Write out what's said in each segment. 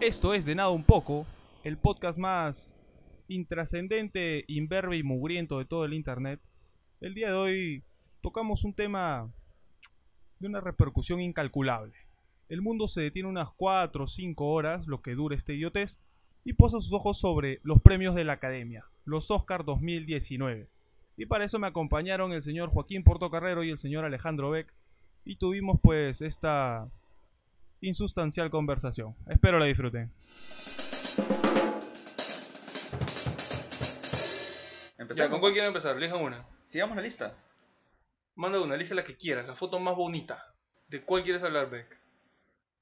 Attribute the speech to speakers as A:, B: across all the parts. A: Esto es De Nada Un Poco, el podcast más intrascendente, imberbe y mugriento de todo el internet. El día de hoy tocamos un tema de una repercusión incalculable. El mundo se detiene unas 4 o 5 horas, lo que dura este idiotez, y posa sus ojos sobre los premios de la Academia, los Oscar 2019. Y para eso me acompañaron el señor Joaquín Portocarrero y el señor Alejandro Beck, y tuvimos pues esta insustancial conversación. Espero la disfruten.
B: Empezar con...
A: cuál quieren empezar? Elijan una.
B: Sigamos la lista.
A: Manda una, elige la que quieras, la foto más bonita. ¿De cuál quieres hablar, Beck?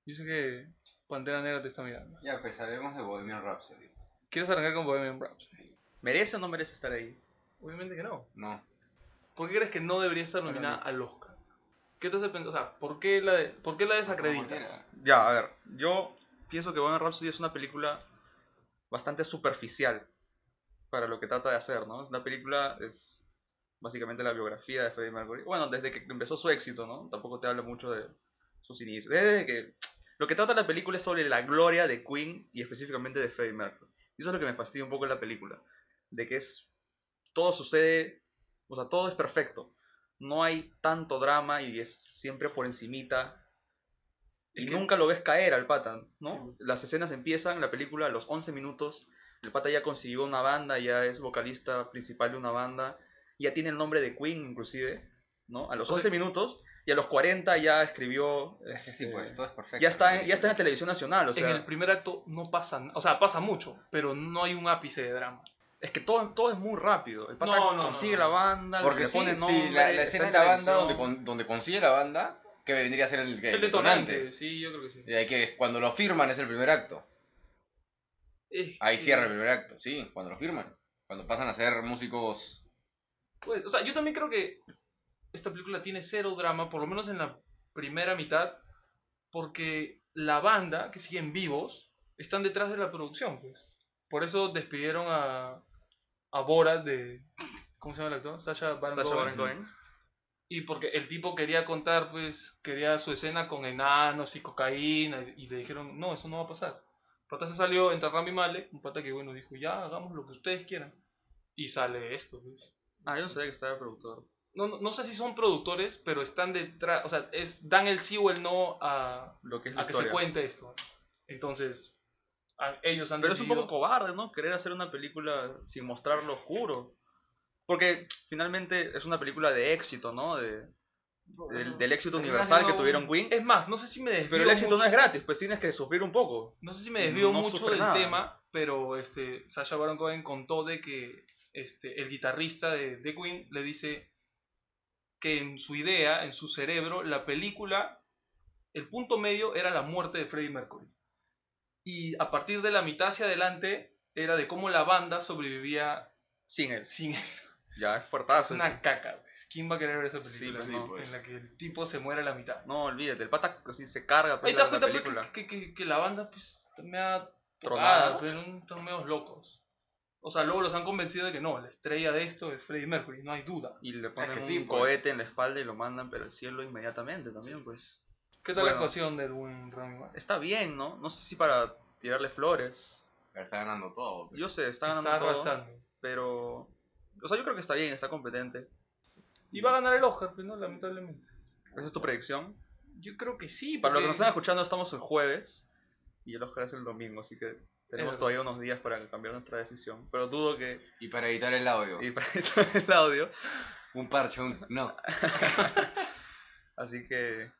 A: Yo sé que Pantera Negra te está mirando.
C: Ya, pues hablemos de Bohemian Rhapsody.
A: ¿Quieres arrancar con Bohemian Rhapsody?
B: ¿Merece o no merece estar ahí?
A: Obviamente que no.
C: No.
A: ¿Por qué crees que no debería estar nominada al Oscar? ¿Qué te hace pensar? O sea, ¿por qué la, de- ¿por qué la desacreditas?
B: Ya, a ver. Yo pienso que Bohemian Rhapsody es una película bastante superficial para lo que trata de hacer, ¿no? La película es básicamente la biografía de Freddie Mercury. Bueno, desde que empezó su éxito, ¿no? Tampoco te habla mucho de sus inicios. Desde que... Lo que trata la película es sobre la gloria de Queen y específicamente de Freddie Mercury. Y eso es lo que me fastidia un poco en la película. De que es... Todo sucede... O sea, todo es perfecto. No hay tanto drama y es siempre por encimita.
A: Es
B: Y
A: que-
B: nunca lo ves caer al pata, ¿no? Las escenas empiezan, la película, a los 11 minutos. El pata ya consiguió una banda, ya es vocalista principal de una banda. Ya tiene el nombre de Queen, inclusive, ¿no? A los
A: O sea-
B: 11 minutos. Y a los 40 ya escribió...
C: Es que sí,
B: este,
C: pues todo es perfecto.
B: ya está, en, ya está en la televisión nacional, o sea,
A: en el primer acto no pasa nada. O sea, pasa mucho, pero no hay un ápice de drama.
B: es que todo, todo es muy rápido. El pata
A: No, no,
B: consigue
A: no, no.
B: la banda,
C: Porque
B: le
C: sí,
B: pone
C: sí,
B: nombre,
C: la, la
B: está
C: escena
B: en
C: de la banda
B: televisión.
C: donde, con- donde consigue la banda, que vendría a ser el, el Eh,
A: El detonante, sí, yo creo que sí.
C: Y ahí que cuando lo firman es el primer acto.
A: Es
C: Ahí
A: que-
C: cierra el primer acto, sí, cuando lo firman. Cuando pasan a ser músicos.
A: Pues, o sea, yo también creo que esta película tiene cero drama, por lo menos en la primera mitad, porque la banda, que siguen vivos, están detrás de la producción, pues. Por eso despidieron a, a Borat de... ¿Cómo se llama el actor? Sasha Baron
B: Sacha
A: Cohen.
B: Baron Cohen.
A: Y porque el tipo quería contar, pues, quería su escena con enanos y cocaína, y, y le dijeron, no, eso no va a pasar. Pata se salió entre Rami Malek, un pata que, bueno, dijo, ya, hagamos lo que ustedes quieran. Y sale esto, pues.
B: Ah, yo no sabía que estaba el productor.
A: No, no- no sé si son productores, pero están detrás, o sea, es, dan el sí o el no a,
B: Lo que es la
A: a que se
B: historia.
A: cuente esto. Entonces, a- ellos han
B: Pero es un
A: decidido-
B: poco cobarde, ¿no? Querer hacer una película sin mostrar lo oscuro. Porque finalmente es una película de éxito, ¿no? De, del, del éxito
C: Terminas
B: universal que
C: siendo
B: tuvieron
C: un-
B: Queen.
A: Es más, no sé si me desvío
B: Pero el éxito
A: mucho-
B: no es gratis, pues tienes que sufrir un poco.
A: No sé si me
B: Y
A: desvío
B: no
A: mucho
B: sufre
A: del
B: nada.
A: tema, pero este, Sasha Baron Cohen contó de que este, el guitarrista de, de Queen le dice que en su idea, en su cerebro, la película, el punto medio era la muerte de Freddie Mercury. Y a partir de la mitad hacia adelante era de cómo la banda sobrevivía
B: Sin él.
A: sin
B: Ya es fuertazo. eso.
A: una caca. pues. ¿Quién va a querer ver esa película
B: pues,
A: no?
C: sí, pues.
A: en la que el tipo se muere a la mitad?
B: No, olvídate, el pata así se carga pues,
A: Ahí te das
B: la, la
A: cuenta pues,
B: película.
A: que, que- que- que la banda pues, me ha
B: Tronada.
A: tronado, pero son medios locos. O sea, luego los han convencido de que no, la estrella de esto es Freddie Mercury, no hay duda.
B: Y le ponen
C: que sí,
B: un
C: pues.
B: cohete en la espalda y lo mandan pero el cielo inmediatamente también, pues.
A: ¿Qué tal la
B: Bueno.
A: actuación del buen Rami Malek?
B: Está bien, ¿no? No sé si para tirarle flores.
C: Pero está ganando todo. pues.
B: Yo sé, está ganando
A: Está
B: todo,
A: arrasando.
B: pero... O sea, yo creo que está bien, está competente.
A: Y va a ganar el Oscar, pues, ¿no? Lamentablemente.
B: ¿Esa es tu predicción?
A: Yo creo que sí,
B: Para los que
A: porque-
B: nos están escuchando, estamos el jueves y el Oscar es el domingo, así que tenemos
A: verdad.
B: todavía unos días para cambiar nuestra decisión. Pero dudo que...
C: Y para editar el audio.
B: Y para el audio.
C: Un parche, un. No.
B: Así que...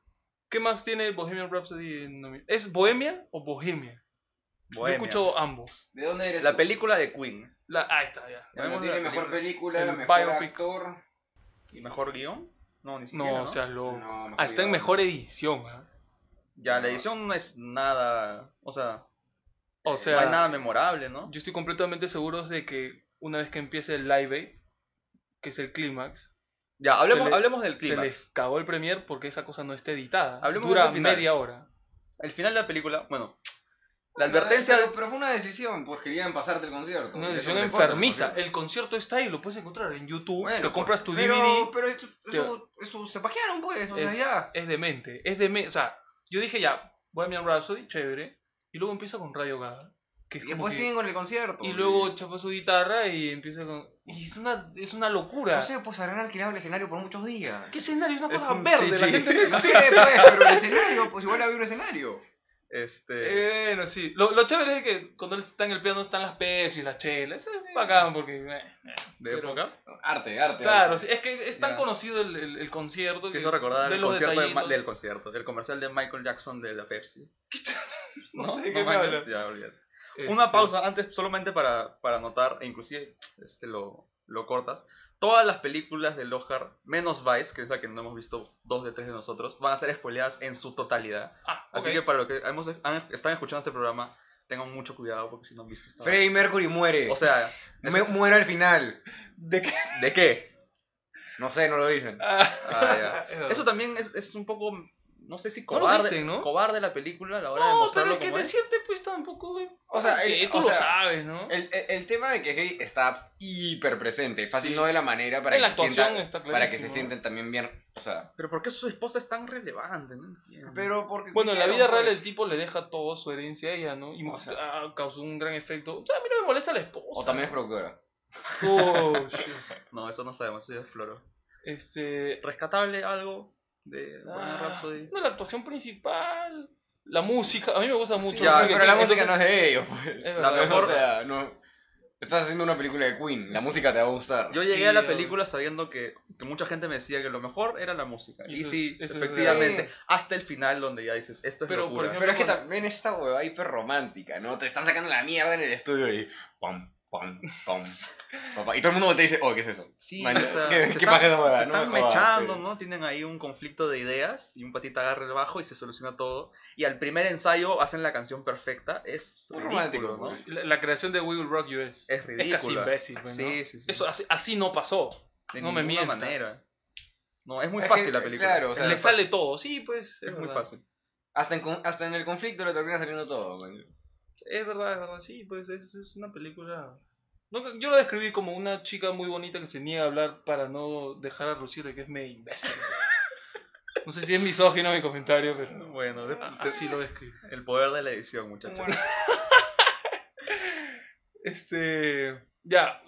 A: ¿Qué más tiene Bohemian Rhapsody en nomi- ¿Es Bohemia o Bohemia? Yo
B: Bohemia.
A: escucho ambos.
C: ¿De dónde eres?
B: La película de Queen.
A: La... Ahí está, ya.
B: Llamemos
C: tiene
B: la
C: mejor
B: película.
C: película,
A: el
C: mejor
A: biopic.
C: actor.
B: ¿Y mejor guión? No, ni
A: No,
B: siquiera. No,
A: o sea, lo...
C: No, mejor
A: ah, está en
C: guion.
A: mejor edición, ¿ah?
B: Ya, la edición no es nada... O sea,
A: O sea...
B: no hay nada memorable, ¿no?
A: Yo estoy completamente seguro de que una vez que empiece el Live Aid, que es el clímax,
B: Ya, hablemos,
A: Se le-
B: hablemos del
A: se
B: clima.
A: les cagó el premier porque esa cosa no está editada.
B: Hablemos de
A: Dura
B: ese final.
A: media hora.
B: El final de la película, bueno, la advertencia...
C: Pero, pero fue una decisión, pues querían pasarte el concierto.
A: Una
C: Y eso
A: decisión
C: no importa,
A: enfermiza.
C: porque-
A: El concierto está ahí, lo puedes encontrar en YouTube,
C: Bueno,
A: te compras tu
C: pero-
A: DVD.
C: Pero eso, eso, eso se pajearon, pues. O sea,
A: es,
C: ya.
A: es demente, es demente. O sea, yo dije ya, Bohemian Rhapsody, chévere.
B: Y luego empieza con Radio Gaga. Que es
C: Y
B: como
C: después
B: que-
C: siguen con el concierto.
B: y luego chapa su guitarra y empieza con. Y es una, es una locura.
C: No sé, pues habrán alquilado el escenario por muchos días.
B: ¿Qué escenario? Es una Es cosa un
C: De
B: verde. La
C: la
B: gente
C: gente que- no sé, pues, pero el escenario, pues igual había un escenario.
B: Eh,
C: Este.
B: Bueno, sí. Lo, lo chévere es que cuando él está en el piano están las Pepsi, las chelas. Eso es bacán porque. eh, eh.
C: ¿De
B: pero-
C: época? Arte, arte.
B: Claro,
C: arte.
B: sí, es que es tan
C: Ya.
B: conocido el, el- el concierto. Quiso recordar de el
C: los
B: concierto concierto de Ma-
C: detallitos.
B: del del concierto, el comercial de Michael Jackson de la Pepsi.
C: No
B: sé
C: sé
B: qué
C: qué
B: me hablas.
C: Ya, olvídate.
B: Una
C: Este,
B: pausa antes, solamente para, para anotar, e inclusive este lo, lo cortas. Todas las películas del Oscar, menos Vice, que es la que no hemos visto dos de tres de nosotros, van a ser spoileadas en su totalidad.
A: Ah,
B: Así que para los que hemos, han- están escuchando este programa, tengan mucho cuidado porque si no han visto esta...
C: Freddie Mercury muere.
B: O sea,
C: Me- muere al final.
A: ¿De qué?
B: ¿de qué?
C: No sé, no lo dicen.
B: Ah, ya. Eso
A: también.
B: también es, es un poco, no sé si
A: No lo
B: cobarde,
A: dicen, ¿no?
B: cobarde la película a la hora de
A: No, pero
B: mostrarlo
A: es que
B: como es.
A: decirte pues tampoco, güey.
C: O sea,
A: Que
C: el-
A: tú
C: o
A: lo
C: sea,
A: sabes, ¿no?
C: El, el- el tema de que es gay está hiper presente. Fácil
B: Sí.
C: no de la manera para
A: En la
C: que se
A: actuación
C: sienta-
A: está clarísimo.
C: Para que se
A: ¿no?
C: sienten también bien. O sea.
B: Pero ¿por qué su esposa es tan relevante? No entiendo.
C: Pero porque.
A: Bueno, en la vida
C: quisieron,
A: real
C: pues.
A: el tipo le deja toda su herencia a ella, ¿no? Y
C: O sea.
A: ah, causó un gran efecto. O sea, a mí no me molesta la esposa.
C: O también es productora.
A: Oh, shit.
B: No, eso no sabemos, eso ya es floro.
A: Este.
B: ¿Rescatable algo de Bohemian
A: ah,
B: Rhapsody?
A: no, la actuación principal. La música. A mí me gusta mucho.
B: Ya,
A: Porque
C: pero la música
A: entonces-
C: no es de ellos, pues.
A: Es
B: la
A: verdad,
B: mejor-
C: O sea, no. Estás haciendo una película de Queen. La música te va a gustar.
B: Yo
A: Sí,
B: llegué a la
A: obvio.
B: película sabiendo que, que mucha gente me decía que lo mejor era la música. Y,
A: Eso
B: sí,
A: es- eso es
B: efectivamente,
C: verdad.
B: hasta el final donde ya dices, esto es
A: Pero, por
B: locura.
A: ejemplo,
C: Pero es que
A: Bueno.
C: también esta hueva hiper romántica, ¿no? Te están sacando la mierda en el estudio y pam, pam, pam. pam, pam. Y todo el mundo te dice, oh, ¿qué es eso?
B: sí,
C: man,
B: o sea,
C: ¿qué-
B: se
C: qué
B: están,
C: paja esa huevada?
B: se
C: No
B: están
C: me jodas,
B: mechando,
C: sí.
B: ¿no? Tienen ahí un conflicto de ideas y un patita agarra el bajo y se soluciona todo. Y al primer ensayo hacen la canción perfecta. Es
C: Muy
B: ridículo,
C: romántico,
B: ¿no?
C: pues.
A: La, la creación de We Will Rock You es.
B: Es
A: es casi
B: ridículo.
A: imbécil, güey, Pues, ¿no?
B: Sí, sí, sí.
A: Eso, así, así no pasó.
B: de
A: no me
B: ninguna
A: mientas.
B: manera. No, es muy
C: Es que,
B: fácil la película.
C: claro, o sea,
B: es
A: Le
B: muy
A: sale todo, sí, pues.
B: fácil, es muy
A: verdad.
B: fácil.
C: Hasta en, con- hasta en el conflicto lo termina saliendo todo, man.
A: Es verdad, es verdad, sí, pues es, es una película. No, yo la describí como una chica muy bonita que se niega a hablar para no dejar a lucir de que es medio imbécil. No sé si es misógino mi comentario, pero
B: Bueno, de-
A: a- así lo describí.
B: el poder de la edición, muchachos.
A: Este. Ya,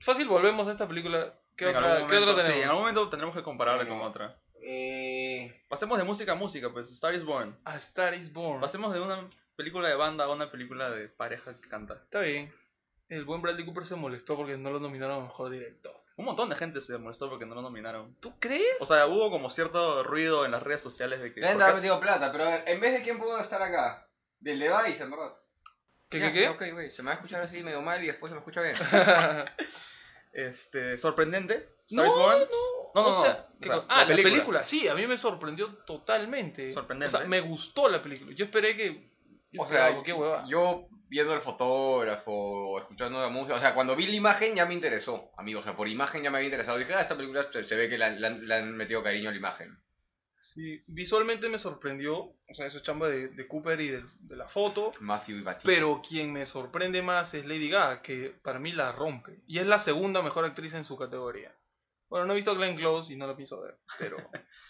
A: fácil, volvemos a esta película. ¿Qué,
B: En
A: otra,
B: algún
A: ¿qué otra
B: momento- sí, en
A: tenemos?
B: algún momento tendremos que compararla con otra.
C: Eh,
B: Pasemos de música a música, pues Star is Born.
A: A Star is Born.
B: Pasemos de una película de banda a una película de pareja que canta.
A: Está bien. El buen Bradley Cooper se molestó porque no lo nominaron a mejor director.
B: Un montón de gente se molestó porque no lo nominaron.
A: ¿Tú crees?
B: O sea, hubo como cierto ruido en las redes sociales de que...
C: le han
B: porque-
C: metido plata, pero a ver, en vez de quién pudo estar acá, del de Vice, en verdad.
A: ¿Qué,
C: Ya,
A: qué, qué?
C: Ok, güey, se me va a escuchar así medio mal y después se me escucha bien.
B: este, sorprendente. Star
A: No,
B: is Born. No,
A: No,
B: no,
A: o
B: no.
A: sea,
B: O
A: que
B: sea,
A: con- ah,
B: la
A: la película.
B: película,
A: sí, a mí me sorprendió totalmente.
B: Sorprendente.
A: O sea, me gustó la película. Yo esperé que. yo
C: O sea,
A: esperaba, qué hueva.
C: yo viendo al fotógrafo, escuchando la música, o sea, cuando vi la imagen ya me interesó, amigo, o sea, por imagen ya me había interesado. Dije, ah, esta película se, se ve que la- la- le han metido cariño a la imagen.
A: Sí, visualmente me sorprendió. O sea, eso es chamba de, de Cooper y del- de, la foto.
C: Matthew y Batista.
A: Pero quien me sorprende más es Lady Gaga, que para mí la rompe. Y es la segunda mejor actriz en su categoría. Bueno, no he visto Glenn Close y no la pienso ver, pero.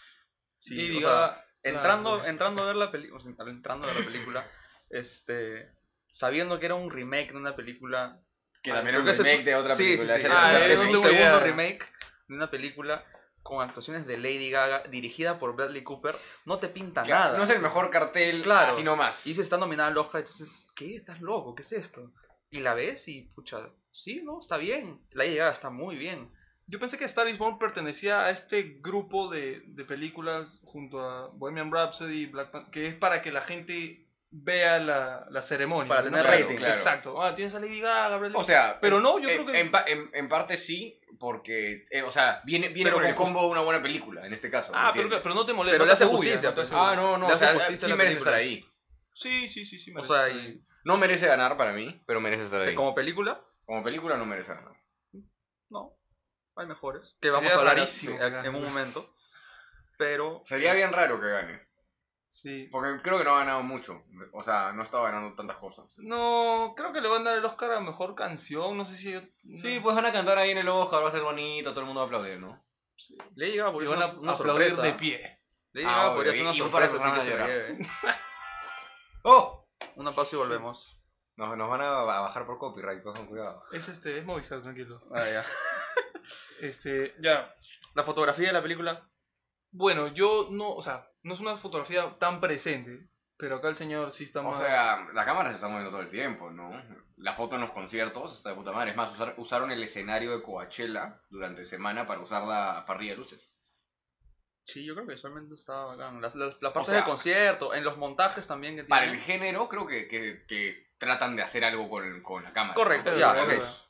B: Sí,
A: Lady
B: o sea,
A: Gaga.
B: entrando,
A: Claro.
B: entrando a ver la película, entrando a ver la película, este, sabiendo que era un remake de una película
C: que
B: Ah,
C: también era
B: creo
C: un
B: que ese
C: remake
B: es-
C: de otra
B: sí,
C: película.
B: Sí, sí,
C: esa
A: Ah,
C: era
B: es,
C: la
B: un-
A: eh,
B: es
A: no
B: un
A: tengo
C: remake.
B: segundo
A: idea.
B: remake de una película con actuaciones de Lady Gaga, dirigida por Bradley Cooper, no te pinta
C: Claro,
B: nada.
C: No es el mejor cartel,
B: Claro.
C: así nomás.
B: Y se está nominada al Oscar, entonces, ¿qué? ¿Estás loco? ¿Qué es esto? Y la ves y, pucha, sí, no, está bien. Lady Gaga está muy bien.
A: Yo pensé que Star is Born pertenecía a este grupo de, de películas junto a Bohemian Rhapsody, Black Panther, que es para que la gente vea la, la ceremonia.
B: Para
A: ¿no?
B: tener
A: Claro,
B: rating.
C: Claro.
A: Exacto. Ah, tienes a Lady Gaga, Bradley
C: O sea,
A: Pero no, yo
C: en,
A: creo que-
C: en pa- en- en parte sí, porque, eh, o sea, viene, viene
B: Pero
C: con el
B: con
C: combo de una buena película, en este caso.
A: Ah, pero,
C: ¿entiendes?
A: claro, pero no te molesta.
B: Pero
A: no
B: le
A: te
B: hace
A: agobia,
B: justicia,
A: no te
B: pues,
A: agobia.
C: Ah, no, no,
B: Le
C: o
B: hace
C: sea,
B: justicia a
C: sí
B: la
C: merece
B: película.
C: estar ahí.
A: Sí, sí, sí, sí.
B: O
A: merece
B: sea,
A: estar ahí.
B: y,
C: No merece ganar para mí, pero merece estar ahí.
B: como película,
C: Como película no merece ganar.
B: no. Hay mejores. Que
A: Sería
B: vamos a hablar
A: rarísimo que
B: en
A: gane.
B: un momento. Pero.
C: Sería bien raro que gane.
A: Sí.
C: Porque creo que no ha ganado mucho. O sea, no estaba ganando tantas cosas.
A: No, creo que le van a dar el Oscar a mejor canción. No sé si. Yo...
C: Sí, pues van a cantar ahí en el Oscar, va a ser bonito, todo el mundo va a aplaudir, ¿no?
B: Lady Gaga
A: Y
B: podría
A: van a
B: ser una, una
A: aplaudir
B: sorpresa.
A: de pie.
B: Lady
C: Ah,
B: Gaga
C: obvio,
B: podría ser
C: y-
B: una
C: y un par de
B: sorpresa, así que
C: personas
B: se la
C: llorar.
B: lleve.
C: ¡Oh!
B: Una pausa y volvemos.
C: Nos, nos van a ba- a bajar por copyright, pues, con cuidado.
A: Es este, es Movistar, tranquilo.
B: Ah, ya.
A: Este,
B: Ya. La fotografía de la película.
A: bueno, yo no, o sea, no es una fotografía tan presente, pero acá el señor sí está
C: O
A: más...
C: sea, la cámara se está moviendo todo el tiempo, ¿no? La foto en los conciertos está de puta madre. Es más, usar- usaron el escenario de Coachella durante semana para usar la parrilla de luces.
B: Sí, yo creo que visualmente estaba bacán. Las, las, las partes
C: sea-
B: del concierto, en los montajes también que
C: Para el
B: tiene.
C: género, creo que, que, que tratan de hacer algo con, con la cámara.
B: Correcto,
C: ¿no?
B: ya,
C: Creo que
B: ok.
C: es-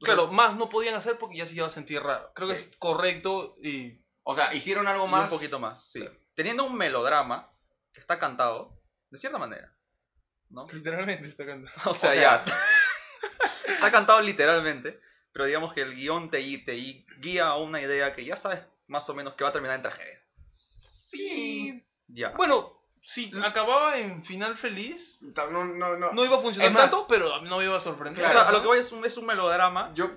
A: Claro, más no podían hacer porque ya se iba a sentir raro. Creo que
C: Sí.
A: es correcto y
C: O sea, hicieron algo
B: Y
C: más.
B: un poquito más, sí. Teniendo un melodrama que está cantado, de cierta manera. ¿No?
A: literalmente está cantando.
B: O sea,
C: sea-
B: ya. está cantado literalmente, pero digamos que el guión te, gui- te gui- guía a una idea que ya sabes más o menos que va a terminar en tragedia.
A: Sí.
B: Ya.
A: Bueno, si acababa en final feliz,
C: No, no, no.
A: no iba a funcionar
C: Es más-
A: tanto, pero no me iba a sorprender.
B: o
C: claro,
B: sea, a
A: ¿no?
B: lo que voy es un, es un melodrama,
C: Yo,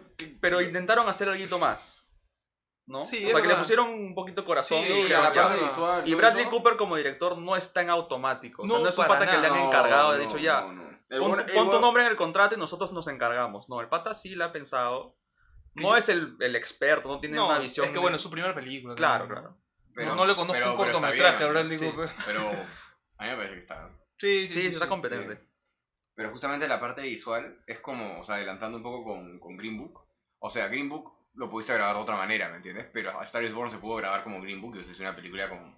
B: pero intentaron hacer algo más. ¿No?
A: Sí,
B: o
A: es
B: sea, que le
A: verdad.
B: pusieron un poquito corazón.
A: Sí,
B: y,
C: sí,
B: dijeron,
C: la
B: ya.
C: parte
A: ya.
C: visual.
B: Y
C: todo
B: Bradley
C: eso-
B: Cooper como director no es tan automático. O sea,
A: No,
B: no, es un
A: para
B: pata que le han
A: nada.
B: encargado,
C: No,
B: ha dicho
C: no,
B: ya.
C: no, no. El
B: Pon,
C: buen-
B: tu-
C: el
B: pon tu
C: buen-
B: nombre en el contrato y nosotros nos encargamos. No, el pata sí la ha pensado. No es el, el experto, no tiene
A: No,
B: una visión.
A: Es que
B: de-
A: bueno, es su primera película.
B: Claro,
A: también,
B: claro.
A: No, no le conozco un
C: está
A: cortometraje a
C: bien,
A: Bradley
C: sí,
A: Cooper.
C: Pero a mí me parece que está.
A: Sí,
B: Sí, sí, está competente.
C: Pero justamente la parte visual es como, o sea, adelantando un poco con, con Green Book. O sea, Green Book lo pudiste grabar de otra manera, ¿me entiendes? Pero a Star is Born se pudo grabar como Green Book y es una película con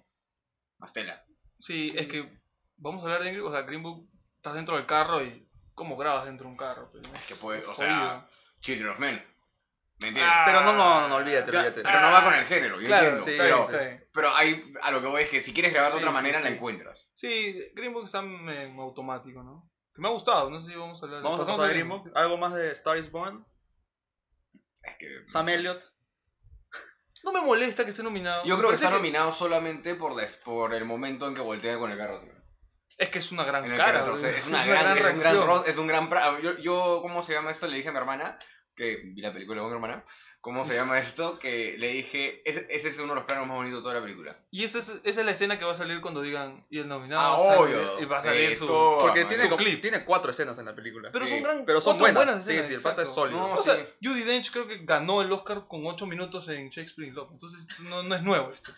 C: más tela.
A: Sí, es que vamos a hablar de Green Book. O sea, Green Book, estás dentro del carro y. ¿Cómo grabas dentro de un carro? pues, no?
C: Es que puede,
A: Es
C: o sea,
A: jodido.
C: Children of Men. ¿Me entiendes?
A: Ah,
B: Pero no, no, no, no, olvídate,
C: Ca-
B: olvídate.
C: pero no va con el género, yo
A: Claro,
C: entiendo.
A: sí,
B: sí,
C: pero,
A: está bien.
C: pero hay, a lo que voy es que si quieres grabar de
A: Sí,
C: otra
A: sí,
C: manera, la
A: sí.
C: encuentras.
A: Sí, Green Book está en automático, ¿no? Que me ha gustado, no sé si vamos a hablar.
B: Vamos a
A: pasamos
B: pasar a Green Book. Algo más de Star is Born.
C: Es que...
B: Sam Elliott.
A: No me molesta que esté nominado.
C: Yo
A: Me
C: creo que
A: parece
C: está nominado solamente por, des- por el momento en que voltea con el carro. tío.
A: Es que es una gran
C: En el
A: cara.
C: carro, o sea,
A: güey.
C: es una gran, es un gran
A: reacción.
C: ro- es un gran pra- yo, yo, ¿cómo se llama esto? Le dije a mi hermana, que vi la película con mi hermana, ¿cómo se llama esto? Que le dije, ese, ese es uno de los planos más bonitos de toda la película.
A: Y esa es, esa es la escena que va a salir cuando digan y el nominado.
C: Ah,
A: sale,
C: obvio.
A: Y va a salir
C: Eh,
A: su.
C: todo,
B: Porque
C: man.
B: tiene,
A: su
B: como-
A: clip.
B: tiene cuatro escenas en la película.
A: Pero
C: Sí,
A: son gran,
B: pero son
A: cuatro
B: buenas. Sí,
A: escenas,
B: sí, el pata es
A: exacto.
B: sólido.
C: No,
A: O sea,
C: sí.
A: Judy Dench creo que ganó el Oscar con 8 minutos en Shakespeare in Love. Entonces no, no es nuevo esto.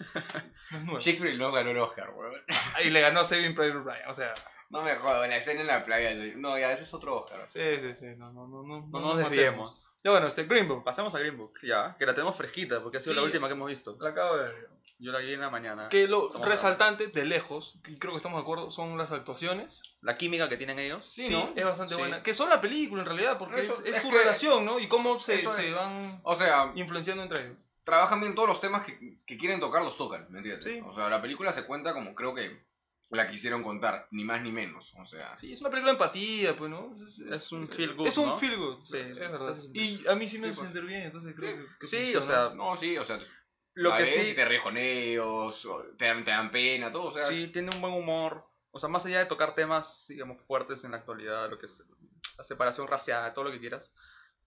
A: No es nuevo.
C: Shakespeare no ganó el Oscar, weón.
A: Ah, Y le ganó a Saving Private Ryan. O sea,
C: No me jodas, la escena en la playa. yo- No, ya, ese es otro Oscar.
A: sí, sí, sí. No, no, no, no,
B: No nos
A: matemos.
B: desviemos.
A: Ya bueno, este Green Book.
B: Pasemos a Green Book, ya. Que la tenemos fresquita porque ha sido
A: Sí.
B: la última que hemos visto.
A: La acabo de ver.
B: Yo la vi en la mañana.
A: Que lo
B: Ah, Estamos
A: resaltante de lejos, y creo que estamos de acuerdo, son las actuaciones.
B: La química que tienen ellos.
A: Sí, es bastante
B: Sí.
A: buena. Que son la película en realidad, porque
C: Eso-
A: es, es
C: es
A: su
C: que-
A: relación, ¿no? Y cómo se,
C: eso
A: se
C: es.
A: van
C: O sea,
A: influenciando entre ellos.
C: trabajan bien todos los temas que, que quieren tocar, los tocan, ¿me entiendes?
A: Sí.
C: O sea, la película se cuenta como creo que la quisieron contar, ni más ni menos. O sea,
A: Sí, es una película de empatía, pues, ¿no?
B: Es un feel good,
A: Es un
B: ¿no?
A: feel good,
B: Sí,
A: es verdad.
B: entonces-
A: Y a mí sí me
C: Sí,
A: hizo
C: pues.
A: sentir bien, entonces creo que- que.
B: Sí, o
A: funciona.
B: sea,
C: no, sí, o sea,
B: lo que sí.
C: sí. te ríes con ellos, o te dan, te dan pena, todo, o sea.
B: Sí, tiene un buen humor. O sea, más allá de tocar temas, digamos, fuertes en la actualidad, lo que es la separación racial, todo lo que quieras,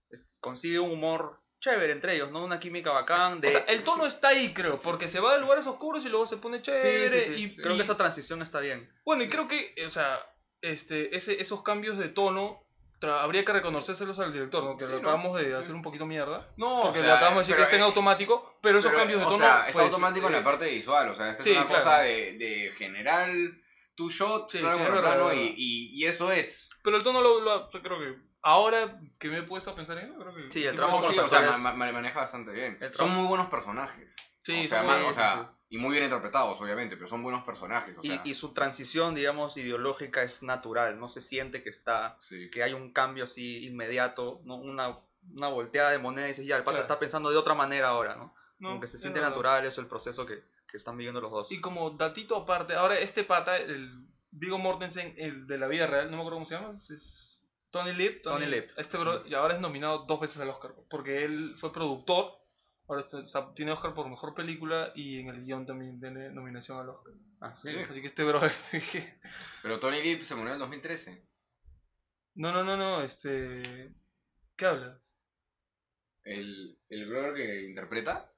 B: es- consigue un humor chévere entre ellos, ¿no? Una química bacán. De...
A: O sea, el tono está ahí, creo, porque se va de lugares oscuros y luego se pone
B: Sí, sí,
A: chévere.
B: sí.
A: y,
B: Creo
A: y-
B: que esa transición está bien.
A: Bueno, y creo que, o sea, este, ese, esos cambios de tono tra- habría que reconocérselos al director, ¿no? Que
C: Sí,
A: lo
C: ¿no?
A: acabamos de hacer un poquito mierda.
C: No,
A: Porque le acabamos de decir que está en
B: eh,
A: automático, pero esos cambios de tono.
C: O sea, está
A: pues,
C: automático en
A: eh,
C: la parte visual, o sea, esta
A: sí,
C: es una
A: claro.
C: cosa de, de general, tu shot,
A: Sí,
C: plano
A: sí, es
C: contra
A: verdad,
C: plano,
A: es
C: y,
A: verdad.
C: y, y eso es.
A: Pero el tono lo, lo- yo creo que ahora que me he puesto a pensar en ello, creo que...
B: Sí, el
A: que
B: trabajo
A: me-
C: No,
B: con
C: sí,
B: los
C: o sea,
B: actores.
C: ma- ma- maneja bastante bien.
B: El
C: Son
B: trabajo-
C: muy buenos personajes.
A: Sí,
C: o sea,
A: sí,
C: ma-
A: sí,
C: o
A: sí,
C: sea,
A: sí.
C: y muy bien interpretados, obviamente, pero son buenos personajes, o
B: Y,
C: sea.
B: y su transición, digamos, ideológica es natural. No se siente que está,
C: sí.
B: que hay un cambio así inmediato, ¿no? Una, una volteada de moneda y dices, ya, el pata
A: Claro.
B: está pensando de otra manera ahora, ¿no?
A: No,
B: Como que se
A: es
B: siente
A: verdad.
B: natural eso, el proceso que, que están viviendo los dos.
A: Y como datito aparte, ahora este pata, el Vigo Mortensen, el de la vida real, no me acuerdo cómo se llama, es- es Tony Lip.
B: Tony Lip.
A: Este bro, y ahora es nominado dos veces al Oscar, porque él fue productor, ahora está- o sea, tiene Oscar por Mejor Película y en el guión también tiene nominación al Oscar.
B: Ah, sí.
C: Sí.
A: Así que este bro...
C: Pero Tony Lip se murió en el 2013.
A: no, no, no, no, este... ¿Qué hablas?
C: El, el brother que interpreta.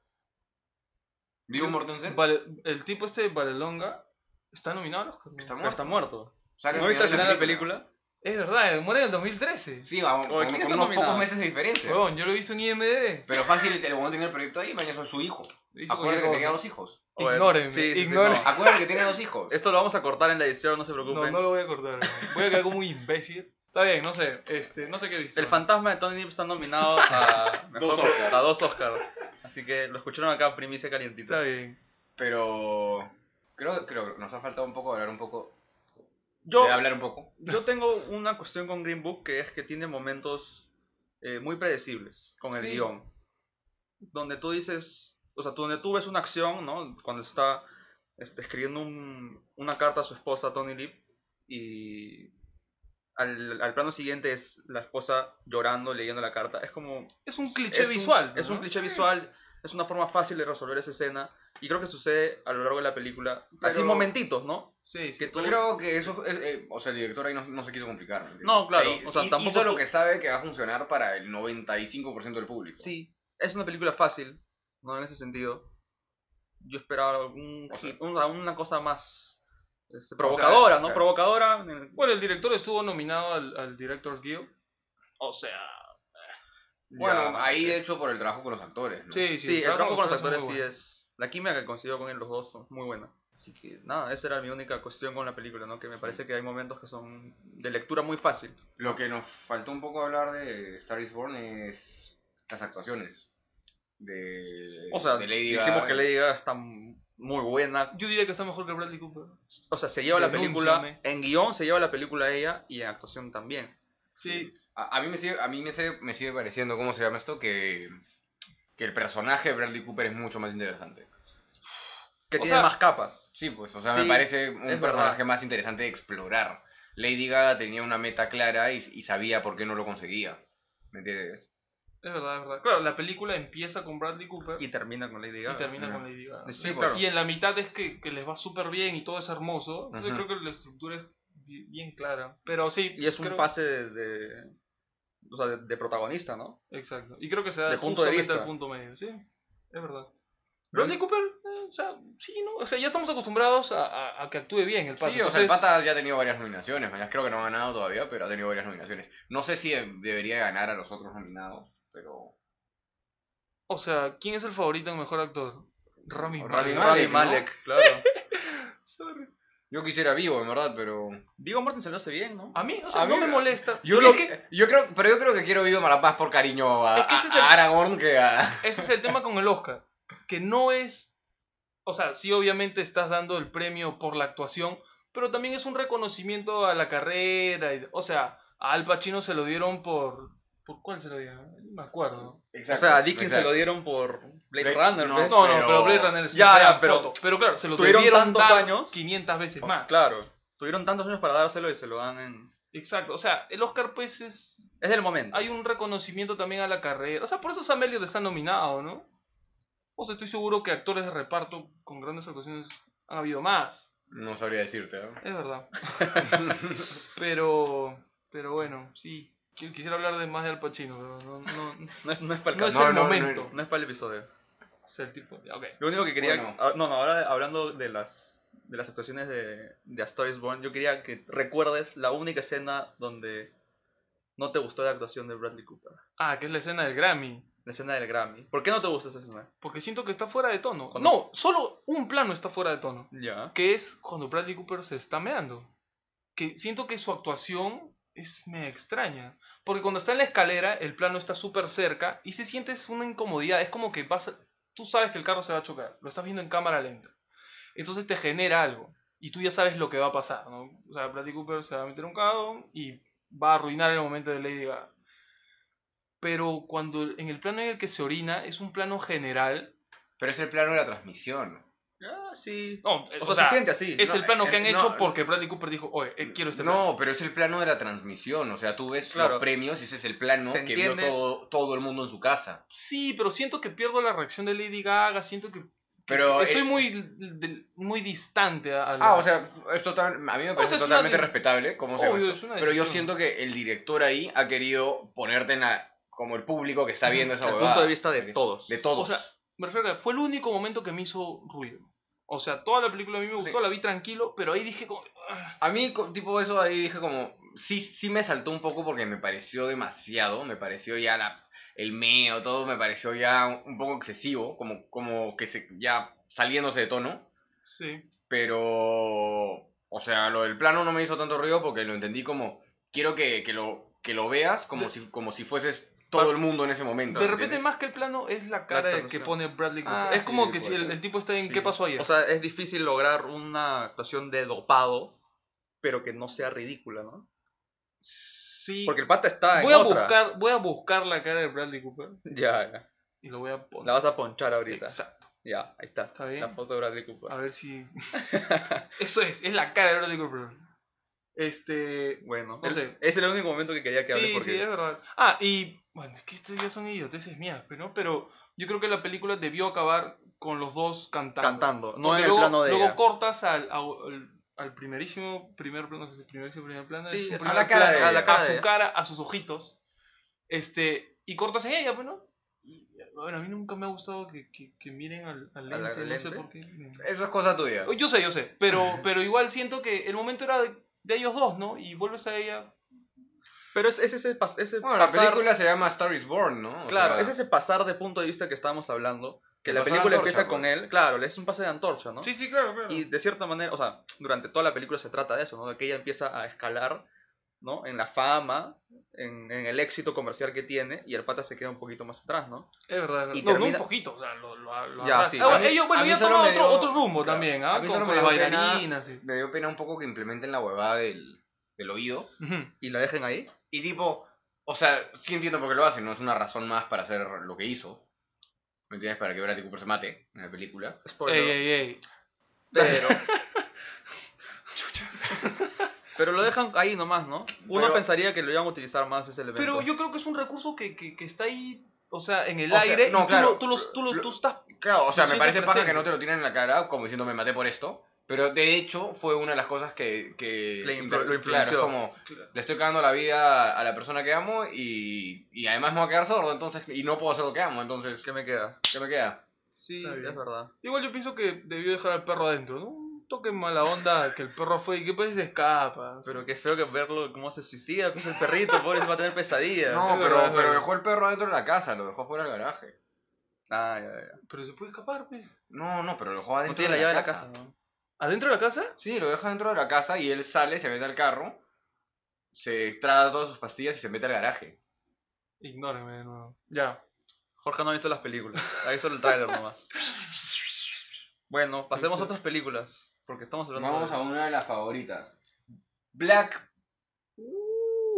C: Vivo Mortensen.
A: Vale, el tipo este de Valelonga está nominado al Oscar. ¿no?
C: Está
B: Pero
C: muerto.
B: está muerto.
C: Sale
B: ¿No
C: al
B: viste al
C: final
B: final
C: de
B: la película?
A: Es verdad, muere en el 2013.
C: Sí, vamos,
B: Oye,
C: con,
B: ¿quién
C: con
B: está
C: unos
B: nominado?
C: pocos meses de diferencia.
A: Huevón, yo lo he visto en IMDb.
C: Pero fácil, el momento tenía el proyecto ahí, mañana soy su hijo.
A: Hizo cualquier
C: Acuérdate que
A: cosa.
C: tenía dos hijos.
B: Oye,
A: Ignórenme,
B: sí, sí, sí,
A: ignórenme.
B: no.
C: Acuérdate que tiene dos hijos.
B: Esto lo vamos a cortar en la edición, no se
A: No,
B: preocupen.
A: no lo voy a cortar. huevón. Voy a quedar como un imbécil. Está bien, no sé. Este, no sé qué he visto.
B: El fantasma de Tony Depp está nominado a, mejor-
C: Dos Oscars.
B: a dos Oscars. Así que lo escucharon acá, primicia
A: Está
B: calientita.
A: bien.
C: Pero creo, creo que nos ha faltado un poco hablar un poco.
B: Yo,
C: de hablar un poco.
B: yo tengo una cuestión con Green Book que es que tiene momentos eh, muy predecibles con el
A: Sí.
B: guión. Donde tú dices, o sea, tú- donde tú ves una acción, ¿no? Cuando está este, escribiendo un- una carta a su esposa, Tony Lip, y al, al plano siguiente es la esposa llorando, leyendo la carta. Es como,
A: Es un cliché
B: es un-
A: visual.
B: es un
A: ¿no?
B: cliché visual, es una forma fácil de resolver esa escena. Y creo que sucede a lo largo de la película. Así
C: Pero-
B: momentitos, ¿no?
A: Sí, sí.
B: Que tú-
C: Creo que eso. es- eh, o sea, el director ahí no, no se quiso complicar. ¿me entiendes?
B: No, claro,
C: Ahí
B: o sea,
C: hi-
B: tampoco
C: Hizo lo
B: tú-
C: que sabe que va a funcionar para el 95% del público.
B: Sí, es una película fácil, ¿no? En ese sentido. Yo esperaba algún,
C: O sea-
B: hit, una, una cosa más este, provocadora, ¿no?
C: claro.
B: Provocadora. en el-
A: Bueno, el director estuvo nominado al, al Director's Guild. O sea.
C: Bueno,
B: Ya,
C: ahí
B: ok.
C: de hecho por el trabajo con los actores. ¿no?
A: Sí, sí.
B: Sí, el trabajo con los actores
A: muy
B: sí
A: bueno.
B: es... La química que consiguió con él los dos son muy buena. Así que nada, esa era mi única cuestión con la película, ¿no? Que me parece que hay momentos que son de lectura muy fácil.
C: Lo que nos faltó un poco hablar de Star is Born es las actuaciones. De,
B: O sea,
C: de Lady
B: dijimos
C: Gaga.
B: que Lady Gaga está muy buena,
A: Yo diría que está mejor que Bradley Cooper.
B: O sea, se lleva la película.
A: Denúnciame.
B: En guión se lleva la película ella y en actuación también.
A: Sí.
C: A, a mí, me sigue, a mí me, sigue, me sigue pareciendo, ¿cómo se llama esto? Que, que el personaje de Bradley Cooper es mucho más interesante.
B: Que
A: O
B: tiene
A: sea,
B: más capas.
C: Sí, pues, o sea,
B: Sí,
C: me parece un
B: es
C: personaje
B: verdad.
C: más interesante de explorar. Lady Gaga tenía una meta clara y, y sabía por qué no lo conseguía. ¿Me entiendes?
A: Es verdad, es verdad. Claro, la película empieza con Bradley Cooper
B: Y
A: y,
B: termina con Lady Gaga.
A: termina
C: Ah.
A: con Lady Gaga.
B: Sí,
C: Sí,
B: claro.
A: Y en la mitad es que, que les va súper bien y todo es hermoso. Entonces
C: Ujú.
A: creo que la estructura es bi- bien clara. Pero sí.
B: Y es un
A: creo-
B: pase de, de- o sea, de, de protagonista, ¿no?
A: Exacto. Y creo que se da
B: De punto de
A: justamente
B: vista.
A: al punto medio, sí. Es verdad. Bradley Cooper, eh, o sea, sí, ¿no? O sea, ya estamos acostumbrados a, a- a que actúe bien el
C: Sí,
A: pata.
C: o sea, el
A: Entonces,
C: Pata ya ha tenido varias nominaciones. mañana Creo que no ha ganado todavía, pero ha tenido varias nominaciones. No sé si de- debería ganar a los otros nominados, pero...
A: o sea, ¿quién es el favorito en mejor actor? Rami
C: Rami
B: Rami
A: Malek.
C: Malek, ¿no?
B: Malek, claro.
A: Sorry.
C: Yo quisiera vivo, en verdad, pero...
B: Diego Mortensen lo hace bien, ¿no?
A: A mí, o sea,
C: A
A: no
C: mí-
A: me molesta.
C: Yo,
A: Porque
C: lo,
A: es que
C: yo creo, pero yo creo que quiero Vivo Marapaz por cariño a,
A: Es que ese
C: a-
A: es el-
C: a Aragorn que a...
A: ese es el tema con el Oscar. Que no es. O sea, sí, obviamente estás dando el premio por la actuación, pero también es un reconocimiento a la carrera. y- o sea, a Al Pacino se lo dieron por. ¿Por cuál se lo dieron? Ni me acuerdo.
B: o sea, a Dickens se lo dieron por Blade
C: Blade-
B: Runner,
C: no,
B: ¿ves?
A: No, no,
C: pero-
A: pero Blade Runner es
B: Ya,
A: una
B: ya,
A: gran
B: pero-
A: foto. Pero claro, se lo
B: tuvieron
A: debieron
B: tantos
A: dar
B: años.
A: 500 veces
B: Oh,
A: más.
B: Claro. Tuvieron tantos años para dárselo y se lo dan en...
A: Exacto. O sea, el Oscar pues es...
B: Es del momento.
A: Hay un reconocimiento también a la carrera. O sea, por eso Sam Elliott está nominado, ¿no? O sea, estoy seguro que actores de reparto con grandes actuaciones han habido más.
C: No sabría decirte, ¿no?
A: Es verdad. pero... Pero bueno, sí. Qu- Quisiera hablar de más de Al Pacino, pero no... no, no
B: No es, no es para el
A: No es
B: caso.
A: el
C: no, no,
A: momento.
B: No es para el episodio.
A: O sea, el tipo... ya, ok.
B: Lo único que quería.
C: Bueno.
B: ah, No, no, ahora hablando de las, de las actuaciones de, de A Star is Born, yo quería que recuerdes la única escena donde no te gustó la actuación de Bradley Cooper.
A: Ah, que es la escena del Grammy.
B: La escena del Grammy. ¿Por qué no te gusta esa escena?
A: Porque siento que está fuera de tono.
B: Cuando-
A: No, solo un plano está fuera de tono.
B: Ya.
A: que es cuando Bradley Cooper se está meando. Que siento que su actuación es me extraña. Porque cuando está en la escalera, el plano está súper cerca y se siente es una incomodidad. Es como que vas a- tú sabes que el carro se va a chocar, lo estás viendo en cámara lenta. Entonces te genera algo y tú ya sabes lo que va a pasar. ¿no? O sea, Bradley Cooper se va a meter un cagón y va a arruinar el momento de Lady Gaga. Pero cuando en el plano en el que se orina es un plano general.
C: Pero es el plano de la transmisión.
B: Ah, sí.
A: No,
B: O, sea, se siente así.
A: es
C: No,
A: el plano que
C: eh,
A: han
C: no,
A: hecho porque Bradley Cooper dijo, oye, eh, quiero este plano.
C: No, pero es el plano de la transmisión. O sea, tú ves
B: Claro.
C: los premios y ese es el plano
B: Se
C: que vio
B: entiende.
C: todo, todo el mundo en su casa.
A: Sí, pero siento que pierdo la reacción de Lady Gaga, siento que
C: Pero
A: estoy
C: eh,
A: muy, del- muy distante a, a la-
C: Ah, o sea, es total- a mí me parece
A: sea, es una
C: totalmente
A: de-
C: respetable cómo se
A: Obvio,
C: hace.
A: es una
C: Pero yo
A: decisión.
C: siento que el director ahí ha querido ponerte en la... como el público que está viendo esa
B: el
C: huevada.
B: punto de vista de todos.
C: De todos.
A: O sea, me refiero a que fue el único momento que me hizo ruido. O sea, toda la película a mí me gustó,
C: Sí.
A: la vi tranquilo, pero ahí dije como... "Ah".
C: A mí, co- tipo, eso ahí dije como, sí, sí me saltó un poco porque me pareció demasiado, me pareció ya la, el meo, todo me pareció ya un, un poco excesivo, como, como que se, ya saliéndose de tono,
A: Sí.
C: pero, o sea, lo del plano no me hizo tanto ruido porque lo entendí como, quiero que, que lo, que lo veas como,
A: De-
C: si, como si fueses todo el mundo en ese momento.
A: De
C: ¿me
A: repente,
C: entiendes?
A: más que el plano, es la cara de que
B: actuación.
A: pone Bradley
C: Ah,
A: Cooper. es
C: sí,
A: como que
C: puede
A: si el,
C: ser.
A: el tipo está en
B: Sí.
A: ¿Qué pasó ayer?
B: O sea, es difícil lograr una actuación de dopado, pero que no sea ridícula, ¿no?
A: sí.
B: Porque el pata está en
A: voy, a
B: otra.
A: buscar, voy a buscar la cara de Bradley Cooper
B: Ya, ya.
A: y lo voy a
B: La
A: poner.
B: vas a ponchar ahorita.
A: Exacto.
B: Ya, ahí está.
A: Está bien.
B: La foto de Bradley Cooper.
A: A ver si. Eso es, es la cara de Bradley Cooper. Este.
B: Bueno,
A: No
B: el-
A: sé.
B: es el único momento que quería que hable
A: Sí,
B: porque
A: sí, es verdad. Ah, y bueno, es que estas ya son idioteces mías, pero ¿no? Pero yo creo que la película debió acabar con los dos cantando.
B: cantando, no
A: Porque
B: en el
A: luego,
B: plano de
A: Luego
B: ella.
A: cortas al, al, al primerísimo, primer plano, no sé si primerísimo, primer plano.
B: Sí,
A: es un
B: es
A: primer
B: a la cara
A: plano,
B: de
A: a, la
B: ella.
A: cara,
B: A
A: a
B: su
A: su cara, a sus ojitos. Este, y cortas en ella, pues, ¿no? Y, bueno, a mí nunca me ha gustado que, que, que miren al, al
B: ¿A la
A: lente, no sé
B: lente?
A: por qué.
C: Eso es cosa tuya.
A: Oh, Yo sé, yo sé, pero, pero igual siento que el momento era de, de ellos dos, ¿no? Y vuelves a ella.
B: Pero es, es ese, pas- ese
C: Bueno, la
B: pasar,
C: película se llama Star is Born, ¿no? O
B: claro,
C: sea,
B: es ese pasar de punto de vista que estábamos hablando, que
C: El
B: la
C: pasar de
B: película
C: antorcha,
B: empieza con
C: pues.
B: él, claro, es un pase de antorcha, ¿no?
A: Sí, sí, claro, claro.
B: Y de cierta manera, o sea, durante toda la película se trata de eso, ¿no? De que ella empieza a escalar, ¿no? En la fama, en, en el éxito comercial que tiene, y el pata se queda un poquito más atrás, ¿no?
A: Es verdad, es verdad.
B: Y
A: no,
B: termina-
A: un poquito, o sea, lo, lo, lo
B: Ya,
A: abraza.
B: sí.
A: Ah, bueno,
C: A mí-
A: ellos, bueno,
C: a mí
A: ya
C: solo
A: toman
C: me
A: otro,
C: dio-
A: otro rumbo
C: claro,
A: también, ¿ah?
C: a mí
A: Con,
C: solo
A: con
C: me
A: las
C: dio pena-
A: bailarinas y...
C: Me dio pena un poco que implementen la huevada del, del oído.
A: Ujú.
B: Y la dejen ahí.
C: Y tipo, o sea, sí entiendo por qué lo hacen, no es una razón más para hacer lo que hizo. ¿Me entiendes? Para que Bradley Cooper se mate en la película.
B: Spoiler.
C: Eh,
A: Ey, ey, ey.
C: este
B: Pero. Pero lo dejan ahí nomás, ¿no? Uno
C: Pero-
B: pensaría que lo iban a utilizar más ese elemento.
A: Pero yo creo que es un recurso que, que, que está ahí, o sea, en el
C: O sea,
A: aire.
C: no,
A: y tú,
C: claro,
A: lo, tú, los- tú, lo-
C: lo-
A: tú estás...
C: Claro, o sea,
A: Lo
C: me
A: sientes
C: parece paja
A: presente.
C: que no te lo tienen en la cara, como diciendo me maté por esto. Pero de hecho fue una de las cosas que... que
B: Le influ-
C: claro,
B: lo influenció.
C: es como, le estoy cagando la vida a la persona que amo y, y además me voy a quedar sordo, entonces... Y no puedo hacer lo que amo, entonces...
B: ¿Qué me queda?
C: ¿Qué me queda?
B: Sí,
A: Está bien.
B: es verdad.
A: Igual yo pienso que debió dejar al perro adentro, ¿no? Un toque mala onda que el perro fue y que pues se escapa.
B: Pero qué feo que verlo cómo se suicida, cómo es el perrito, pobre, va a tener pesadillas.
C: No,
A: es verdad,
C: pero,
A: es
C: pero
A: verdad.
C: dejó el perro dentro de la casa, lo dejó fuera del garaje.
B: Ah, ya, ya.
A: Pero se puede escapar, pues.
C: No, no, pero lo dejó
B: No
C: adentro
B: tiene la llave de la casa, ¿no?
A: ¿Adentro de la casa?
C: Sí, lo deja dentro de la casa y él sale, se mete al carro, se traga todas sus pastillas y se mete al garaje.
A: Ignóreme de nuevo. Ya.
B: Jorge no ha visto las películas, ha visto el tráiler nomás. Bueno, pasemos a otras películas, porque estamos hablando
C: Vamos
B: de...
C: a una de las favoritas. Black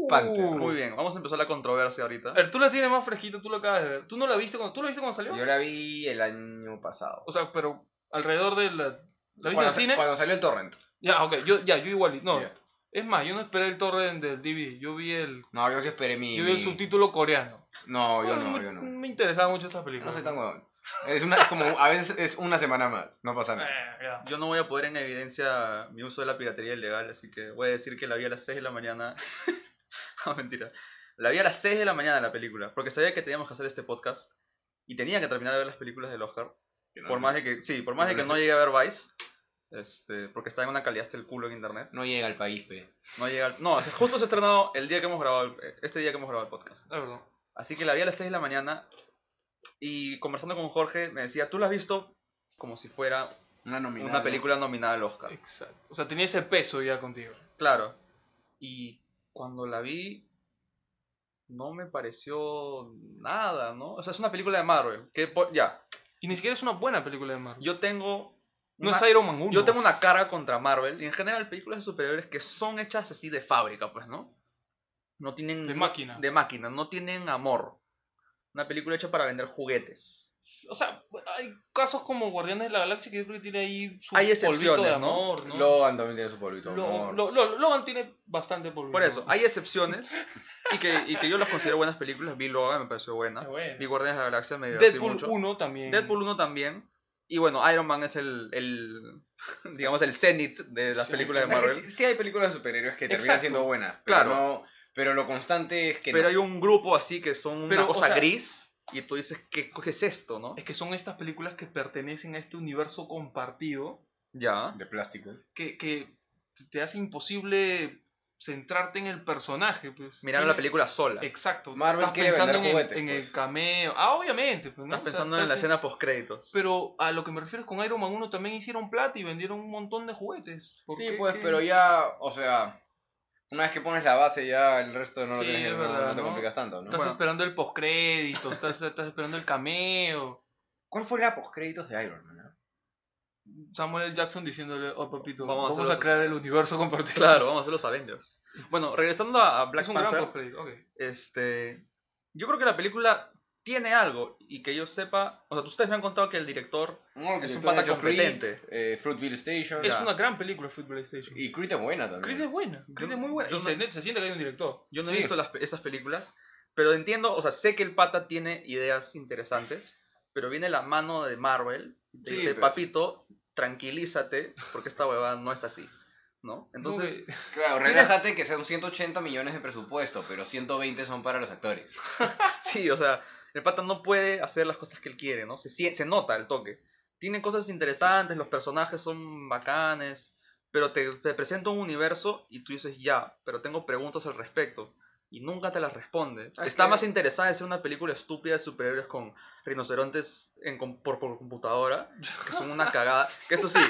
C: Panther.
B: Muy bien, vamos a empezar la controversia ahorita.
A: A ver, tú la tienes más fresquita, tú la acabas de ver. ¿Tú no la viste cuando, ¿tú la viste cuando salió?
C: Yo la vi el año pasado.
A: O sea, pero alrededor de la... ¿La viste en
C: Cuando,
A: el cine?
C: cuando salió el torrent.
A: Ya, ok, yo, ya, yo igual. No,
C: Ya.
A: es más, yo no esperé el torrent del DVD, yo vi el,
C: No, yo sí esperé mi...
A: yo vi el
C: mi-
A: subtítulo coreano.
C: No, yo
A: Bueno,
C: no,
A: me-
C: yo no.
A: Me interesaba mucho Eh, esas películas.
C: No soy tan huevón. Es, una, es como, a veces es una semana más, no pasa nada.
A: Eh, ya.
B: Yo no voy a poder en evidencia mi uso de la piratería ilegal, así que voy a decir que la vi a las 6 de la mañana. no, mentira. La vi a las 6 de la mañana la película, porque sabía que teníamos que hacer este podcast y tenía que terminar de ver las películas del Oscar.
C: Ah.
B: Por más de que, sí, por más de que no llegué a ver Vice, este, porque está en una calidad hasta el culo en internet.
C: No llega al país, pe.
B: No llega, al- no, se- justo se ha estrenado el día que hemos grabado, el- este día que hemos grabado el podcast.
A: La verdad.
B: Así que la vi a las 6 de la mañana y conversando con Jorge me decía, tú la has visto como si fuera
C: Una, nominada.
B: una película nominada al Oscar.
A: Exacto. O sea, tenía ese peso ya contigo.
B: Claro. Y cuando la vi, no me pareció nada, ¿no? O sea, es una película de Marvel. Que po- ya,
A: Y ni siquiera es una buena película de Marvel.
B: yo tengo.
A: no
B: una-
A: es Iron Man 1.
B: yo tengo una cara contra Marvel. Y en general, películas de superhéroes que son hechas así de fábrica, pues, ¿no? No tienen.
A: De máquina.
B: De máquina, no tienen amor. Una película hecha para vender juguetes.
A: O sea, hay casos como Guardianes de la Galaxia que yo creo que tiene ahí su
B: Hay
A: polvito de
B: excepciones, ¿no?
A: amor, ¿no?
C: Logan también tiene su polvito.
A: Lo-
C: amor.
A: lo- lo- Logan tiene bastante polvito.
B: Por eso, hay excepciones. Y que, y que yo las considero buenas películas. Vi Logan, me pareció
A: Ah,
B: buena.
A: bueno.
B: Vi Guardianes de la Galaxia, me divertí
A: Deadpool
B: mucho.
A: 1 también.
B: Deadpool 1 también. Y bueno, Iron Man es el, el digamos, el zenith de las
A: Sí.
B: películas de
C: Es que
B: Marvel.
C: sí, sí hay películas de superhéroes que terminan
A: Exacto.
C: siendo buenas. Pero
B: Claro.
C: no- pero lo constante es que
B: Pero
C: no.
B: hay un grupo así que son una
A: Pero, o
B: cosa
A: sea-
B: gris y tú dices, ¿qué, qué es esto, no?
A: Es que son estas películas que pertenecen a este universo compartido
B: Ya.
C: de plástico.
A: que, que te hace imposible centrarte en el personaje. Pues.
B: Mirar
A: Tiene-
B: la película sola.
A: Exacto.
C: Marvel
A: estás
C: quiere
A: pensando en,
C: vender
A: el-
C: juguetes,
A: en
C: pues.
A: el cameo. Ah, obviamente. Pues, ¿no?
B: Estás
A: O sea,
B: pensando en
A: estás
B: la escena post créditos.
A: Pero a lo que me refiero es con Iron Man 1 también hicieron plata y vendieron un montón de juguetes. ¿Por
C: Sí,
A: qué-
C: pues,
A: qué?
C: pero ya, o sea, una vez que pones la base ya el resto no lo
A: Sí, es
C: tienes, no-
A: verdad,
C: no te
A: ¿no?
C: complicas tanto, ¿no?
A: Estás
B: Bueno.
A: esperando el postcrédito, estás, estás esperando el cameo.
C: ¿Cuál fue la postcréditos de Iron Man? ah?
A: Samuel L. Jackson diciéndole, oh papito,
B: Vamos a
A: vamos,
B: hacer
A: a,
B: los-
A: crear el universo compartido.
B: Claro, vamos a hacer los Avengers. Bueno, regresando a a Black
A: es un gran
B: Panther,
A: postcrédito. ok.
B: este, yo creo que la película tiene algo y que yo sepa, o sea, ustedes me han contado que el director
C: No,
B: Es
C: que
B: un
C: tú has
B: pata
C: hecho
B: competente.
C: Creed, eh, Fruitville Station.
A: Es
B: Ya.
A: una gran película Football Station.
C: Y Creed es buena también.
A: Creed es buena, Creed
B: Yo-
A: es muy buena.
B: yo
A: Y
B: no-
A: se, se siente que hay un director.
B: Yo no he
C: Sí.
B: visto las pe- esas películas, pero entiendo, o sea, sé que el pata tiene ideas interesantes, pero viene la mano de Marvel y te
C: Sí,
B: dice,
C: pues.
B: papito, tranquilízate, porque esta huevada no es así, ¿no? Entonces,
A: Como que-
C: Claro,
B: Mira-
C: relájate que son 180 millones de presupuesto, pero 120 son para los actores.
B: sí, o sea, el pata no puede hacer las cosas que él quiere, ¿no? Se, sien- se nota el toque. Tiene cosas interesantes, los personajes son bacanes, pero te, te presenta un universo y tú dices, ya, pero tengo preguntas al respecto. Y nunca te las responde.
C: Ah, es
B: Está
C: que-
B: más interesada en hacer una película estúpida de superhéroes con rinocerontes en com- por, por computadora, que son una cagada. Que esto sí,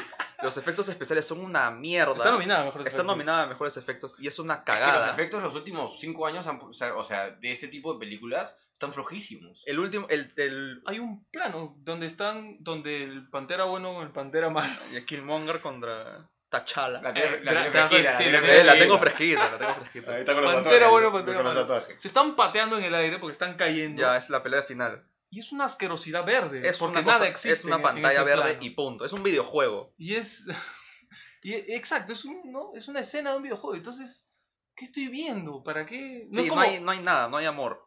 B: los efectos especiales son una mierda.
A: está nominada, mejor
B: Está nominada a mejores efectos y es una
C: Es que los
B: cagada.
C: efectos de los últimos 5 años, han- o sea, o sea, de este tipo de películas, están flojísimos.
B: El último, el, el,
A: Hay un plano donde están, donde el pantera bueno con el pantera malo.
B: Y Killmonger contra T'Challa.
C: La
B: La,
C: tele-
A: Eh,
C: la tele
A: gra-
C: fresquita,
A: sí,
C: tele
A: la tele-
C: fresquita.
B: tengo fresquita, la tengo fresquita.
C: está con
A: Pantera
C: tatuajes,
A: bueno, pantera
C: con los
A: malo.
C: tatuajes.
A: Se están pateando en el aire porque están cayendo.
B: Ya es la pelea final.
A: Y es una asquerosidad verde.
B: Es
A: porque
B: una cosa-
A: nada existe.
B: es una
A: en- en
B: pantalla
A: ese
B: verde
A: plano.
B: y punto. Es un videojuego.
A: Y es. y e- exacto, es, un, ¿no? es una escena de un videojuego. Entonces, ¿qué estoy viendo? ¿Para qué?
B: Sí, no, hay, no hay nada, no hay amor.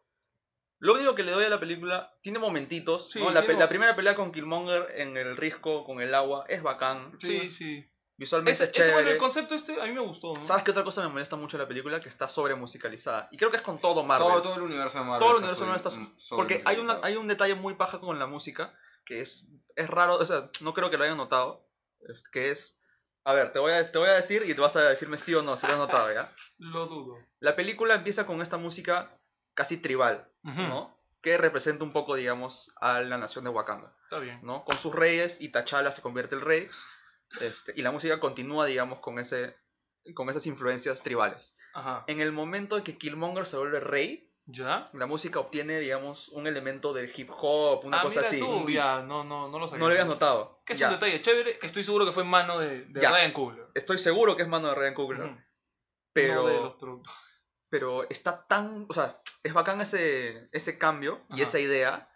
B: Lo único que le doy a la película, tiene momentitos.
A: Sí,
B: ¿no? la, pe-
A: tiene-
B: la primera pelea con Killmonger en el risco, con el agua, es bacán.
A: Sí, sí.
B: Visualmente
A: Ese,
B: es
A: ese, bueno,
B: chévere.
A: el concepto este a mí me gustó. ¿no?
B: ¿Sabes qué otra cosa me molesta mucho de la película? Que está sobre musicalizada. Y creo que es con todo Marvel.
C: Todo, todo el universo de Marvel.
B: Todo el universo
C: está
B: de Marvel
C: sobre- sobre-
B: Porque hay, una,
C: sobre-
B: hay un detalle muy paja con la música que es, es raro, o sea, no creo que lo hayan notado. Es que es. A ver, te voy a, te voy a decir y te vas a decirme sí o no, si lo has notado, ¿ya?
A: Lo dudo.
B: La película empieza con esta música casi tribal,
A: ¿No?
B: ¿no? Que representa un poco, digamos, a la nación de Wakanda,
A: Está bien.
B: ¿no? Con sus reyes y T'Challa se convierte el rey. este, y la música continúa, digamos, con, ese, con esas influencias tribales.
A: Ajá.
B: En el momento en que Killmonger se vuelve rey,
A: ¿Ya?
B: la música obtiene, digamos, un elemento del hip hop, una
A: ah,
B: cosa
A: mira
B: así.
A: tú,
B: un beat.
A: ya, no, no, no lo sabía.
B: No lo habías notado.
A: Que es
B: Ya.
A: un detalle chévere que estoy seguro que fue en mano de, de
B: Ya.
A: Ryan Coogler.
B: Estoy seguro que es mano de Ryan Coogler,
A: Ujú.
B: pero,
A: No de los productos.
B: pero está tan. O sea, es bacán ese, ese cambio y
A: Ajá.
B: esa idea,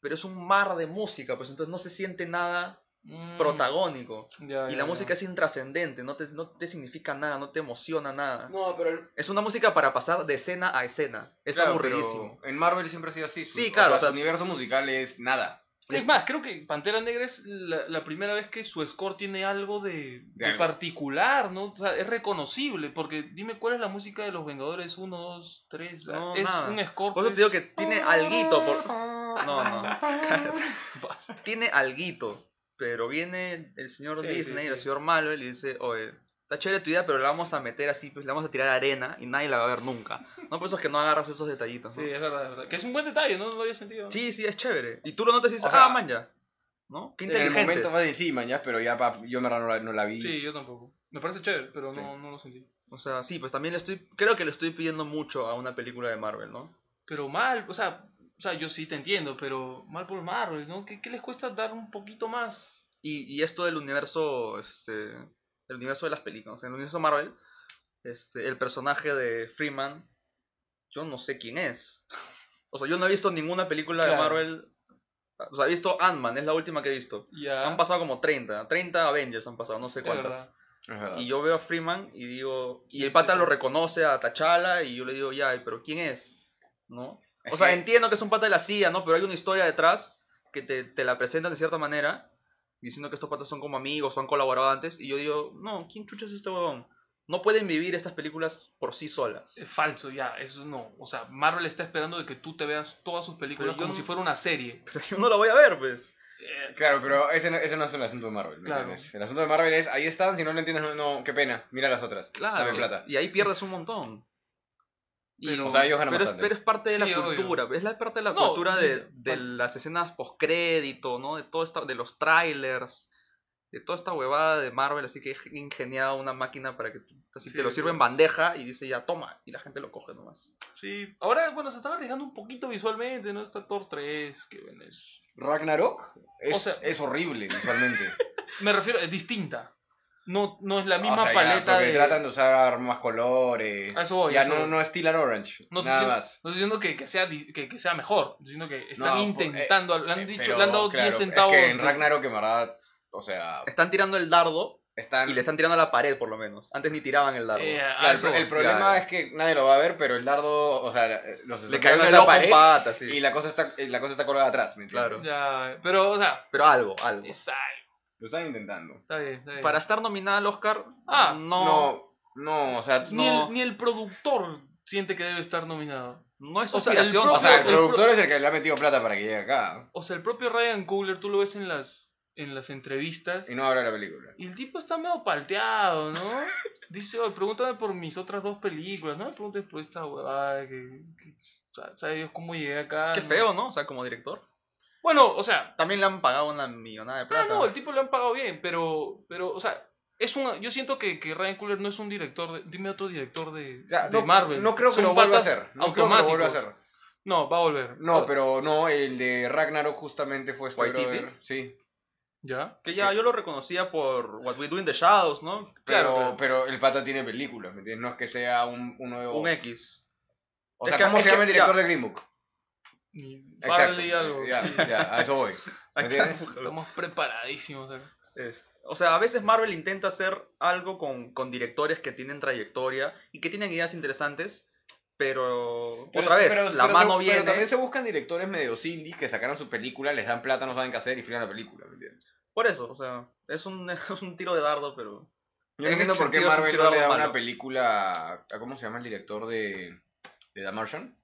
B: pero es un mar de música, pues entonces no se siente nada
A: Mm.
B: protagónico.
A: Ya,
B: Y la
A: ya, ya.
B: música es intrascendente, no te, no te significa nada, no te emociona nada.
C: No, pero el-
B: Es una música para pasar de escena a escena. Es
C: claro,
B: aburridísimo.
C: pero En Marvel siempre ha sido así. su-
B: Sí, claro,
C: O sea,
B: o sea-
C: su universo musical es nada.
A: Es más, creo que Pantera Negra es la, la primera vez que su score tiene algo de, de
C: algo.
A: particular, ¿no? O sea, es reconocible, porque dime cuál es la música de los Vengadores 1, 2, 3.
B: No,
A: es
B: nada.
A: un score.
B: Por eso
A: pues,
B: te digo que tiene alguito. Por... No, no.
A: basta.
B: tiene alguito, pero viene el señor
A: Sí, sí,
B: Disney, el
A: sí.
B: señor Marvel y dice, oye, está chévere tu idea, pero la vamos a meter así, pues le vamos a tirar arena y nadie la va a ver nunca. No, por eso es que no agarras esos detallitos. ¿no?
A: Sí, es verdad, es verdad. Que es un buen detalle, ¿no? No lo había sentido.
B: Sí, sí, es chévere. Y tú lo notas y dices,
C: O sea,
B: ah, man, ya. ¿No? Qué
C: En el
B: inteligente.
C: momento más encima, ya, pero ya pa- yo en verdad no la, no la vi.
A: Sí, yo tampoco. Me parece chévere, pero
C: Sí.
A: no, no lo sentí.
B: O sea, sí, pues también le estoy, creo que le estoy pidiendo mucho a una película de Marvel, ¿no?
A: Pero mal, o sea, o sea, yo sí te entiendo, pero mal por Marvel, ¿no? ¿Qué, qué les cuesta dar un poquito más?
B: Y, y esto del universo, este, el universo de las películas, el universo Marvel, este, el personaje de Freeman, yo no sé quién es. O sea, yo no he visto ninguna película de
A: Claro.
B: Marvel. O sea, he visto Ant-Man, es la última que he visto.
A: Ya.
B: Han pasado como 30, 30 Avengers han pasado, no sé
A: Es verdad.
B: cuántas.
C: Es verdad.
B: Y yo veo a Freeman y digo, y
A: Sí,
B: el pata
A: sí.
B: lo reconoce a T'Challa y yo le digo, ya, pero ¿quién es? ¿No? O sea,
C: que-
B: entiendo que es un pata de la CIA, ¿no? Pero hay una historia detrás que te, te la presentan de cierta manera, diciendo que estos patas son como amigos, son colaborados antes, y yo digo, no, ¿quién chucha es este huevón? No pueden vivir estas películas por sí solas.
A: Es falso, ya, eso no. O sea, Marvel está esperando de que tú te veas todas sus películas
B: Pero yo
A: como
B: no-
A: si fuera una serie.
B: Pero yo no la voy a ver, pues.
A: eh,
C: Claro, pero ese no, ese no es el asunto de Marvel. ¿me
A: Claro.
C: entiendes? El asunto de Marvel es, ahí están, si no lo entiendes, no, no, qué pena, mira las otras. Dame plata.
B: Y ahí pierdes un montón. Y-
A: Pero-
C: O sea, ellos ganan
B: pero, es,
C: bastante.
B: pero es parte de
A: Sí,
B: la
A: obvio.
B: cultura, es la parte de la
A: No,
B: cultura de,
A: mira,
B: de
A: pa-
B: las escenas postcrédito, ¿no? De todo esta, de los trailers, de toda esta huevada de Marvel, así que es ingeniado una máquina para que tú- así
A: Sí,
B: te lo
A: de
B: sirve en
A: acuerdo.
B: bandeja y dice ya toma y la gente lo coge nomás.
A: sí. Ahora, bueno, se están arriesgando un poquito visualmente, ¿no? Está Thor 3, que bueno, es-
C: Ragnarok es,
A: O sea-
C: es horrible visualmente.
A: Me refiero, es distinta. No, no es la misma
C: O sea, ya,
A: paleta
C: porque
A: de...
C: tratan de usar más colores.
A: A eso voy, a
C: ya
A: eso
C: no,
A: voy.
C: no es Teal and Orange.
A: No estoy
C: nada
A: diciendo-
C: más.
A: No estoy diciendo que, que sea, di- que, que sea mejor, estoy diciendo que están
C: No, por- eh,
A: intentando, le han
C: Eh,
A: dicho,
C: pero,
A: le han dado
C: claro,
A: 10 centavos.
C: Es que en
A: de-
C: Ragnarok, en verdad, o sea,
B: Están tirando el dardo
C: están.
B: y le están tirando a la pared por lo menos. Antes ni tiraban el dardo.
A: Eh, a
C: claro,
A: eso
C: el
A: voy.
C: problema
B: Claro.
C: es que nadie lo va a ver, pero el dardo, o sea, la- los
B: Le
C: cayó
B: cagaron
C: en
B: el ojo en pata, sí.
C: y la cosa está, y la cosa está colgada atrás, ¿me entiendes?
B: Claro.
A: Ya, pero, o sea,
B: Pero algo, algo.
A: es algo.
C: Lo están intentando.
A: Está bien, está bien.
B: Para estar nominada al Oscar,
A: Ah,
B: no, no,
C: No, no, o sea,
A: ni,
C: no.
A: el, ni el productor siente que debe estar nominado.
B: es
A: O sea, el
B: aspiración.
A: propio-
C: O sea, el
A: el pro-
C: productor es el que le ha metido plata para que llegue acá
A: O sea, el propio Ryan Coogler, tú lo ves en las, en las entrevistas,
C: y no habla de la película.
A: y el tipo está medio palteado, ¿no? Dice, oye, pregúntame por mis otras dos películas, no me preguntes por esta huevada que, que- sa- sabe Dios cómo llegué acá.
B: Qué
A: ¿no?
B: feo, ¿no? O sea, como director.
A: Bueno, o sea,
B: También le han pagado una millonada de
A: Ah,
B: plata.
A: no, el tipo le han pagado bien, pero, pero o sea, es una, yo siento que, que Ryan Coogler no es un director, de- dime otro director de,
C: Ya,
A: de
C: no,
A: Marvel.
C: no creo que
A: Son
C: lo vuelva a
A: patas
C: hacer. No creo que lo vuelva a
A: automáticos.
C: hacer.
A: No, va a volver.
C: No,
A: Ah,
C: pero no, el de Ragnarok justamente fue este
B: ¿Waititi?
C: brother. Sí.
A: ¿Ya?
B: Que ya yo lo reconocía por What We Do in the Shadows, ¿no?
C: Pero,
A: Claro, claro.
C: pero el pata tiene películas, ¿me entiendes? No es que sea un, un nuevo.
B: Un X.
C: o
B: es
C: sea,
B: que-
C: ¿cómo
B: es
C: se llama
B: que-
C: el director
B: ya.
C: de Green Book?
A: Ni
C: Exacto.
A: Farley algo.
C: Ya,
A: sí.
C: ya, a eso voy. ¿Me entiendes?
A: Estamos preparadísimos acá.
B: Es- o sea, a veces Marvel intenta hacer algo con, con directores que tienen trayectoria y que tienen ideas interesantes, pero, otra vez,
C: pero-
B: la
C: pero se-
B: mano
C: pero
B: viene.
C: también se buscan directores medio indies que sacaron su película, les dan plata, no saben qué hacer y filan la película, ¿me entiendes?
B: Por eso, o sea, es un, es un tiro de dardo, pero...
C: Yo
B: En
C: no entiendo
B: este
C: por qué
B: sentido es un
C: Marvel
B: tiro
C: no
B: de
C: le da
B: agua
C: una
B: malo.
C: película a, ¿cómo se llama el director de, de The Martian?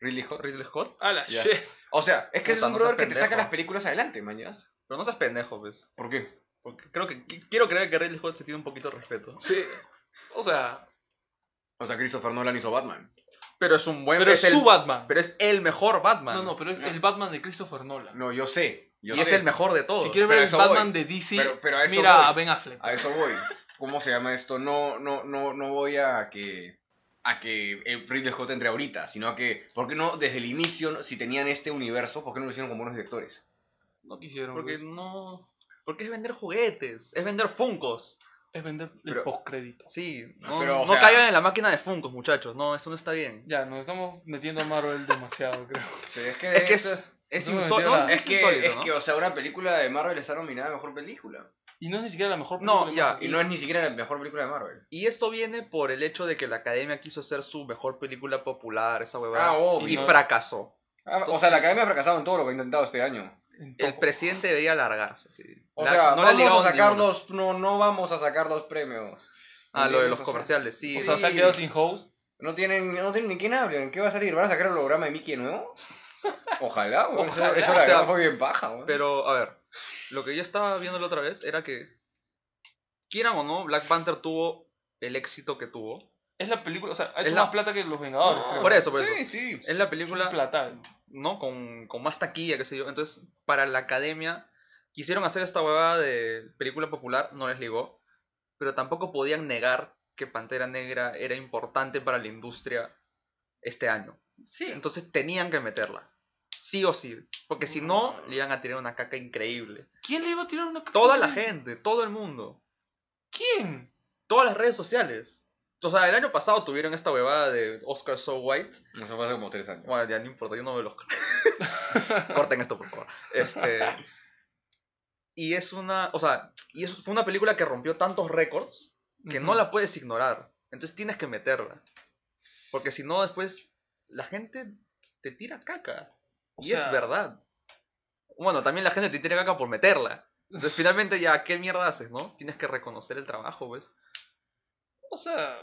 C: Ridley Scott.
B: Ridley Scott,
A: A la
C: Ya.
A: shit.
C: O sea, es que ese es
B: Puta,
C: un
B: no
C: brother
B: seas
C: que te saca
B: pendejo.
C: las películas adelante, mañas.
B: pero no seas pendejo, pues.
C: ¿Por qué?
B: Porque creo que, qui- quiero creer que Ridley Scott se tiene un poquito de respeto.
A: Sí. O sea,
C: O sea, Christopher Nolan hizo Batman.
B: Pero es un buen...
A: pero es
B: es
A: su
B: el-
A: Batman.
B: pero es el mejor Batman.
A: No, no, pero es
C: No.
A: el Batman de Christopher Nolan.
C: No, yo sé. Yo
B: y es
C: sé.
B: el mejor de todos.
A: si quieres
C: pero
A: ver el
C: eso
A: Batman
C: voy.
A: de DC,
C: Pero, pero a eso
A: mira a
C: voy.
A: Ben Affleck.
C: A eso voy. ¿Cómo se llama esto? No, no, no, no voy a que a que el Ridley Scott entre ahorita, sino a que, ¿por qué no desde el inicio, no? si tenían este universo, por qué no lo hicieron con buenos directores?
A: No quisieron.
B: Porque
A: pues.
B: no. Porque es vender juguetes, es vender funcos.
A: Es vender el
C: Pero-
A: postcrédito.
B: Sí, no,
C: Pero, o
B: no
C: sea-
B: caigan en la máquina de funcos, muchachos. No, eso no está bien.
A: Ya, nos estamos metiendo a Marvel demasiado, creo.
C: Sí, es que
B: Es que
C: esto
B: es, es
A: no me
B: insó-
A: metió
B: no,
A: la-
B: es
C: es que,
B: insólito,
C: es
B: ¿no?
C: que, o sea, una película de Marvel está nominada a mejor película.
A: Y no es ni siquiera la mejor
B: No,
A: película de
B: ya,
A: Marvel.
C: Y no es ni siquiera la mejor película de Marvel.
B: Y esto viene por el hecho de que la academia quiso hacer su mejor película popular, esa huevada.
C: Ah, obvio.
B: y fracasó.
C: Ah, o sea, la academia ha fracasado en todo lo que ha intentado este año.
A: En
B: El
A: Toco.
B: presidente debería largarse. sí.
C: O
B: La-
C: sea,
B: no le ha ligado
C: vamos a
B: ni
C: sacar
B: uno.
C: los, no, no vamos a sacar los premios.
B: Ah, lo de
C: Vamos
B: los
C: a
B: comerciales, sí.
A: O sea, se ha quedado sin host.
C: No tienen, no tienen ni quién hablen. ¿Qué va a salir? ¿Van a sacar el holograma de Mickey de nuevo? Ojalá, güey. Eso,
B: Ojalá,
C: eso
B: o
C: la
B: sea,
C: verdad fue bien paja, güey.
B: Pero, a ver, lo que yo estaba viendo la otra vez era que, quieran o no, Black Panther tuvo el éxito que tuvo.
A: Es la película, o sea, ha hecho
B: Es la-
A: más plata que los Vengadores. creo.
B: por eso, por
C: Sí, sí.
B: Es la
A: Es un
B: película,
A: platal.
B: ¿no? Con, con más taquilla, qué sé yo. Entonces, para la academia, quisieron hacer esta huevada de película popular, no les ligó. Pero tampoco podían negar que Pantera Negra era importante para la industria este año.
C: Sí.
B: Entonces tenían que meterla. Sí o sí. Porque si no, le iban a tirar una caca increíble.
A: ¿Quién le iba a tirar una
B: Toda la gente, todo el mundo.
A: ¿Quién?
B: todas las redes sociales. O sea, el año pasado tuvieron esta huevada de Oscar So White.
C: Eso fue hace como tres años.
B: Bueno, ya no importa, yo no veo el Oscar. Corten esto, por favor. Este. Y es una. O sea, y es, fue una película que rompió tantos récords que no
A: Ujú.
B: la puedes ignorar. Entonces tienes que meterla. Porque si no, después la gente te tira caca.
A: O
B: Y
A: sea-
B: es verdad. Bueno, también la gente te tira caca por meterla. Entonces finalmente ya, ¿qué mierda haces, no? Tienes que reconocer el trabajo, pues.
A: O sea,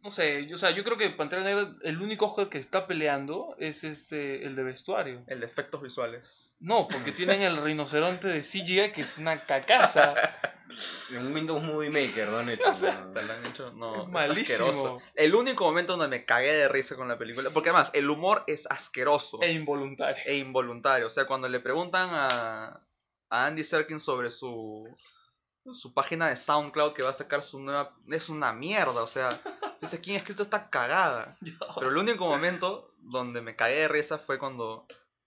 A: No sé, yo, o sea, yo creo que Pantera Negra, el único Oscar que está peleando es este, el de vestuario.
B: El de efectos visuales.
A: No, porque tienen el rinoceronte de CGI que es una cacaza.
C: En un Windows Movie Maker, don Neto, weón.
B: Te lo han hecho. No,
A: Es
B: es
A: malísimo.
B: asqueroso. El único momento donde me cagué de risa con la película. Porque además, el humor es asqueroso
A: e
B: e,
A: involuntario.
B: involuntario. O sea, cuando le preguntan a, a Andy Serkins sobre su su página de SoundCloud que va a sacar su nueva. Es una mierda. O sea, dice quién ha escrito esta cagada. Pero el único momento donde me cagué de risa fue cuando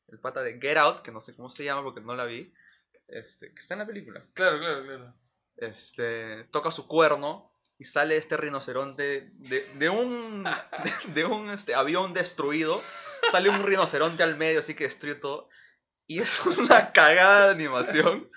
B: el pata de Get Out, que no sé cómo se llama porque no la vi, este, que está en la película
A: Claro, claro, claro.
B: este, toca su cuerno y sale este rinoceronte de, de un, de un este, avión destruido. Sale un rinoceronte al medio, así que destruye todo. Y es una cagada de animación.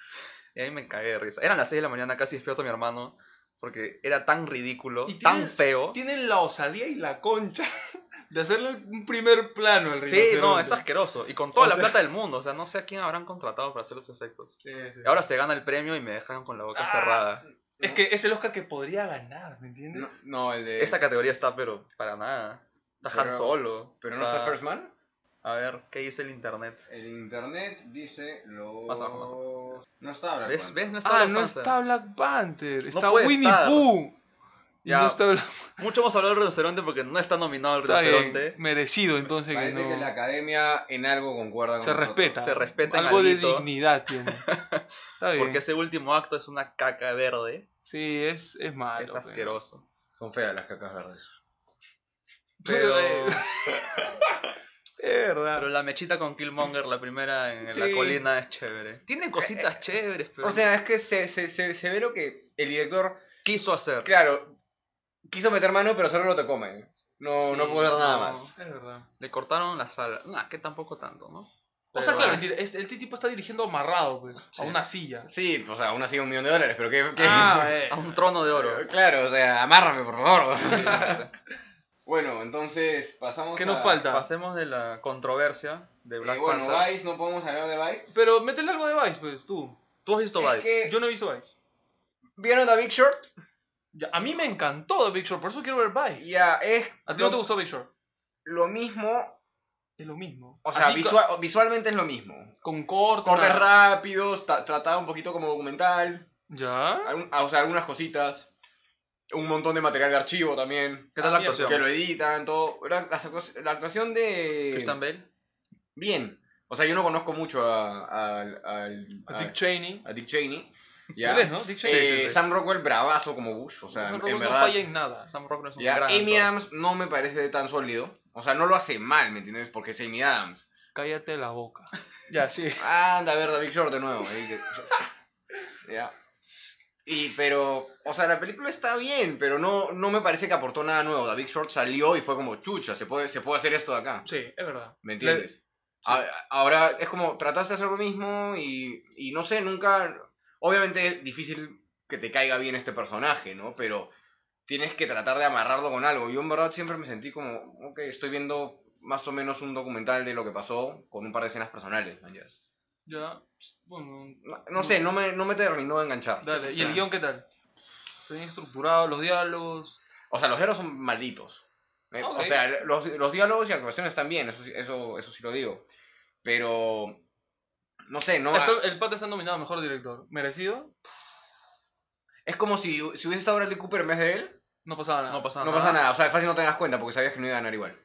B: Y ahí me cagué de risa. Eran las 6 de la mañana, casi despierto a mi hermano. Porque era tan ridículo,
A: Y tiene-
B: tan feo.
A: Tienen la osadía y la concha de hacerle un primer plano al
B: Sí,
A: rinoceronte.
B: no, es asqueroso. Y con toda
A: O
B: la
A: sea-
B: plata del mundo. O sea, no sé a quién habrán contratado para hacer los efectos.
A: Sí, sí.
B: Y ahora se gana el premio y me dejan con la boca
A: Ah.
B: cerrada.
A: Es que es el Oscar que podría ganar, ¿me entiendes?
C: No, no, el de.
B: Esa categoría está, pero para nada. Está Han
C: Pero-
B: Solo.
C: Pero no está
B: está-
C: First Man.
B: A ver, ¿qué dice el internet?
C: El internet dice lo.
B: Más abajo, más abajo.
C: No está ahora.
B: ¿Ves? ¿Ves? No está
A: ah,
B: Black
A: no
B: Panther.
A: está Black Panther, está
B: puede
A: Winnie
B: estar.
A: Pooh. Y
B: Ya.
A: no está Black
B: Mucho hemos hablado del rinoceronte porque no está nominado el
A: Panther.
B: rinoceronte.
A: Merecido, entonces que
C: Parece
A: no.
C: que la academia en algo concuerda con
A: Se
C: nosotros.
A: respeta.
B: Se respeta el
A: Algo de
B: maldito.
A: dignidad tiene. Está bien.
B: Porque ese último acto es una caca verde.
A: Sí, es, es malo.
B: es
A: pe.
B: asqueroso.
C: Son feas las cacas verdes.
B: Pero,
A: Es verdad.
B: pero la mechita con Killmonger, la primera en
A: Sí.
B: la colina, es chévere. Tiene cositas chéveres, pero
C: O sea, es que se, se, se, se ve lo que el director,
B: quiso hacer.
C: claro, quiso meter mano, pero solo lo te comen. No,
B: Sí,
C: no puedo hacer nada
A: No,
C: más.
A: Es verdad.
B: Le cortaron las alas. Nah, que tampoco tanto, ¿no?
A: O sea,
B: Pero-
A: claro, el, este, este tipo está dirigiendo amarrado pues,
B: Sí.
A: a una silla.
C: Sí, pues, o sea, aún así un millón de dólares, pero que. que-
A: eh.
B: A un trono de oro.
C: Claro, o sea, amárrame, por favor. bueno, entonces pasamos
A: ¿Qué
C: a...
A: nos falta?
B: Pasemos de la controversia de
C: Eh,
B: Black
C: bueno,
B: Panther.
C: Vice, no podemos hablar de Vice.
A: Pero métele algo de Vice, pues, tú.
B: ¿Tú has visto
C: Es
B: Vice?
C: que-
A: Yo no he visto Vice.
C: ¿Vieron The Big Short?
A: Ya, a mí me encantó The Big Short, por eso quiero ver Vice.
C: Ya, es
A: ¿A ti no
C: lo,
A: te gustó Big Short?
C: lo mismo.
A: Es lo mismo.
C: O sea,
A: Así co-
C: visua- visualmente es lo mismo.
A: Con cortes.
C: Cortes
A: nada.
C: rápidos, ta- trataba un poquito como documental.
A: ¿Ya?
C: algún- ah, o sea, algunas cositas. Un montón de material de archivo también.
B: ¿Qué tal
A: Ah,
B: la
A: mierda,
B: actuación?
C: Que lo editan, todo. La, las actua- la actuación de.
B: Christian Bale.
C: Bien. O sea, yo no conozco mucho a, al- al-
A: A Dick Cheney.
C: a Dick Cheney. Ya.
A: ¿Él es, no? Dick
C: Eh,
A: Cheney.
C: Sam Rockwell bravazo como Bush. O sea,
A: Sam
C: en
A: Rockwell
C: verdad.
A: no falla en nada.
B: Sam Rockwell es un
C: ya,
B: gran
C: Amy
B: actor.
C: Adams no me parece tan sólido. O sea, no lo hace mal, ¿me entiendes? Porque es Amy Adams.
A: Cállate la boca. Ya, sí.
C: Anda a ver The Big Short de nuevo. ahí que- Ya. Y pero, o sea, la película está bien, pero no, no me parece que aportó nada nuevo. The Big Short salió y fue como chucha, se puede, se puede hacer esto de acá.
A: Sí, es verdad.
C: ¿Me entiendes? A- Ahora es como trataste de hacer lo mismo y, y no sé, nunca. Obviamente es difícil que te caiga bien este personaje, ¿no? Pero tienes que tratar de amarrarlo con algo. Yo en verdad siempre me sentí como, ok, estoy viendo más o menos un documental de lo que pasó con un par de escenas personales, man, ya.
A: Ya. Bueno,
C: No, no sé, no me, no me terminó de enganchar.
A: dale. ¿Y
B: Claro.
A: el guión qué tal? Está bien estructurado, los diálogos.
C: O sea, los héroes son malditos. ¿eh?
A: Ok.
C: O sea, los, los diálogos y actuaciones están bien, eso, sí- eso, eso sí lo digo. Pero. No sé, no.
A: Está- el pata está nominado a mejor director. ¿Merecido?
C: Es como si, si hubiese estado Bradley Cooper en vez de él,
A: No pasaba nada.
B: No pasa
C: no
B: nada.
C: pasa nada. O sea, fácil no te das cuenta porque sabías que no iba a ganar igual.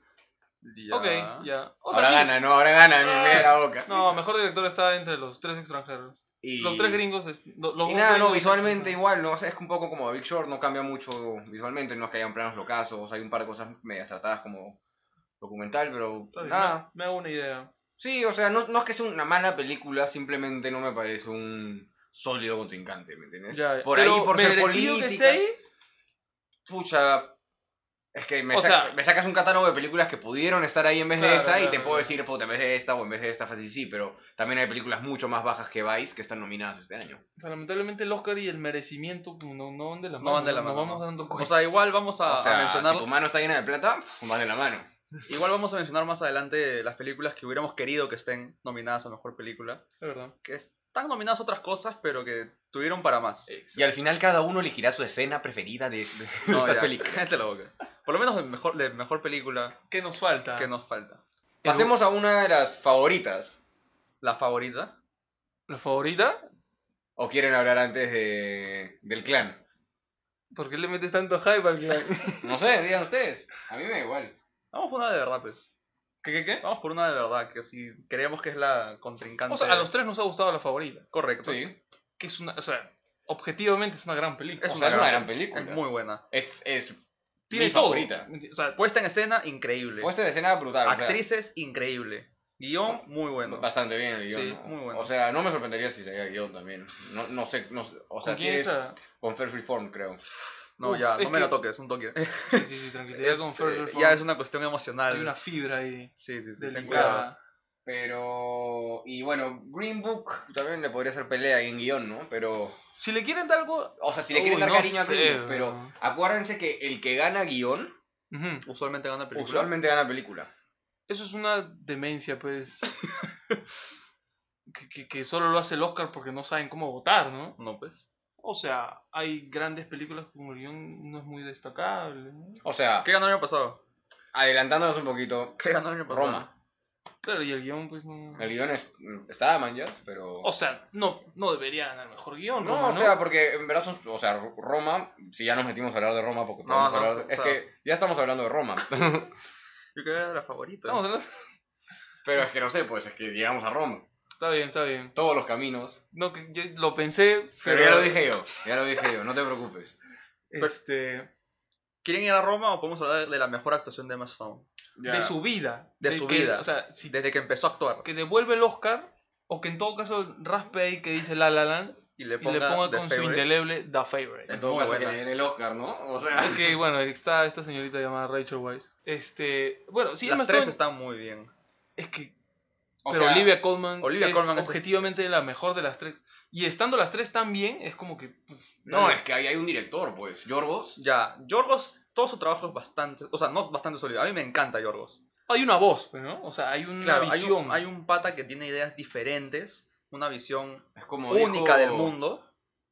B: Ya.
A: Ok, ya. O
C: ahora
A: sea, sí.
C: gana, no, ahora gana, me
A: Ah.
C: me da la boca.
A: No, mejor director está entre los tres extranjeros.
C: Y-
A: Los tres gringos. es- lo- los
C: Y
A: dos
C: nada,
A: gringos
C: no, visualmente
A: extranjeros.
C: igual, no, o sea, es que un poco como Big Short, no cambia mucho visualmente, no es que hayan planos locazos, hay un par de cosas medias tratadas como documental, pero
A: Está bien,
C: nada.
A: me, me hago una idea.
C: Sí, o sea, no, no es que sea una mala película, simplemente no me parece un sólido contrincante, ¿me entiendes?
A: Ya,
C: por
A: pero
C: ahí, por ser
A: ¿merecido
C: política,
A: que esté ahí?
C: pucha, es que me,
A: O
C: saca-
A: sea-
C: me sacas un catálogo de películas que pudieron estar ahí en vez de
A: Claro,
C: esa y
A: claro,
C: te puedo
A: claro.
C: decir, puta, en vez de esta o en vez de esta, fácil sí, pero también hay películas mucho más bajas que Vice que están nominadas este año.
A: O sea, lamentablemente el Oscar y el merecimiento como no, no van de la
B: No
A: mano.
B: van de la mano,
A: Nos vamos
B: no.
A: dando
B: O
A: cuenta.
B: sea, igual vamos a,
C: o
B: a
C: sea,
B: mencionar,
C: si tu mano está llena de plata, más de la mano.
B: igual vamos a mencionar más adelante las películas que hubiéramos querido que estén nominadas a mejor película,
A: es verdad.
B: que es están nominadas otras cosas, pero que tuvieron para más.
C: Y al final cada uno elegirá su escena preferida de, de
B: No,
C: estas
B: ya,
C: películas.
B: cállate la boca. Por lo menos de mejor, de mejor película
A: ¿Qué nos falta?
B: que nos falta.
C: Pasemos a una de las favoritas.
B: La favorita.
A: ¿La favorita?
C: ¿O quieren hablar antes de, del clan?
A: ¿Por qué le metes tanto hype al clan?
C: No sé, digan ustedes. A mí me da igual.
B: Vamos por una de verdad, pues.
A: ¿Qué, qué, qué?
B: Vamos por una de verdad, que si creemos que es la contrincante.
A: O sea, a los tres nos ha gustado la favorita.
B: Correcto.
C: Sí.
A: Que es una, o sea, objetivamente es una gran película.
B: Es,
C: O
B: una,
C: sea, es
B: gran,
C: una gran película.
B: Es muy buena.
C: Es, es
A: Tiene
C: mi
A: todo.
C: favorita.
A: O sea,
B: Puesta en escena, increíble.
C: Puesta de escena brutal. o sea,
B: Actrices, increíble. Guión, muy bueno.
C: Bastante bien el guión.
B: Sí,
C: ¿no?
B: muy bueno.
C: O sea, no me sorprendería si sería guión también. No, no sé, no, sé, o sea,
A: ¿con quién es
C: tienes-
A: esa?
C: con First Reform, creo.
B: No,
A: Uf,
B: ya,
A: es
B: no me la
A: que-
B: toques, un toque.
A: Sí, sí, sí, tranquilidad
B: Es,
A: con First
B: eh,
A: Reform.
B: ya es una cuestión emocional.
A: Hay una fibra ahí
B: Sí, sí, sí. ten cuidado.
A: delicada.
C: Pero. Y bueno, Green Book también le podría hacer pelea ahí en guión, ¿no? Pero.
A: Si le quieren dar algo...
C: O sea, si le
A: Uy,
C: quieren dar
A: no
C: cariño
A: sé,
C: a Green Book,
A: bro.
C: pero acuérdense que el que gana guión
A: Ujú.
B: Usualmente gana película.
C: usualmente gana película.
A: Eso es una demencia, pues. que, que- que solo lo hace el Oscar porque no saben cómo votar, ¿no?
B: No, pues.
A: O sea, hay grandes películas con el guión no es muy destacable. ¿no?
C: O sea,
B: ¿Qué ganó el año pasado?
C: adelantándonos un poquito,
B: ¿Qué ganó el año pasado?
C: Roma.
A: Claro, y el guión, pues no.
C: El guión es, está man ya, pero.
A: O sea, no, no debería ganar mejor guión,
C: No,
A: Roma,
C: o sea, porque en verdad son, o sea, R- Roma, si ya nos metimos a hablar de Roma, porque
B: No,
C: podemos
B: no,
C: hablar,
B: o
C: es
B: sea-
C: que ya estamos hablando de Roma,
B: Yo creo que era de la favorita.
A: Estamos hablando-
C: pero es que no sé, pues es que llegamos a Roma,
A: Está bien, está bien.
C: todos los caminos,
A: No, que yo lo pensé,
C: pero ya lo dije yo, ya lo dije yo, no te preocupes.
A: Este,
B: ¿Quieren ir a Roma o podemos hablar de la mejor actuación de Emma Stone?
A: de su vida.
B: De
A: del
B: su
A: que-
B: vida.
A: O sea, si
B: Desde que empezó a actuar.
A: que devuelve el Oscar, o que en todo caso raspe ahí que dice La La Land
B: Y le
A: y le ponga
B: The
A: con su
B: Favourite.
A: indeleble The Favorite.
C: En todo
B: muy
C: caso
B: buena.
C: que le den el Oscar, ¿no? O sea,
A: Que bueno, está esta señorita llamada Rachel Weisz. Este, bueno, sí,
B: Las
A: Emma
B: tres
A: Stone-
B: están muy bien.
A: es que
C: o
A: pero
C: sea,
A: Olivia Colman
B: Olivia
A: es
B: Colman es-
A: objetivamente la mejor de las tres. Y estando las tres tan bien, es como que puf,
C: no, es que ahí hay un director, pues, Yorgos,
B: Ya, Yorgos, todo su trabajo es bastante. O sea, no bastante sólido. A mí me encanta Yorgos.
A: hay una voz, pues, ¿no? O sea, hay una
B: Claro, hay
A: visión.
B: un, hay un pata que tiene ideas diferentes. Una visión
C: es como
B: única
C: dijo
B: del mundo.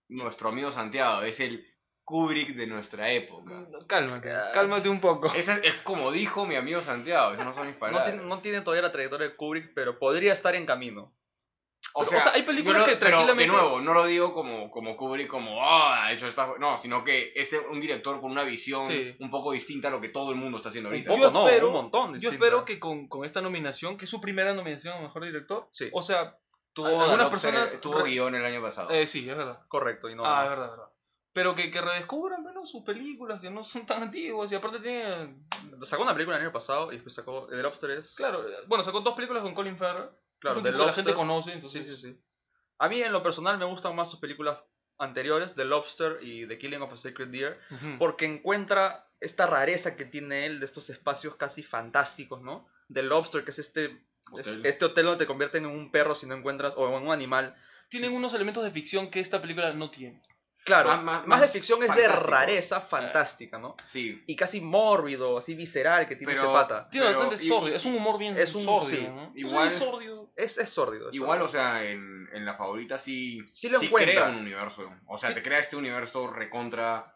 C: nuestro amigo Santiago, es el Kubrick de nuestra época.
A: Cálmate, cálmate un poco.
C: Ese Es, es como dijo mi amigo Santiago, esas no son mis
B: No
C: palabras.
B: tiene, no tiene todavía la trayectoria de Kubrick, pero podría estar en camino.
A: Pero, o sea, hay películas
C: yo
A: que
C: pero,
A: tranquilamente-
C: de nuevo, no lo digo como, como Kubrick, como, ah, eso está... No, sino que este es un director con una visión
A: Sí.
C: un poco distinta a lo que todo el mundo está haciendo
B: Un
C: ahorita.
B: poco
A: Yo
B: no,
A: espero-
B: un montón.
A: Yo
B: distinta.
A: espero que con, con esta nominación, que es su primera nominación a mejor director,
B: Sí.
A: o sea,
C: tuvo,
A: algunas
C: Adopter-
A: personas-
C: tuvo
A: re-
C: guión el año pasado.
A: eh, sí, es verdad.
B: Correcto, y no.
A: ah, es verdad, es verdad. Pero que, que redescubran menos sus películas que no son tan antiguas y aparte tienen.
B: Sacó una película el año pasado y después sacó The Lobster es-
A: Claro, eh, bueno, sacó dos películas con Colin Farrell.
B: Claro,
A: Es un
B: The
A: tipo que la
B: Lobster.
A: gente conoce, entonces.
B: Sí, sí, sí. A mí en lo personal me gustan más sus películas anteriores, The Lobster y The Killing of a Sacred Deer,
A: Ujú.
B: porque encuentra esta rareza que tiene él de estos espacios casi fantásticos, ¿no? The Lobster, que es este es-
C: Hotel.
B: este hotel donde te convierten en un perro si no encuentras, o en un animal.
A: Tienen unos elementos de ficción que esta película no tiene.
B: Claro,
C: Más-
B: más,
C: más-
B: de
C: más
B: ficción es de
C: fantástico.
B: rareza fantástica, ¿no?
C: Sí,
B: Y casi mórbido, así visceral que tiene
C: Pero-
B: este pata.
A: Tiene
C: Pero-
A: bastante
C: y-
A: sordio, es un humor bien
B: es un-
A: sordio,
B: sí,
A: ¿no?
C: igual-
A: No sé si sordio.
B: Es, es sórdido. es
C: igual,
B: sórdido.
C: o sea, en, en la favorita sí,
B: Sí lo
C: crea
B: encuentra.
C: un universo. O sea,
A: Sí.
C: te crea este universo recontra...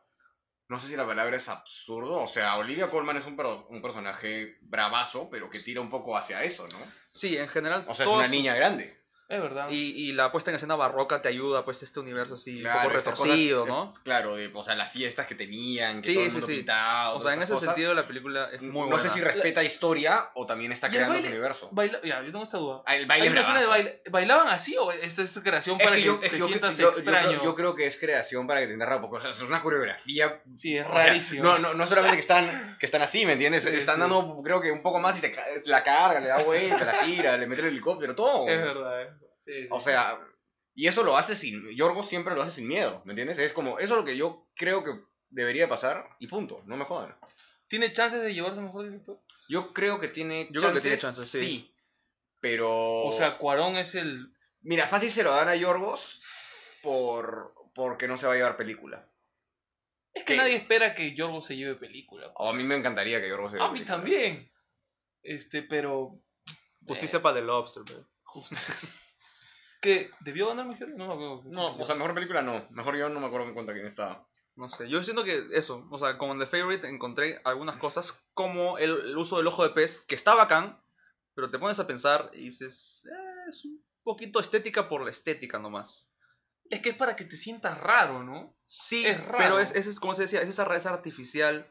C: No sé si la palabra es absurdo. O sea, Olivia Colman es un, per- un personaje bravazo, pero que tira un poco hacia eso, ¿no?
B: Sí, en general.
C: O sea, es
B: todos-
C: una niña grande.
A: Es verdad.
B: Y, y la puesta en escena barroca te ayuda, pues, este universo así, un poco
C: Claro, estas
B: retorcido,
C: cosas,
B: ¿no?
C: es- claro, de, o sea, las fiestas que tenían, que
B: Sí,
C: todo el
B: sí,
C: mundo
B: sí.
C: pintado.
B: O sea, en
C: estas
B: ese
C: cosas.
B: sentido la película es muy buena.
C: No sé si respeta historia o también está
A: Y el
C: creando su
A: baile-
C: universo.
A: Baila- Ya, yo tengo esta duda.
C: Ah, El baile
A: ¿Hay una escena de
C: bravazo.
A: baile- ¿Bailaban así o esta es creación
C: Es
A: para
C: que
A: que,
C: yo, es
A: te
C: que yo-
A: sientas
C: yo- yo creo-
A: extraño?
C: Yo, creo, que es creación para que te enterra poco. O sea, es una coreografía.
A: Sí, es
C: o sea,
A: rarísimo.
C: no, no, no solamente que están, que están así, ¿me entiendes?
A: Sí,
C: están
A: sí.
C: dando, creo que un poco más y se ca- la carga, le da vuelta, la tira, le mete el helicóptero, todo.
A: Es verdad, eh. Sí, sí.
C: O sea, y eso lo hace sin. Yorgo siempre lo hace sin miedo, ¿me entiendes? Es como, eso es lo que yo creo que debería pasar y punto, no me jodan.
A: ¿Tiene chances de llevarse mejor director?
C: Yo creo que tiene
B: Yo creo que tiene chances, sí.
C: Pero.
A: O sea, Cuarón es el.
C: Mira, fácil se lo dan a Yorgos por. porque no se va a llevar película.
A: Es que
C: Sí.
A: nadie espera que Yorgo se lleve película.
C: O Oh, a mí me encantaría que Yorgos se
A: A
C: lleve
A: mí
C: película.
A: también. Este, pero.
C: Pues
A: eh,
B: Justicia para The Lobster, pero.
A: Justicia. que debió ganar mejor no me acuerdo.
C: No, o sea, mejor película no. Mejor guión no me acuerdo en cuenta quién estaba.
B: No sé, yo siento que eso, o sea, como en The Favorite encontré algunas cosas como el, el uso del ojo de pez, que está bacán, pero te pones a pensar y dices, "Eh, es un poquito estética por la estética nomás.
A: Es que es para que te sientas raro, ¿no?
B: Sí,
A: Es raro.
B: pero es, es, es como se decía, es esa rareza artificial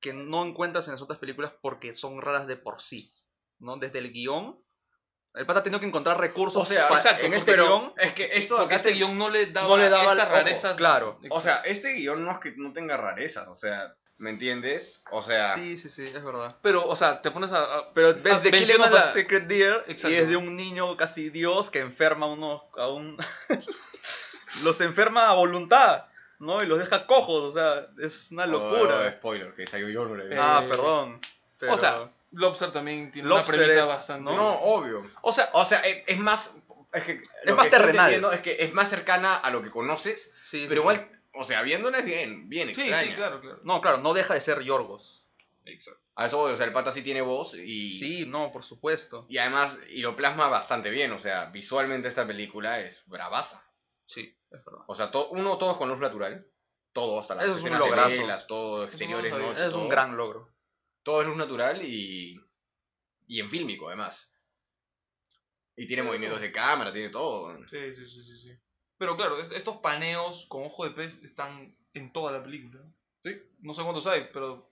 B: que no encuentras en las otras películas porque son raras de por sí, ¿no? Desde el guión, el pata ha tenido que encontrar recursos
C: O sea,
B: para-
A: exacto,
B: en
A: ¿no?
B: este
C: pero
B: guión
C: es que esto
A: Porque
C: acá
A: este
C: este guión.
A: guión no le daba,
B: no le daba
A: estas
B: el ojo,
A: rarezas.
B: claro.
C: O sea, este guión no es que no tenga rarezas, o sea, ¿me entiendes? O sea,
B: Sí, sí, sí, es verdad.
A: pero, o sea, te pones a. a-
B: Pero ves
A: Ah,
B: The Killing
A: menciona
B: of a
A: la-
B: Secret Deer
A: Exacto.
B: y es de un niño casi dios que enferma a, uno, a un... los enferma a voluntad, ¿no? Y los deja cojos, o sea, es una
C: oh,
B: locura.
C: spoiler, que salió yo no le vi.
A: Eh,
B: ah, perdón. pero-
A: O sea, Lobster también tiene
B: Lobster
A: una premisa
B: es-
A: bastante.
C: no, obvio.
A: O sea,
C: O sea, e-, es, es más. Es, que lo
B: más
C: que estoy
B: terrenal.
C: entendiendo Es que es más cercana a lo que conoces,
B: sí, sí, sí.
C: pero igual, o sea, viéndola es bien, bien
A: sí,
C: extraña.
A: sí, claro, claro.
B: No, claro, no deja de ser Yorgos.
A: Exacto.
C: A eso voy, o sea, el pata sí tiene voz y.
B: Sí, no, por supuesto.
C: Y además, y lo plasma bastante bien, o sea, visualmente esta película es bravaza.
B: Sí, es verdad.
C: O sea, to- uno, todo es con luz natural. Todo, hasta las
B: Eso es un
C: escenas de
B: lograzo.
C: velas, todo, exteriores,
A: no lo sabía.
C: noche,
B: Es un
C: todo.
B: gran logro.
C: Todo es luz natural y. Y en fílmico, además. Y tiene movimientos de cámara, tiene todo.
A: Sí, sí, sí, sí. sí. Pero claro, es- estos paneos con ojo de pez están en toda la película.
C: Sí.
A: No sé cuántos hay, pero.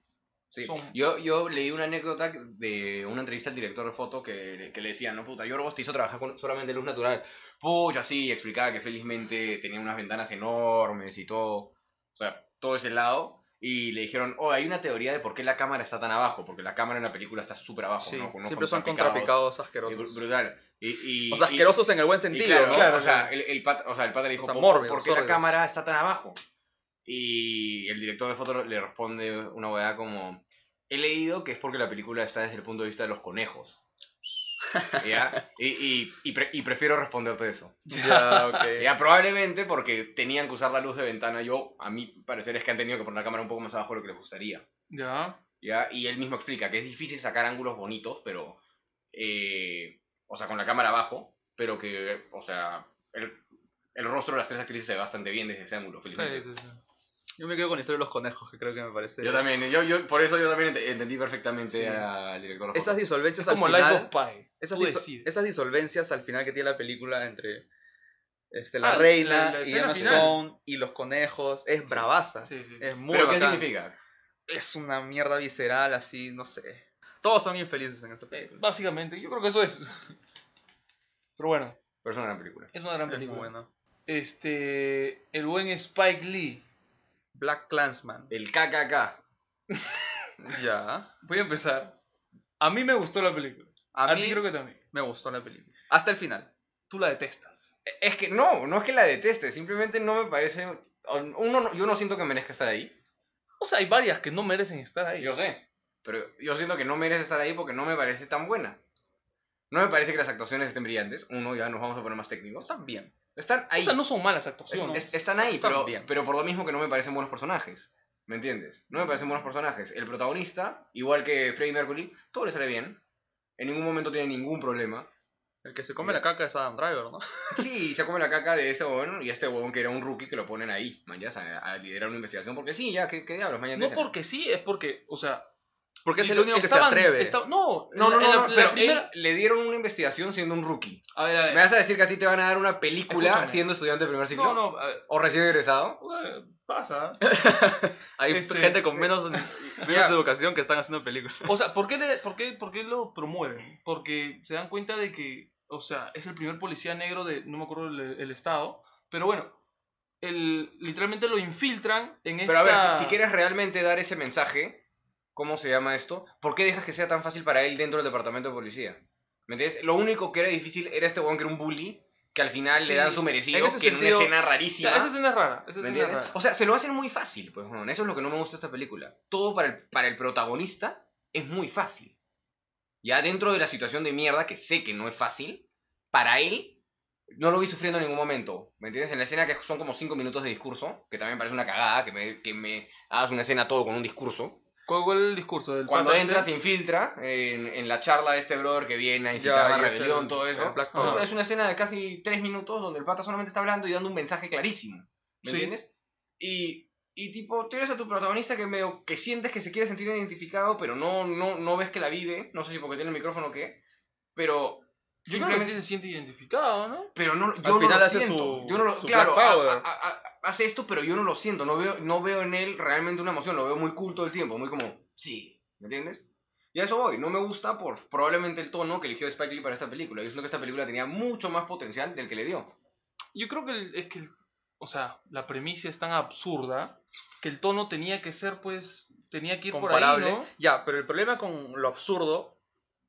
C: Sí.
A: Son-
C: Yo, yo leí una anécdota de una entrevista al director de foto que, que le decían, no puta, Yorgos te hizo trabajar con solamente luz natural. Pucha, sí, explicaba que felizmente tenía unas ventanas enormes y todo. O sea, todo ese lado. Y le dijeron, oh, hay una teoría de por qué la cámara está tan abajo, porque la cámara en la película está súper abajo,
B: Sí,
C: ¿no? Con unos
B: siempre son
C: contrapicados.
B: contrapicados
C: Y
B: asquerosos.
C: br- brutal. Y, y-
B: o sea,
C: y-
B: asquerosos en el buen
C: y
B: sentido,
C: claro,
B: ¿no?
C: claro, o sea, el, el pat- o sea, el padre le dijo,
B: sea,
C: "Po-
B: mórbidos,
C: ¿por qué la
B: sórbidos".
C: cámara está tan abajo? Y el director de foto le responde una hueá como, he leído que es porque la película está desde el punto de vista de los conejos. ¿Ya? Y, y- y pre- y prefiero responderte eso.
B: Ya, ok.
C: Ya, probablemente porque tenían que usar la luz de ventana. Yo, a mi parecer, es que han tenido que poner la cámara un poco más abajo de lo que les gustaría.
A: Ya.
C: ¿ya? Y él mismo explica que es difícil sacar ángulos bonitos, pero. eh, o sea, con la cámara abajo, pero que. O sea, el, el rostro de las tres actrices se ve bastante bien desde ese ángulo, felizmente.
A: Sí, sí, sí.
B: Yo me quedo con la historia de los conejos, que creo que me parece...
C: Yo también, yo, yo, por eso yo también ent- entendí perfectamente
B: Sí.
C: al director.
B: Esas
C: Jorge.
B: disolvencias
A: Es como
B: al
A: Life
B: final...
A: of Pi.
B: Esas,
A: Tú
B: diso-
A: decides.
B: esas disolvencias al final que tiene la película entre este, la
A: Ah, la-
B: reina
A: la
B: y
A: escena
B: Emma
A: final.
B: Stone y los conejos es bravaza.
A: Sí, sí, sí.
B: Es muy
C: ¿Pero qué
B: bacán.
C: significa?
B: Es una mierda visceral, así, no sé. Todos son infelices en esta
A: Eh,
B: película.
A: Básicamente, yo creo que eso es. Pero bueno,
C: Pero es una gran película.
A: es una
B: Es
A: gran
B: muy
A: película.
B: bueno.
A: Este. El buen Spike Lee.
B: Black Clansman.
C: El KKK.
B: Ya.
A: Voy a empezar. A mí me gustó la película.
B: A,
A: A,
B: mí
A: ti creo que también.
B: me gustó la película. Hasta el final.
A: Tú la detestas.
C: Es que no, no es que la deteste, simplemente no me parece. Uno, no- yo no siento que merezca estar ahí.
A: O sea, hay varias que no merecen estar ahí.
C: Yo sé, pero yo siento que no merece estar ahí porque no me parece tan buena. No me parece que las actuaciones estén brillantes. Uno, ya nos vamos a poner más técnicos.
B: Están bien.
C: Están ahí.
A: O sea, no son malas
C: Es-
A: actuaciones.
C: es- están ahí,
B: Están
C: pero,
B: bien.
C: pero por lo mismo que no me parecen buenos personajes. ¿Me entiendes? No me parecen buenos personajes. El protagonista, igual que Freddie Mercury, todo le sale bien. En ningún momento tiene ningún problema.
B: El que se come la caca es Adam Driver, ¿no?
C: Sí, se come la caca de ese huevón y este huevón que era un rookie que lo ponen ahí, man, ya, a, a liderar una investigación. Porque sí, ya, ¿qué, qué diablos, man, ya
A: No
C: dicen.
A: porque sí, es porque, o sea.
B: Porque es el
A: literal-
B: único que
A: estaban-
B: se atreve.
A: esta- no,
C: No,
A: la-
C: no, no,
A: la-
C: no,
A: la
C: pero
A: primera-
C: él le dieron una investigación siendo un rookie.
A: A ver, a ver.
C: ¿Me vas a decir que a ti te van a dar una película
A: Escúchame.
C: siendo estudiante de primer ciclo?
A: No, no, a ver.
C: ¿O recién egresado?
A: Ué, Pues, Pasa.
B: Hay
A: este-
B: gente con menos, menos
C: Ya.
B: educación que están haciendo películas.
A: O sea, ¿por qué, le- por, qué, ¿por qué lo promueven? Porque se dan cuenta de que, o sea, es el primer policía negro de, no me acuerdo el, el estado, pero bueno, el, literalmente lo infiltran en
C: Pero a ver,
A: esta-
C: si, si quieres realmente dar ese mensaje, ¿cómo se llama esto? ¿Por qué dejas que sea tan fácil para él dentro del departamento de policía? ¿Me entiendes? Lo único que era difícil era este weón que era un bully, que al final
A: Sí,
C: le dan su
A: en
C: merecido,
B: ese
C: que en una
B: sentido-
C: escena
A: O
C: rarísima.
A: sea, esa escena es rara, esa
C: ¿Me
A: escena es
C: entiendes?
A: rara.
C: O sea, se lo hacen muy fácil, pues, weón. Eso es lo que no me gusta de esta película. Todo para el, para el protagonista es muy fácil. Ya dentro de la situación de mierda, que sé que no es fácil, para él no lo vi sufriendo en ningún momento. ¿Me entiendes? En la escena que son como 5 minutos de discurso, que también parece una cagada, que me, que me hagas una escena todo con un discurso.
A: ¿Cuál, cuál es el discurso del
C: Cuando
A: pata
C: entra,
A: este?
C: se infiltra en, en la charla de este brother que viene a incitar
B: Ya,
C: a la
B: y es el-
C: rebelión, todo eso.
B: el Black
C: Es una-
B: Power.
C: Es una escena de casi tres minutos donde el pata solamente está hablando y dando un mensaje clarísimo. ¿Me
A: Sí.
C: entiendes? Y, y tipo, tienes a tu protagonista que medio que sientes que se quiere sentir identificado, pero no, no, no ves que la vive. No sé si porque tiene el micrófono o qué. Pero.
A: Yo creo que sí
C: simplemente-
A: se siente identificado, ¿no?
C: pero no, yo no
B: final
C: lo
B: hace
C: siento.
B: su-
C: yo no lo,
B: su
C: claro,
B: Black
C: a-
B: Power.
C: a- a- a- hace esto, pero yo no lo siento. No veo, no veo en él realmente una emoción. Lo veo muy cool todo el tiempo. Muy como, sí. ¿Me entiendes? Y a eso voy. No me gusta por probablemente el tono que eligió Spike Lee para esta película. Yo siento que esta película tenía mucho más potencial del que le dio.
A: Yo creo que el- es que, el- o sea, la premisa es tan absurda que el tono tenía que ser, pues, tenía que ir por ahí,
B: comparable.
A: ¿no?
B: Ya, pero el problema con lo absurdo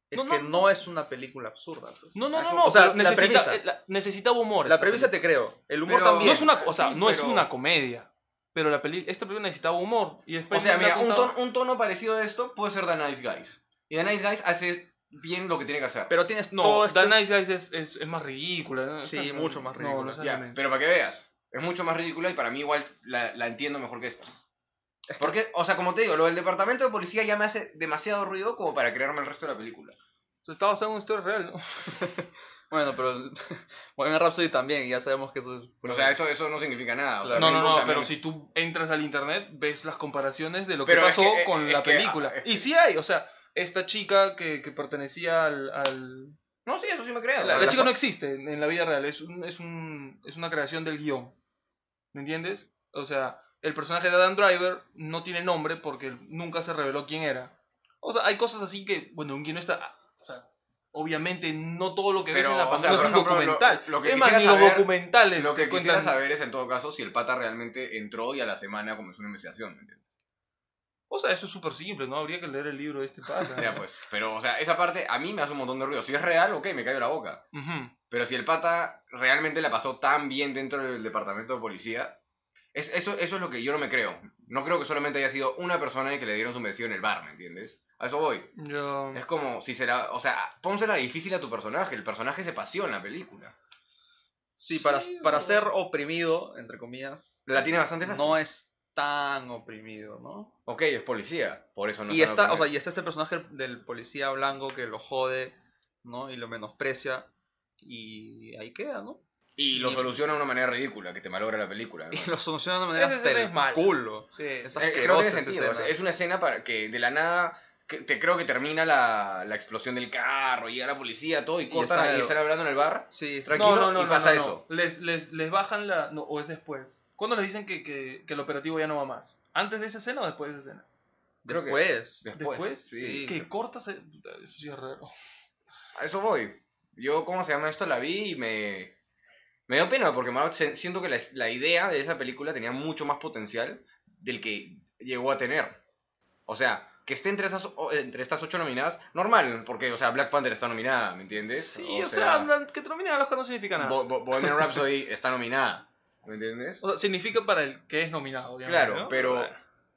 B: es
A: No, no,
B: que
A: no.
B: no, es una película absurda. pues.
A: No, no,
B: Eso-
A: no, no.
B: O sea,
A: pero
B: la
A: necesita-
B: premisa,
A: eh, la- necesitaba humor.
B: la
A: esta
B: premisa te creo. El humor
C: Pero-
B: también.
A: No es una, o sea,
C: Sí,
A: no es
C: pero-
A: una comedia, pero la peli, esta película necesitaba humor y
C: O
A: después
C: sea,
A: le
C: mira,
A: Pues ha
C: un
A: contado-
C: tono, un tono parecido a esto puede ser The Nice Guys. Y The Nice Guys hace bien lo que tiene que hacer.
B: Pero tienes todo
A: no,
B: este...
A: The Nice Guys es, es, es más ridícula. ¿no?
B: Sí,
A: Esta-
B: mucho más
A: no,
B: ridícula.
A: no es
C: Ya,
A: anime.
C: pero para que veas, es mucho más ridícula y para mí igual la, la entiendo mejor que esta. Porque, o sea, como te digo, lo del departamento de policía ya me hace demasiado ruido como para creerme el resto de la película.
A: O sea, Está basado en una historia real, ¿no?
B: Bueno, pero Bohemian Rhapsody también, ya sabemos que eso es...
C: o sea, eso, eso no significa nada. o sea,
A: pues- No, no,
C: Green Book
A: no,
C: también-
A: pero si tú entras al internet, ves las comparaciones de lo
C: Pero
A: que
C: es
A: pasó
C: que- eh,
A: con
C: es
A: la
C: que- ah,
A: película.
C: es
A: Y sí hay, o sea, esta chica que, que pertenecía al... al-
C: No, sí, eso sí me creo.
A: La, la
C: Ah, La-
A: chica no existe en en la vida real, es, un, es, un, es una creación del guión. ¿Me entiendes? O sea, el personaje de Adam Driver no tiene nombre porque nunca se reveló quién era. O sea, hay cosas así que, bueno, un guionista... O sea, obviamente no todo lo que ves
C: Pero,
A: en la
C: o
A: pantalla
C: sea,
A: es un
C: por ejemplo, lo-
A: documental.
C: lo que
A: es más, ni
C: quisiera
A: los
C: saber-
A: documentales
C: Lo que
A: te
C: quisiera
A: cuentan-
C: saber es, en todo caso, si el pata realmente entró y a la semana comenzó una investigación. ¿me entiendes?
A: O sea, eso es súper simple, ¿no? Habría que leer el libro de este pata.
C: Ya, pues. Pero, o sea, esa parte a mí me hace un montón de ruido. Si es real, ok, me cayó la boca.
A: Ujú.
C: Pero si el pata realmente la pasó tan bien dentro del departamento de policía, es, eso, eso es lo que yo no me creo. No creo que solamente haya sido una persona que le dieron su merecido en el bar, ¿me entiendes? A eso voy.
A: Yo...
C: Es como si será, o sea, pónsela difícil a tu personaje, el personaje se paseó en la película.
B: Sí, para,
A: Sí,
B: para
A: o-
B: ser oprimido, entre comillas,
C: La tiene bastante fácil.
B: no es tan oprimido, ¿no?
C: Ok, es policía, por eso no
B: y
C: se van a
B: está, o sea,
C: poner.
B: y está este personaje del policía blanco que lo jode, ¿no? Y lo menosprecia. Y ahí queda, ¿no?
C: y lo soluciona de una manera ridícula, que te malogra la película. ¿no?
B: Y lo soluciona de una manera
A: Esa escena
B: hasta el
A: es mala.
B: culo.
A: Sí.
B: Es
C: Eh, creo
B: asquerosa
C: que tiene
B: esa
C: sentido.
B: escena.
C: Es una escena para que de la nada que te creo que termina la, la explosión del carro, llega la policía, todo y cortan y
B: está-
C: están, hablando en el bar.
B: Sí, sí.
C: Tranquilo, y pasa eso.
A: Les, les, les bajan la... No, o es después. ¿Cuándo les dicen que, que, que el operativo ya no va más? ¿Antes de esa escena o después de esa escena?
C: creo que-
B: Después.
C: Después,
A: ¿Después?
C: sí.
A: Que cortas... el- Puta, Eso sí es raro.
C: A eso voy. Yo, ¿cómo se llama esto? La vi y me. Me dio pena porque mano, se- siento que la, la idea de esa película tenía mucho más potencial del que llegó a tener. O sea, que esté entre, esas, o- entre estas ocho nominadas, normal, porque, o sea, Black Panther está nominada, ¿me entiendes?
A: Sí, o, sea, la- que termine los que no significa nada.
C: Bo- Bo- Bohemian Rhapsody está nominada, ¿me entiendes?
A: O sea, significa para el que es nominado, obviamente,
C: Claro,
A: ¿no?
C: pero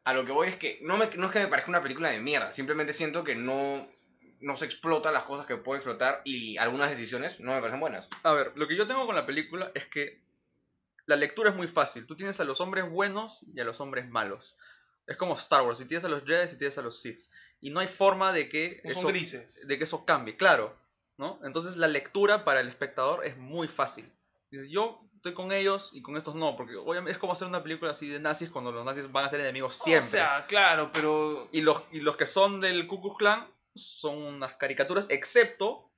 C: a lo que voy es que no, me, no es que me parezca una película de mierda, simplemente siento que no, no se explota las cosas que puede explotar y algunas decisiones no me parecen buenas.
B: A ver, lo que yo tengo con la película es que la lectura es muy fácil. Tú tienes a los hombres buenos y a los hombres malos. Es como Star Wars, si tienes a los Jedi y tienes a los Sith. Y no hay forma de que,
A: No
B: eso,
A: son grises.
B: de que eso cambie, claro. ¿no? Entonces la lectura para el espectador es muy fácil. Dices, yo estoy con ellos y con estos no, porque obviamente es como hacer una película así de nazis cuando los nazis van a ser enemigos siempre.
A: O sea, claro, pero...
B: y, los, y los que son del Ku Klux Klan son unas caricaturas, excepto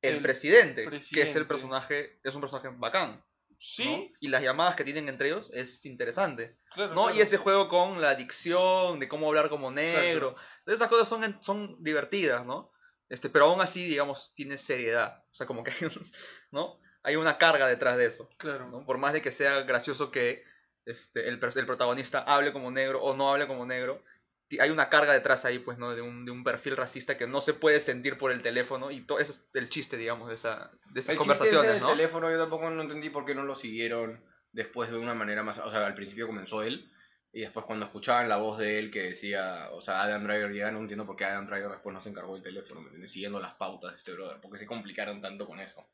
B: el,
A: El
B: presidente, que es
A: presidente.
B: el personaje, es un personaje bacán. ¿no?
A: Sí,
B: Y las llamadas que tienen entre ellos es interesante.
A: claro.
B: ¿no?
A: claro.
B: Y ese juego con la adicción, de cómo hablar como negro. Esas cosas son, en- son divertidas, ¿no? Este, pero aún así, digamos, tiene seriedad. O sea, como que hay, un- ¿no? hay una carga detrás de eso.
A: Claro.
B: ¿no? Por más de que sea gracioso que este, el, pers- el protagonista hable como negro o no hable como negro, ti- hay una carga detrás ahí, pues, ¿no? De un, de un perfil racista que no se puede sentir por el teléfono y todo eso es el chiste, digamos, de, esa, de esas
C: El
B: conversaciones, ¿no?
C: El teléfono yo tampoco no entendí por qué no lo siguieron después de una manera más... O sea, al principio comenzó él y después cuando escuchaban la voz de él que decía, o sea, Adam Driver ya no entiendo por qué Adam Driver después no se encargó del teléfono, ¿me entiendes? Siguiendo las pautas de este brother, porque se complicaron tanto con eso.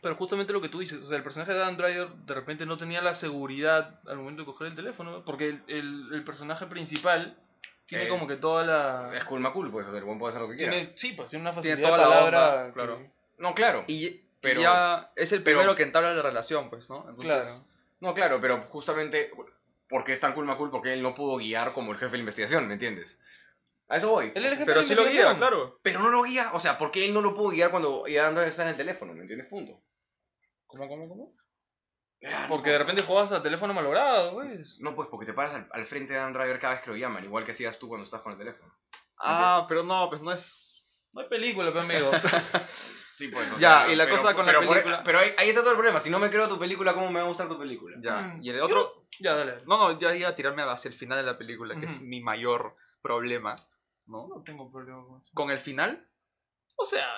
A: Pero justamente lo que tú dices, o sea, el personaje de Adam Driver de repente no tenía la seguridad al momento de coger el teléfono, ¿no? porque el, el- el personaje principal Tiene
C: Eh,
A: como que toda
C: Es
A: la.
C: cool, macul, pues, o sea, el buen puede hacer lo que quiera.
A: Tiene, sí, pues tiene una
B: Tiene
A: facilidad
B: toda
A: de
B: la
A: palabra.
B: bomba,
A: que-
B: claro.
C: No, claro.
B: Y, y
C: Pero-
B: ya es el
C: pero-
B: primero que entabla la relación, pues, ¿no? Entonces,
A: claro.
C: No, claro, pero justamente porque es tan cool Macul, porque él no pudo guiar como el jefe de la investigación, ¿me entiendes? A eso voy.
A: Él era el jefe
B: Pero
A: de
B: sí lo guía,
A: investigación.
B: claro.
C: Pero no lo guía, o sea, porque él no lo pudo guiar cuando ya Android está en el teléfono, ¿me entiendes? Punto.
A: ¿Cómo, cómo, cómo?
C: Ah, no,
A: Porque de repente jugabas a teléfono malogrado, pues.
C: No, pues porque te paras al, al frente de Dan Driver cada vez que lo llaman, igual que hacías tú cuando estás con el teléfono.
B: Ah, pero no, pues no es.
A: No hay película, pues, amigo.
C: Sí, pues.
B: o sea, pero- pero por-
C: pero ahí, está todo el problema. Si no me creo tu película, ¿cómo me va a gustar tu película?
B: Ya.
A: Mm.
B: Y el
A: Yo
B: otro.
A: ya, dale.
B: No, no, ya iba a tirarme hacia el final de la película, que es
A: Ujú.
B: mi mayor problema, ¿no?
A: No tengo problema con eso.
B: Con el final,
A: O sea,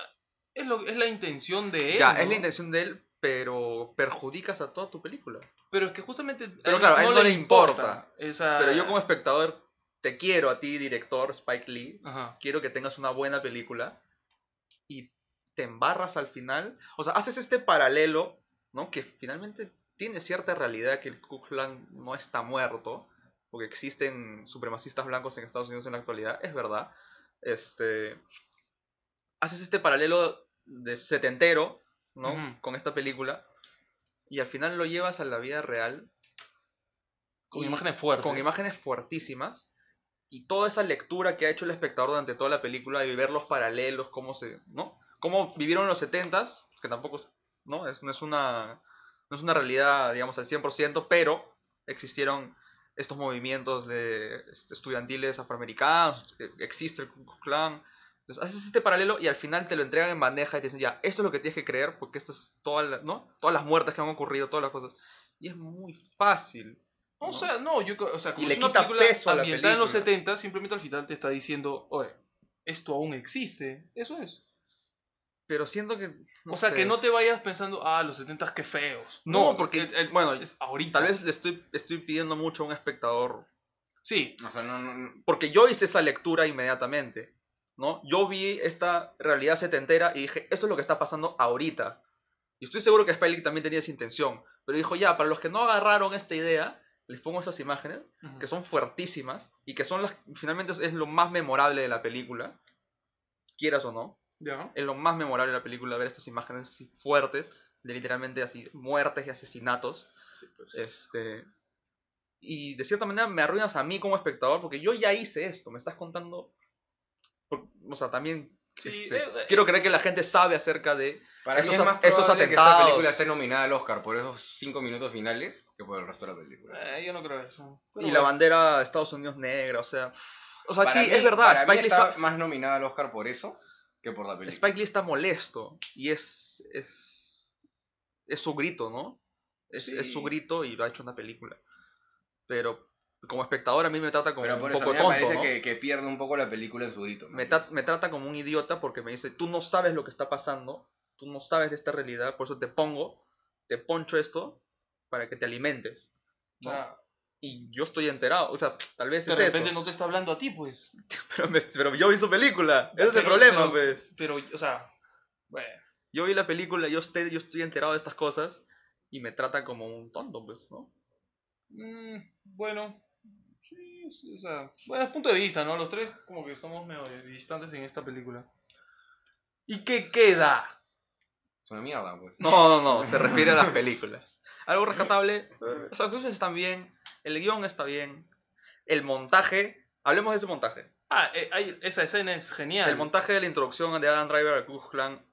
A: es, lo, es la intención de él.
B: ya,
A: ¿no?
B: es la intención de él, pero perjudicas a toda tu película.
A: Pero es que justamente.
B: Pero claro, a él no le importa.
A: Esa-
B: Pero yo como espectador, te quiero a ti, director Spike Lee,
A: Ajá.
B: quiero que tengas una buena película y te embarras al final. O sea, haces este paralelo, ¿no? Que finalmente tiene cierta realidad que el Ku Klux no está muerto, porque existen supremacistas blancos en Estados Unidos en la actualidad, es verdad. Este, haces este paralelo de setentero, ¿no?
A: Ujú.
B: Con esta película y al final lo llevas a la vida real
A: Con
B: y-
A: imágenes fuertes.
B: con imágenes fuertísimas y toda esa lectura que ha hecho el espectador durante toda la película y ver los paralelos, cómo se, ¿no? Cómo vivieron los 70s, que tampoco es, ¿no? Es, no es una no es una realidad, digamos, al 100%, pero existieron estos movimientos de este, estudiantiles afroamericanos, e- existe el Ku Klux Klan. Entonces, haces este paralelo y al final te lo entregan en bandeja y te dicen, ya, esto es lo que tienes que creer porque esto es toda la- ¿no? todas las muertes que han ocurrido, todas las cosas. Y es muy fácil.
A: O sea, no, yo creo- o sea, como
B: Y le
A: es una
B: quita
A: película
B: peso a la
A: ambientada en los
B: película.
A: 70, simplemente al final te está diciendo, oye, esto aún existe. Eso es.
B: pero siento que.
A: o sea,
B: sé.
A: que no te vayas pensando, ah, los 70 qué feos.
B: No, porque,
A: es- es-
B: bueno,
A: es ahorita.
B: Tal vez le estoy, estoy pidiendo mucho a un espectador.
A: Sí,
C: O sea, no, no, no.
B: Porque yo hice esa lectura inmediatamente. ¿no? Yo vi esta realidad setentera y dije, esto es lo que está pasando ahorita. Y estoy seguro que Spike Lee también tenía esa intención. Pero dijo, ya, para los que no agarraron esta idea, les pongo estas imágenes que son fuertísimas y que son las. Finalmente es lo más memorable de la película. Quieras o no.
A: Ya.
B: es lo más memorable de la película, ver estas imágenes así fuertes, de literalmente así muertes y asesinatos.
C: pues,
B: Este, y de cierta manera me arruinas a mí como espectador, porque yo ya hice esto, me estás contando... por- o sea, también...
A: Sí,
B: este,
A: eh, eh,
B: quiero creer que la gente sabe acerca de...
C: Para
B: Estos
C: mí es
B: a-
C: más
B: estos
C: probable que esta
B: atentados.
C: película esté nominada al Oscar por esos 5 minutos finales que por el resto de la película.
A: Eh, yo no creo eso.
B: y la bandera de Estados Unidos negra, o sea... O sea,
C: Para
B: sí,
C: mí-
B: es verdad,
C: para mí
B: Spike Lee,
C: está
B: está,
C: más nominada al Oscar por eso que por la película.
B: Spike Lee está molesto y es... es es su grito, ¿no? Es, es su
C: Sí.
B: grito y lo ha hecho una película. Pero como espectador a mí me trata como
C: Pero por
B: un
C: eso
B: poco
C: a mí me
B: tonto,
C: parece
B: ¿no?
C: que, que pierde un poco la película en su grito. ¿no?
B: me, tra- me trata como un idiota porque me dice, tú no sabes lo que está pasando, tú no sabes de esta realidad, por eso te pongo, te poncho esto para que te alimentes.
A: O
B: Ah.
A: sea,
B: Y yo estoy enterado, o sea, tal vez
A: de
B: es
A: repente
B: eso.
A: no te está hablando a ti, pues.
B: Pero, me- pero yo vi su película, ese es el
A: Pero-
B: problema,
A: pero-
B: pues.
A: Pero, o sea, bueno.
B: Yo vi la película, yo estoy, yo estoy enterado de estas cosas y me trata como un tonto, pues, ¿no?
A: mm, bueno. Sí, sí, o sea, bueno, es punto de vista, ¿no? Los tres como que somos medio distantes en esta película. ¿Y qué queda?
C: Es una mierda, pues.
B: No, no, no, se refiere a las películas. Algo rescatable, las actuaciones están bien, el guión está bien, el montaje, hablemos de ese montaje.
A: Ah, eh, hay- esa escena es genial.
B: El montaje de la introducción de Adam Driver al Ku Klux Klan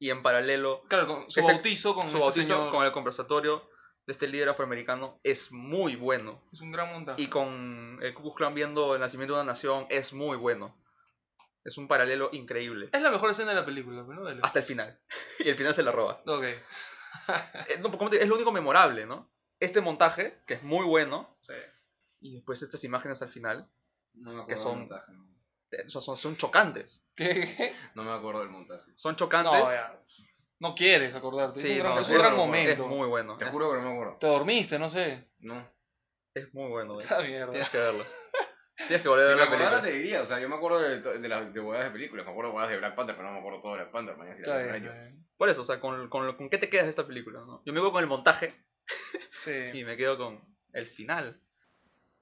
B: y en paralelo
A: Claro, con su
B: Este-
A: bautizo con
B: su
A: este
B: bautizo
A: señor.
B: con el conversatorio de este líder afroamericano es muy bueno.
A: Es un gran montaje.
B: Y con el Ku Klux Klan viendo el nacimiento de una nación es muy bueno. Es un paralelo increíble.
A: Es la mejor escena de la película, pero no dale.
B: Hasta el final. Y el final se la roba.
A: Ok.
B: Eh, no, como te- Es lo único memorable, ¿no? Este montaje, que es muy bueno, y después estas imágenes al final,
C: No me acuerdo
B: Que son-
C: del montaje. ¿no?
B: eh, o sea, son, son chocantes.
A: ¿Qué?
C: No me acuerdo del montaje.
B: Son
A: No,
B: chocantes.
A: ya. No quieres acordarte.
B: Sí,
A: es un gran,
B: no,
A: es un gran
B: Es
A: momento.
B: muy bueno.
C: Te juro que no me acuerdo.
A: Te dormiste, no sé.
C: No.
B: Es muy bueno. eh.
A: Está mierda.
B: Tienes que verlo. Tienes que volver a
C: Si
B: ver
C: me
B: la
C: acordara
B: película.
C: te diría, o sea, yo me acuerdo de, to- de las de huevadas de películas, me acuerdo de huevadas de Black Panther, pero no me acuerdo todo de Black Panther, mañana si la
A: Está
C: veo en
A: bien,
C: ello.
A: está bien.
B: Por eso, o sea, con, con, lo- con qué te quedas de esta película, ¿no? Yo me quedo con el montaje
A: Sí.
B: y me quedo con el final.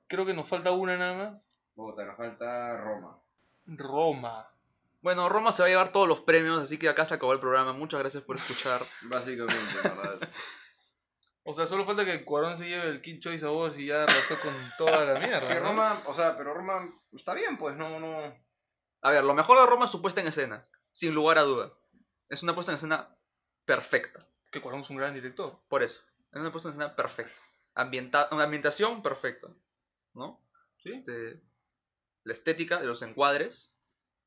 A: Creo que nos falta una nada más.
C: Bogotá, nos falta Roma.
A: Roma.
B: Bueno, Roma se va a llevar todos los premios, así que acá se acabó el programa. Muchas gracias por escuchar.
C: Básicamente, en ¿verdad?
A: O sea, solo falta que Cuarón se lleve el Kid Choice Awards y ya arrasó con toda la mierda.
C: Que
A: ¿no?
C: Roma, o sea, pero Roma está bien, pues, no, no.
B: A ver, lo mejor de Roma es su puesta en escena, sin lugar a duda. Es una puesta en escena perfecta,
A: Que Cuarón es un gran director.
B: por eso. Es una puesta en escena perfecta. Ambienta una ambientación perfecta, ¿no?
A: Sí.
B: Este, la estética de los encuadres.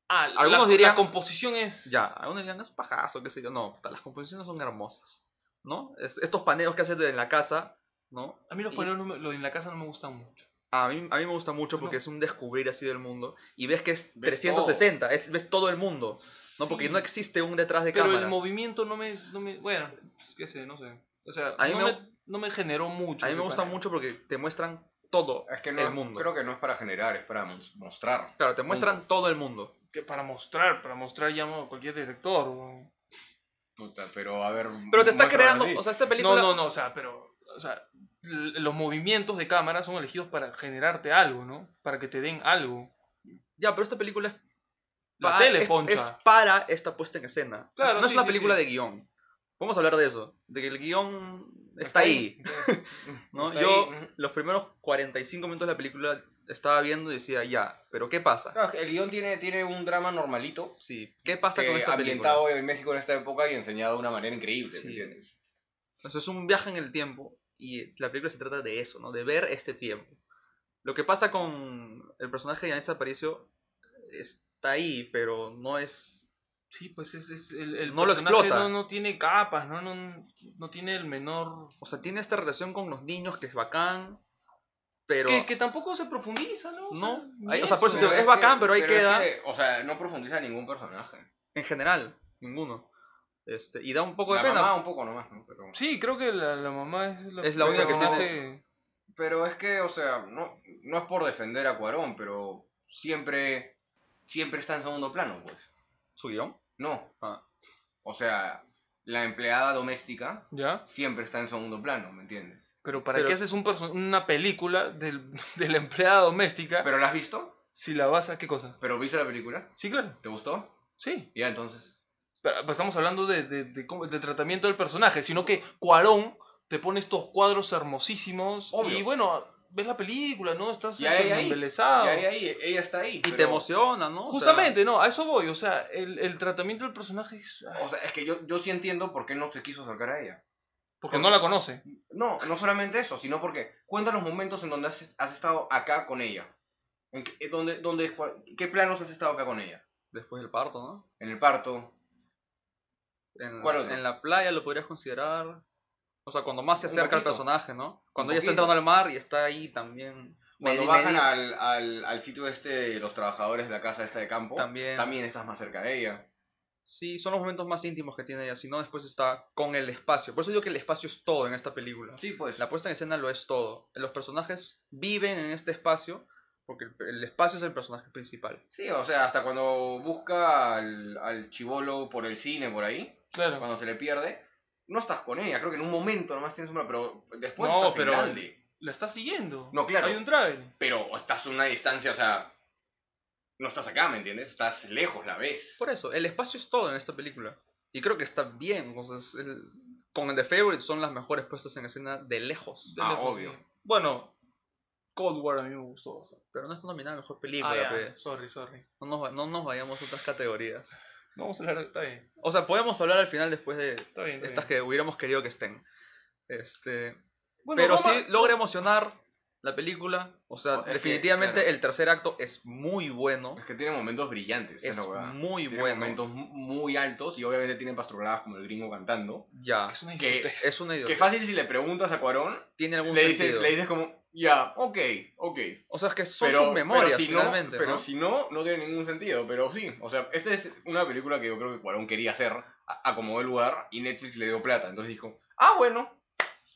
A: Ah,
B: algunos
A: la,
B: dirían-
A: La composición es.
B: Ya, algunos dirán, es pajazo, qué sé yo. No, puta, las composiciones son hermosas, ¿no? Es- estos paneos que hace de- en la casa, ¿no?
A: A mí los
B: Y-
A: paneles no me- los en la casa no me gustan mucho.
B: A mí, a mí me gusta mucho porque
A: No.
B: es un descubrir así del mundo y ves que es
C: Ves
B: 360, es, ves todo el mundo, ¿no? Porque
A: Sí,
B: no existe un detrás de
A: Pero
B: cámara.
A: el movimiento no me, no me. Bueno, pues, qué sé, no sé. O sea,
B: A mí
A: no,
B: me-
A: me... no me generó mucho.
B: A mí
A: ese
B: me gusta
A: panel.
B: mucho porque te muestran todo.
C: Es que no.
B: El mundo.
C: Creo que no es para generar, es para mos- mostrar.
B: Claro, te muestran todo el mundo.
A: Que para mostrar, para mostrar llamo a cualquier director. weón.
C: Puta, pero a ver.
B: Pero te está
C: muéstrame
B: creando,
C: así.
B: o sea, esta película...
A: No, no, no, o sea, pero. O sea, l- los movimientos de cámara son elegidos para generarte algo, ¿no? Para que te den algo.
B: Ya, pero esta película es...
A: La
B: pa-
A: tele,
B: es-
A: poncha.
B: Es para esta puesta en escena.
A: Claro,
B: no es
A: sí,
B: una
A: sí,
B: película
A: sí.
B: de guión. Vamos a hablar de eso. De que el guión está, ahí. ¿no?
A: Está
B: Yo
A: ahí.
B: los primeros 45 minutos de la película estaba viendo y decía, ya, pero ¿qué pasa?
C: Claro, es que el guión tiene, tiene un drama normalito.
B: Sí, ¿qué pasa con
C: eh,
B: esta película?
C: ambientado en México en esta época y enseñado de una manera increíble,
B: Sí.
C: ¿me entiendes?
B: Entonces es un viaje en el tiempo y la película se trata de eso, ¿no? De ver este tiempo. Lo que pasa con el personaje de Yanitza Aparicio está ahí, pero no es...
A: Sí, pues es, es el, el
B: No lo
A: personaje
B: explota.
A: No, no tiene capas, no, no, no tiene el menor...
B: O sea, tiene esta relación con los niños que es bacán, pero...
A: Que, que tampoco se profundiza, ¿no?
B: No,
A: ni
B: ahí- o sea, por eso te
A: eso.
B: digo, es bacán, pero ahí
C: es
B: queda.
C: que, o sea, no profundiza en ningún personaje.
B: En general, ninguno. Este, y da un poco de
C: la
B: pena.
C: mamá un poco nomás, ¿no? Pero,
A: Sí, creo que la, la mamá es la,
B: Es la única
C: que
A: personaje-
C: pero es que, o sea, no, no es por defender a Cuarón, pero siempre, siempre está en segundo plano, pues.
B: ¿Su guión?
C: No.
B: Ah.
C: O sea, la empleada doméstica
A: ¿Ya?
C: siempre está en segundo plano, ¿me entiendes?
A: Pero ¿para
B: Pero-
A: qué haces un perso- una película del, de la empleada doméstica
C: ¿Pero la has visto?
A: si la vas a... ¿Qué cosa?
C: ¿Pero viste la película?
A: Sí, claro.
C: ¿Te gustó?
A: Sí.
C: Ya, entonces.
A: Pero pues, estamos hablando de, de, de cómo- del tratamiento del personaje, sino que Cuarón te pone estos cuadros hermosísimos
C: Obvio.
A: y bueno, ves la película, ¿no? Estás
C: Ya, ya, ya.
A: embelesado.
C: Ya, ya, ya, ella está ahí.
B: Y te
C: pero-
B: emociona, ¿no? O sea,
A: Justamente, no, a eso voy. O sea, el, el tratamiento del personaje es. ah,
C: O sea, es que yo, yo sí entiendo por qué no se quiso acercar a ella.
A: Porque no la conoce.
C: No, no solamente eso, sino porque cuenta los momentos en donde has, has estado acá con ella. En qué- donde, donde, cua- ¿Qué planos has estado acá con ella?
B: Después del parto, ¿no?
C: En el parto.
B: En,
C: ¿Cuál otro?
B: en la playa lo podrías considerar. O sea, cuando más se
C: Un
B: acerca al
C: poquito.
B: personaje, ¿no? Cuando
C: Un
B: ella está
C: poquito.
B: entrando al mar y está ahí también.
C: Cuando
B: Medi-
C: bajan
B: medi-
C: al, al, al sitio este de los trabajadores de la casa esta de campo,
B: También.
C: también estás más cerca de ella.
B: Sí, son los momentos más íntimos que tiene ella, si no después está con el espacio. Por eso digo que el espacio es todo en esta película.
C: Sí, pues.
B: La puesta en escena lo es todo. Los personajes viven en este espacio porque el, el espacio es el personaje principal.
C: Sí, o sea, hasta cuando busca al, al chivolo por el cine, por ahí,
A: Claro.
C: cuando se le pierde, no estás con ella. Creo que en un momento nomás tienes una, pero después
A: No,
C: estás en
A: pero-
C: grande.
A: La está siguiendo.
C: No, claro.
A: Hay un travel.
C: pero estás a una distancia, o sea, no estás acá, ¿me entiendes? Estás lejos, la ves.
B: Por eso, el espacio es todo en esta película. Y creo que está bien. o sea, es el- con el The Favorite son las mejores puestas en escena de lejos.
A: De
C: Ah,
A: lejos,
C: obvio.
A: sí. Bueno, Cold War a mí me gustó. o sea.
B: Pero no está nominada a mejor
A: Ah,
B: película.
A: ya,
B: pe.
A: Sorry, sorry.
B: No, nos, va- no nos vayamos a otras categorías.
A: Vamos a hablar de. Está bien.
B: O sea, podemos hablar al final después de
A: Está bien. está
B: estas
A: bien.
B: que hubiéramos querido que estén. Este,
A: Bueno,
B: pero
A: Roma-
B: sí logra emocionar la película. O sea,
C: Es que,
B: definitivamente
C: claro.
B: el tercer acto es muy bueno.
C: Es que tiene momentos brillantes,
B: Es
C: esa la huevada.
B: muy
C: Tiene
B: bueno.
C: momentos mu- muy altos y obviamente tienen pastruladas como el gringo cantando.
B: Ya.
A: ah, Es una
C: que-
A: idiotez.
B: Es una
C: Que
B: idea.
C: fácil si le preguntas a Cuarón,
B: Tiene algún
C: le
B: sentido.
C: dices, le dices como, ya, ok, ok.
B: O sea, es que son
C: Pero,
B: sus memorias
C: pero si
B: finalmente.
C: no, pero
B: ¿no?
C: si no, no tiene ningún sentido, pero sí. O sea, esta es una película que yo creo que Cuarón quería hacer, a- acomodó el lugar y Netflix le dio plata. Entonces dijo, ah, bueno,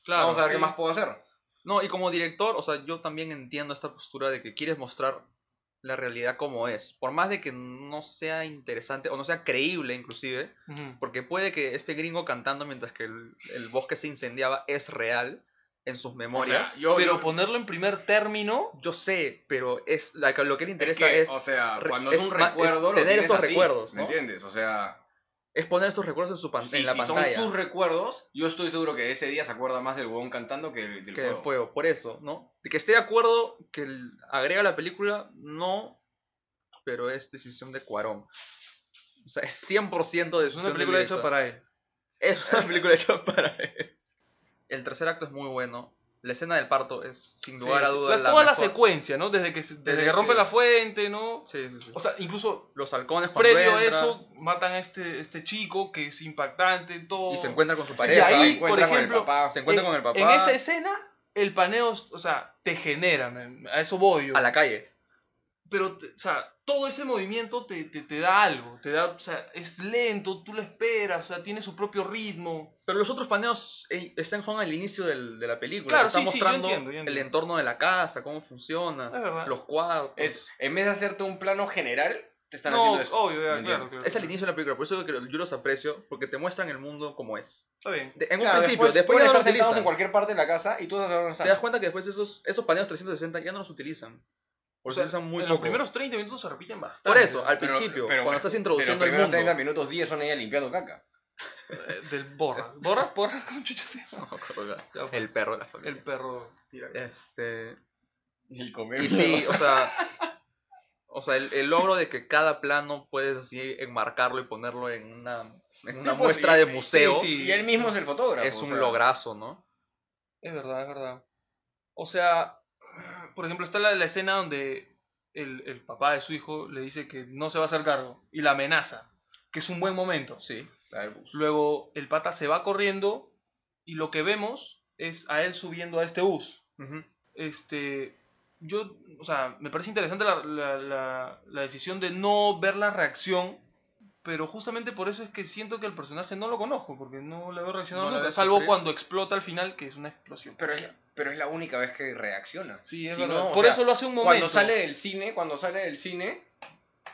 B: Claro.
C: vamos a ver
A: sí.
C: qué más puedo hacer.
B: No, y como director, o sea, yo también entiendo esta postura de que quieres mostrar la realidad como es. Por más de que no sea interesante o no sea creíble inclusive,
A: Ujú.
B: porque puede que este gringo cantando mientras que el, el bosque se incendiaba es real, en sus
C: O sea,
B: memorias. yo...
C: yo,
A: Pero
C: yo-
A: ponerlo en primer término.
B: sé, pero es la- lo que le
C: es
B: interesa
C: que,
B: es,
C: o sea,
B: re-
C: cuando es,
B: es
C: un
B: ma- es
C: recuerdo, lo
B: tener
C: tienes
B: estos
C: así,
B: recuerdos,
C: ¿me
B: ¿no?
C: entiendes? O sea,
B: es poner estos recuerdos en, su pan-
C: si,
B: en la
C: si son
B: pantalla.
C: sus recuerdos, yo estoy seguro que ese día se acuerda más del huevón cantando que del, del
B: que
C: juego.
B: del fuego, por eso, ¿no? De que esté de acuerdo que el- agrega la película, no, pero es decisión de Cuarón. O sea, es 100% de
A: Es una película hecha para él.
B: Es una película hecha para él. El tercer acto es muy bueno. La escena del parto es, sin
A: Sí,
B: lugar a
A: sí.
B: dudas,
A: La-
B: la
A: toda la
B: mejor.
A: secuencia, ¿no? Desde que, se- desde
B: Desde
A: que rompe
B: que-
A: la fuente, ¿no?
B: Sí, sí, sí.
A: O sea, incluso
B: Los halcones cuando
A: previo a
B: entra
A: eso matan a este, este chico que es impactante, todo.
B: y se encuentra con su
C: Y
B: pareja.
C: ahí,
A: ahí,
C: por
A: por ejemplo,
B: se encuentra
A: En-
B: con el papá
A: En esa escena, el paneo, o sea, te genera, man. a eso voy. yo.
B: a la calle.
A: Pero, te- o sea, todo ese movimiento te, te, te da algo, te da, o sea, es lento, tú lo esperas, o sea, tiene su propio ritmo.
B: Pero los otros paneos eh, están son al inicio del- de la película.
A: Claro,
B: está
A: sí, sí, yo
B: mostrando
A: entiendo, yo
B: el
A: entiendo. Ah,
B: entorno de la casa, cómo funciona,
A: Es verdad.
B: los cuadros.
C: Es- en vez de hacerte un plano general, te están
A: no,
C: haciendo esto.
A: obvio, ya,
C: ¿me
A: claro,
C: entiendes?
A: claro,
B: Es el
A: claro.
B: inicio de la película, por eso creo- yo los aprecio, porque te muestran el mundo como es.
A: Está bien.
B: De- en
C: Claro,
B: un principio, después,
C: pueden
B: ya no
C: estar
B: los
C: sentados
B: utilizan.
C: en cualquier parte de la casa y tú vas a ver
B: Te das cuenta que después esos, esos paneos 360 ya no los utilizan. O
A: O
B: los
A: sea,
B: utilizan muy
A: en
B: poco.
A: los primeros 30 minutos se repiten bastante.
B: Por eso, al
C: Pero-
B: principio,
C: pero-
B: cuando estás
C: Pero
B: introduciendo el
C: primero
B: mundo.
C: 30 minutos 10 son ella limpiando caca.
A: Eh, Del borra. ¿Borras? ¿Borras? ¿Cómo chucha se llama? Ya fue.
B: El perro de la
A: El
B: familia.
A: perro. tira.
B: Este,
C: Y comer.
B: y sí, o sea, o sea el, el logro de que cada plano puedes así enmarcarlo y ponerlo en una, en una
C: pues,
B: muestra
C: y-
B: de
C: sí,
B: museo
A: sí,
C: Y él mismo es el fotógrafo.
B: es
C: o
B: un
C: sea,
B: lograzo, ¿no?
A: Es verdad, es verdad. O sea, por ejemplo, está la, la escena donde el, el papá de su hijo le dice que no se va a hacer cargo y la amenaza, que es un buen momento.
B: Sí.
C: está el bus.
A: Luego el pata se va corriendo y lo que vemos es a él subiendo a este bus. Este, yo, o sea, me parece interesante la, la- la- la decisión de no ver la reacción, pero justamente por eso es que siento que el personaje no lo conozco, porque no le veo reaccionado
B: No la
A: nunca,
B: ves
A: salvo
B: sufrir.
A: cuando explota al final, que es una explosión.
C: Pero es,
A: parcial.
C: pero es la única vez que reacciona.
A: Sí, es
C: Si
A: verdad.
C: no, o
A: Por
C: sea,
A: eso lo hace un momento.
C: Cuando sale del cine, cuando sale del cine,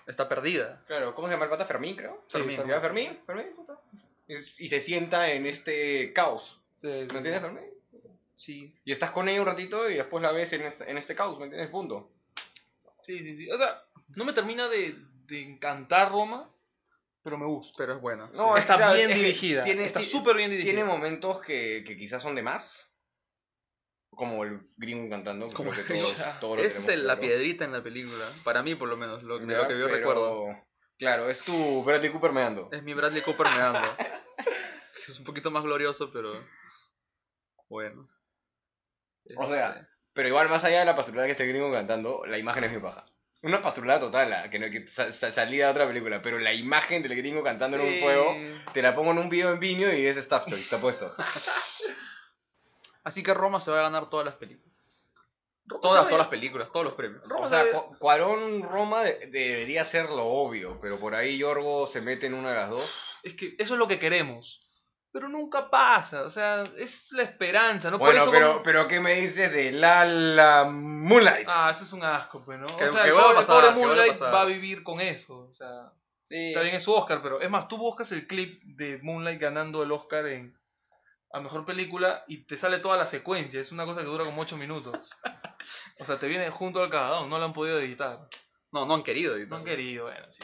B: Está perdida.
C: claro, ¿cómo se llama el pata? Fermín, creo.
A: Sí,
B: Fermín.
C: ¿Se llama Fermín? Fermín, puta. Y, y se sienta en este caos.
A: Sí, sí,
C: ¿Me
A: sí.
C: entiendes, Fermín?
A: Sí,
C: Y estás con ella un ratito y después la ves en este, en este caos, ¿me entiendes? Punto.
A: sí, sí, sí. O sea, no me termina de, de encantar Roma, pero me gusta.
B: Pero es buena. sí.
C: No, es-
A: Está
C: claro,
A: bien
C: que
A: dirigida.
C: tiene-
A: está
C: ti-
A: súper bien dirigida.
C: Tiene momentos que, que quizás son de más. Como el gringo cantando. que
B: Como
C: creo
B: el
C: que
B: gringo.
C: todos- todos lo
B: Esa es
C: tenemos
B: el- la
C: claro.
B: piedrita en la película. Para mí, por lo menos, lo, de lo
C: Ya,
B: que yo
C: pero-
B: recuerdo.
C: Claro, es tu Bradley Cooper meando.
B: Es mi Bradley Cooper meando. es un poquito más glorioso, pero. Bueno. Este,
C: O
A: este.
C: sea, pero igual más allá de la pastrulada que está el gringo cantando, la imagen es mi paja. Una pastrulada total, ah, que, no, que sa- sa- salida de otra película, pero la imagen del gringo cantando en un
A: Sí.
C: juego, te la pongo en un video en Vimeo y es Staff Choice, está puesto.
B: Así que Roma se va a ganar todas las películas.
A: Roma
B: Todas,
A: se
B: todas las
A: ve-
B: películas, todos los premios.
A: Roma
C: o sea,
A: debe-
C: Cu- Cuarón Roma de- debería ser lo obvio, pero por ahí Yorgo se mete en una de las dos.
A: Es que eso es lo que queremos. Pero nunca pasa. O sea, es la esperanza, ¿no?
C: bueno,
A: Por eso
C: pero,
A: vamos-
C: pero ¿qué me dices de La La Moonlight?
A: Ah, eso es un asco, pues, ¿no?
B: Que-
A: o sea,
B: que
A: el
B: vuelva a
A: pobre, el
B: pasar,
A: pobre
B: que vuelva a
A: Moonlight
B: pasar.
A: va a vivir con eso. O sea,
C: sí.
A: está bien es su Oscar, pero es más, tú buscas el clip de Moonlight ganando el Oscar en a mejor película y te sale toda la secuencia. Es una cosa que dura como 8 minutos. O sea, te viene junto al cagado, no lo han podido editar.
B: No, no han querido.
A: No han querido, bueno, sí.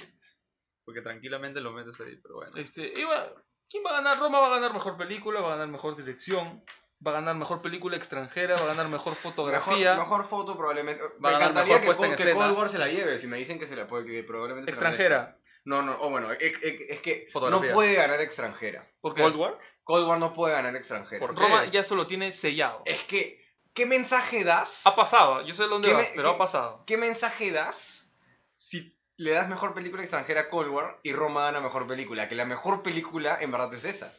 B: Porque tranquilamente lo metes ahí, pero bueno.
A: Este, y va- ¿Quién va a ganar? Roma va a ganar mejor película, va a ganar mejor dirección, va a ganar mejor película extranjera, va a ganar mejor fotografía.
C: Mejor, mejor foto probablemente.
B: Va a
C: me
B: ganar
C: encantaría
B: mejor
C: que,
B: puesta en
C: Co- que
B: escena.
C: Cold War se la lleve, si me dicen que se la puede, que probablemente se la merezca.
A: Extranjera.
C: No, no, o bueno, es, es- es que
B: Fotografía.
C: no puede ganar extranjera.
A: Porque
B: War?
C: Cold War no puede ganar extranjera.
B: ¿Por qué?
A: Roma ya se lo tiene sellado.
C: Es que, ¿qué mensaje das?
A: Ha pasado, yo sé dónde
C: ¿Qué
A: vas,
C: me-
A: pero
C: qué-
A: ha pasado.
C: ¿Qué mensaje das si le das mejor película extranjera a Cold War y Roma gana mejor película? Que la mejor película en verdad es esa.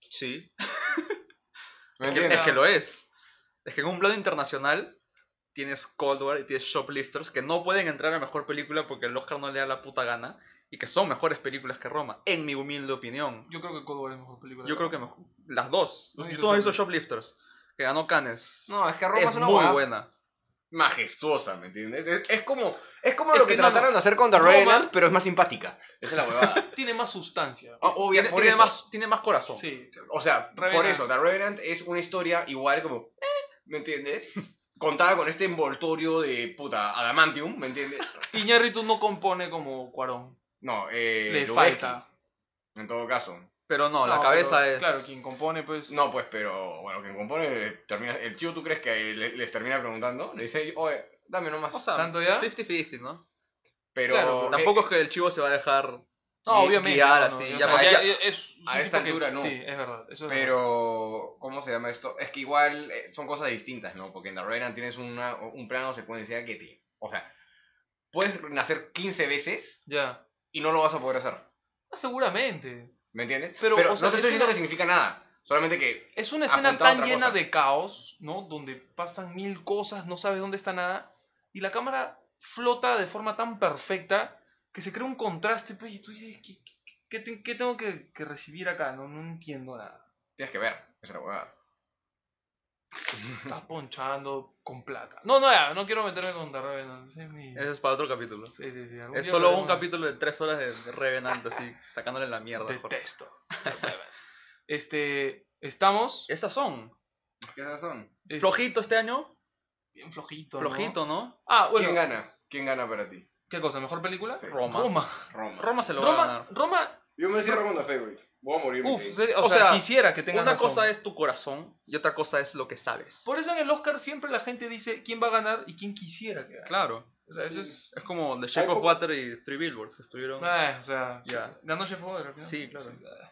B: Sí.
C: ¿Me
B: Es que,
C: entiendes?
B: es que lo es. Es que en un plano internacional tienes Cold War y tienes Shoplifters que no pueden entrar a mejor película porque el Oscar no le da la puta gana y que son mejores películas que Roma, en mi humilde opinión.
A: Yo creo que Cold War es mejor película.
B: Yo creo que mejor- las dos.
A: No,
B: Yo
A: yo
B: todo
A: soy-
B: eso Shoplifters, que ganó Cannes.
C: No, es que Roma es,
B: es
C: una
B: muy
C: huevada
B: buena.
C: majestuosa, ¿me entiendes? Es, es como, es como
A: Es
C: lo
A: que,
C: que,
A: mano,
C: trataron de hacer con The
A: Roma-
C: Revenant, pero es más simpática. Esa es la huevada.
A: Tiene más sustancia.
C: O- obvia-
B: tiene,
C: por
B: tiene
C: eso.
B: más, tiene más corazón.
A: Sí.
C: O sea, por
A: Revenant.
C: eso, The Revenant es una historia igual como... eh, ¿me entiendes? Contaba con este envoltorio de puta adamantium, ¿me entiendes?
A: Iñárritu no compone como Cuarón.
C: No, eh.
A: Le
C: Lubezki,
A: falta.
C: En todo caso.
B: Pero no, la
A: No,
B: cabeza
A: pero,
B: es.
A: Claro, quien compone, pues.
C: No, pues, pero bueno, quien compone eh, termina. El tío, ¿tú crees que le- les termina preguntando? Le dice, oye, dame nomás.
B: O sea,
A: ¿Tanto ya?
B: 50-50, ¿no?
C: pero
A: claro, pero
B: Tampoco
C: eh,
B: es que el chivo se va a dejar.
A: No,
B: gui-
A: obviamente.
B: guiar
A: no, no,
B: así,
A: o
B: ya
A: sea,
B: para-
A: ya-
B: ya-
A: es un
C: a esta
A: tipo que-
C: altura no.
A: Sí, es verdad. Eso es verdad.
C: Pero, ¿cómo se llama esto? Es que igual eh, son cosas distintas, ¿no? Porque en The Revenant tienes una, un plano secuencial que te... O sea, puedes nacer 15 veces
A: Ya.
C: y no lo vas a poder hacer.
A: Ah, seguramente.
C: ¿Me entiendes?
A: Pero,
C: Pero,
A: o
C: no
A: sea, es
C: te estoy diciendo
A: una-
C: que significa nada. Solamente que...
A: Es una escena
C: Apuntaba a
A: tan
C: otra
A: llena
C: cosa.
A: de caos, ¿no? Donde pasan mil cosas, no sabes dónde está nada. Y la cámara flota de forma tan perfecta que se crea un contraste. Pues, y tú dices, ¿qué, qué- qué te- qué tengo que, que recibir acá? No, no entiendo nada.
C: Tienes que ver. Es la huevada.
A: Estás ponchando con plata. No, no, ya, no quiero meterme con The Revenant. ese es mi-
B: Ese es para otro capítulo.
A: Sí, sí, sí, algún
B: Es
A: día
B: solo un
A: hablaremos de-
B: capítulo de tres horas de Revenant, así, sacándole la mierda. Jorge.
A: Detesto. este, estamos
B: Esas son.
C: ¿Qué razón?
A: es-
B: Flojito este año.
A: bien flojito, ¿no?
B: Flojito, ¿no?
A: Ah, bueno,
C: ¿Quién gana? ¿Quién gana para ti?
A: ¿qué cosa? ¿Mejor película?
C: Sí.
B: Roma.
A: Roma.
C: Roma.
B: Roma se lo va a
A: Roma,
B: ganar.
A: Roma,
C: Yo me cierro con la fe, güey. Voy a morir.
A: uf,
C: sí.
A: sería- o,
B: O
A: sea,
B: sea,
A: quisiera que tengan
B: Una
A: razón.
B: cosa es tu corazón y otra cosa es lo que sabes.
A: Por eso en el Oscar siempre la gente dice quién va a ganar y quién quisiera que gane.
B: Claro.
A: O sea, eso
C: Sí.
A: es...
B: Es como The Shape
C: Hay
B: of
C: poco-
B: Water y Three Billboards que estuvieron.
A: Ah, o sea,
B: Ya.
A: ganó Jeff Bogart, ¿no?
B: Sí, sí.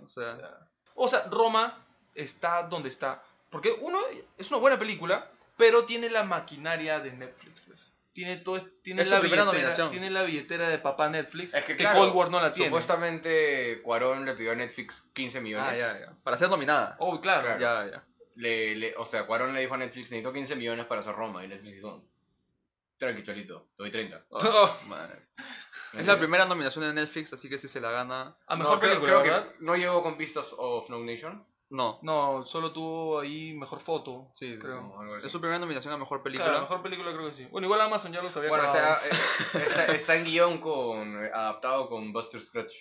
B: O sea,
A: O sea, Roma está donde está. Porque uno es una buena película, pero tiene la maquinaria de Netflix. pues. Tiene todo, tiene
B: Es su
A: la
B: primera
A: billetera,
B: nominación.
A: tiene la billetera de papá Netflix.
C: Es que claro,
A: Cold War no la tiene.
C: Supuestamente Cuarón le pidió a Netflix 15 millones.
B: ah, ya, ya. Para ser nominada.
A: Oh, claro.
C: Claro.
B: Ya, ya.
C: le, le- o sea, Cuarón le dijo a Netflix, necesito 15 millones para hacer Roma. Y Netflix dijo, tranqui, cholito, te doy 30.
B: Oh, madre. Es la
C: Entonces,
B: primera nominación de Netflix, así que si se la gana.
A: A mejor
C: no, creo-
A: película,
C: creo,
A: ¿verdad?
C: que no llegó con Vistas of No Nation.
B: No.
A: No, solo tuvo ahí mejor foto.
B: Sí, sí,
A: creo.
C: No, algo así.
B: Es su primera nominación a mejor película.
A: Claro, mejor película creo que sí. Bueno, este, ah, igual Amazon ya lo sabía.
C: Bueno, está, eh, está, está en guión con, adaptado con Buster Scratch,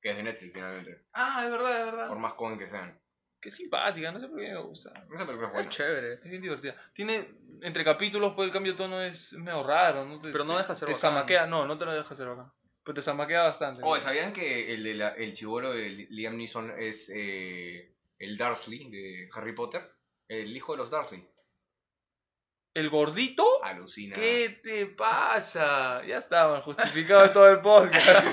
C: que es de Netflix finalmente,
A: Ah, es verdad, es verdad.
C: por más joven que sean.
A: Qué simpática, no sé por qué me gusta.
C: Esa película es
B: Es
C: buena.
B: chévere.
A: Es bien divertida. Tiene, entre capítulos, pues el cambio de tono es medio raro, ¿no? Te-
B: Pero no
A: te-
B: deja de ser
A: Te
B: bacán.
A: zamaquea, no, no te lo deja ser bacán. Pero te zamaquea bastante.
C: Oye, Oh, ¿sabían que el, de la- el chivolo de Li- Liam Neeson es eh, el Dursley de Harry Potter? El hijo de los Dursley.
A: ¿El gordito?
C: Alucina.
A: ¿Qué te pasa? Ya estamos, justificado todo el podcast.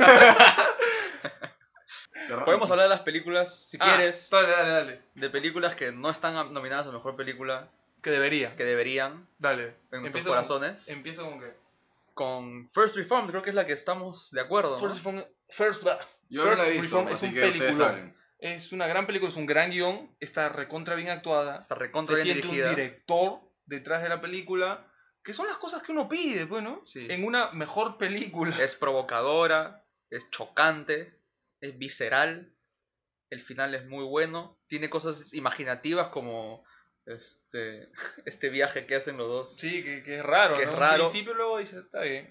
B: Podemos hablar de las películas, si
A: Ah,
B: quieres.
A: Dale, dale, dale.
B: De películas que no están a- nominadas a mejor película,
A: Que debería.
B: que deberían,
A: Dale.
B: en nuestros
A: Empieza
B: corazones.
A: Con, empieza con qué.
B: Con First Reformed, creo que es la que estamos de acuerdo. ¿no?
A: First, Reform- First Bla-
C: Yo no la he
A: First
C: visto,
A: Reform es
C: así
A: un
C: que ustedes
A: peliculón.
C: saben.
A: Es una gran película, es un gran guión. Está recontra bien actuada.
B: Está recontra
A: se
B: bien
A: siente
B: dirigida.
A: un director detrás de la película, que son las cosas que uno pide, pues, ¿no?
B: Sí.
A: En una mejor película.
B: Es provocadora, es chocante, es visceral. El final es muy bueno. Tiene cosas imaginativas como este, este viaje que hacen los dos.
A: Sí, que, que es raro,
B: Que
A: ¿no?
B: es
A: Al
B: raro.
A: principio luego dices, está bien,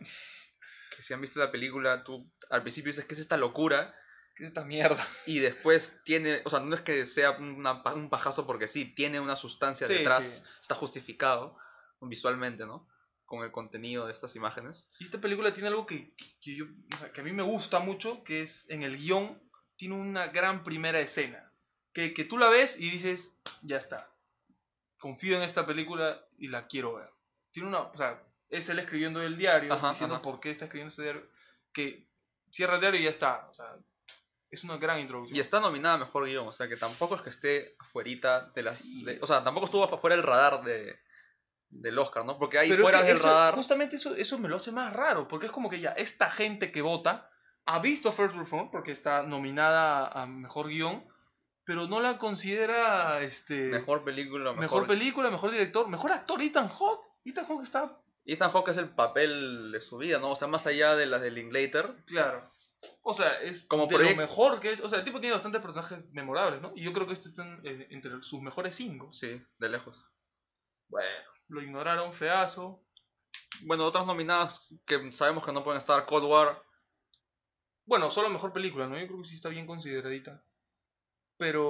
B: Que si han visto la película, tú al principio dices que es esta locura.
A: ¿qué es esta mierda?
B: Y después tiene, o sea, no es que sea una pa- un pajazo porque sí, tiene una sustancia
A: Sí,
B: detrás,
A: sí.
B: está justificado visualmente, ¿no? Con el contenido de estas imágenes.
A: Y esta película tiene algo que, que- que yo, o sea, que a mí me gusta mucho, que es en el guión, tiene una gran primera escena. Que, que tú la ves y dices, ya está. Confío en esta película y la quiero ver. Tiene una, o sea, es él escribiendo el diario,
B: Ajá,
A: diciendo
B: ajá.
A: por qué está escribiendo ese diario. Que cierra el diario y ya está. O sea, es una gran introducción.
B: Y está nominada a mejor guión, o sea que tampoco es que esté afuerita de las...
A: Sí.
B: de- o sea, tampoco estuvo afuera del radar de, del Oscar, ¿no? Porque ahí
A: Pero es
B: fuera
A: que
B: del
A: eso-
B: radar...
A: Justamente eso, eso me lo hace más raro, porque es como que ya esta gente que vota ha visto First Reform porque está nominada a mejor guión, pero no la considera este, mejor,
B: Mejor película, mejor...
A: película, mejor director, mejor actor, Ethan Hawke. Ethan Hawke está
B: Ethan Hawke es el papel de su vida, ¿no? O sea, más allá de las de Linklater.
A: claro. O sea, es
B: Como
A: de lo
B: proyecto-
A: mejor que ha hecho. O sea, el tipo tiene bastantes personajes memorables, ¿no? Y yo creo que este está en- eh, entre sus mejores cinco.
B: Sí, de lejos. Bueno.
A: Lo ignoraron feazo.
B: Bueno, otras nominadas que sabemos que no pueden estar Cold War,
A: Bueno, solo mejor película, ¿no? Yo creo que sí está bien consideradita. pero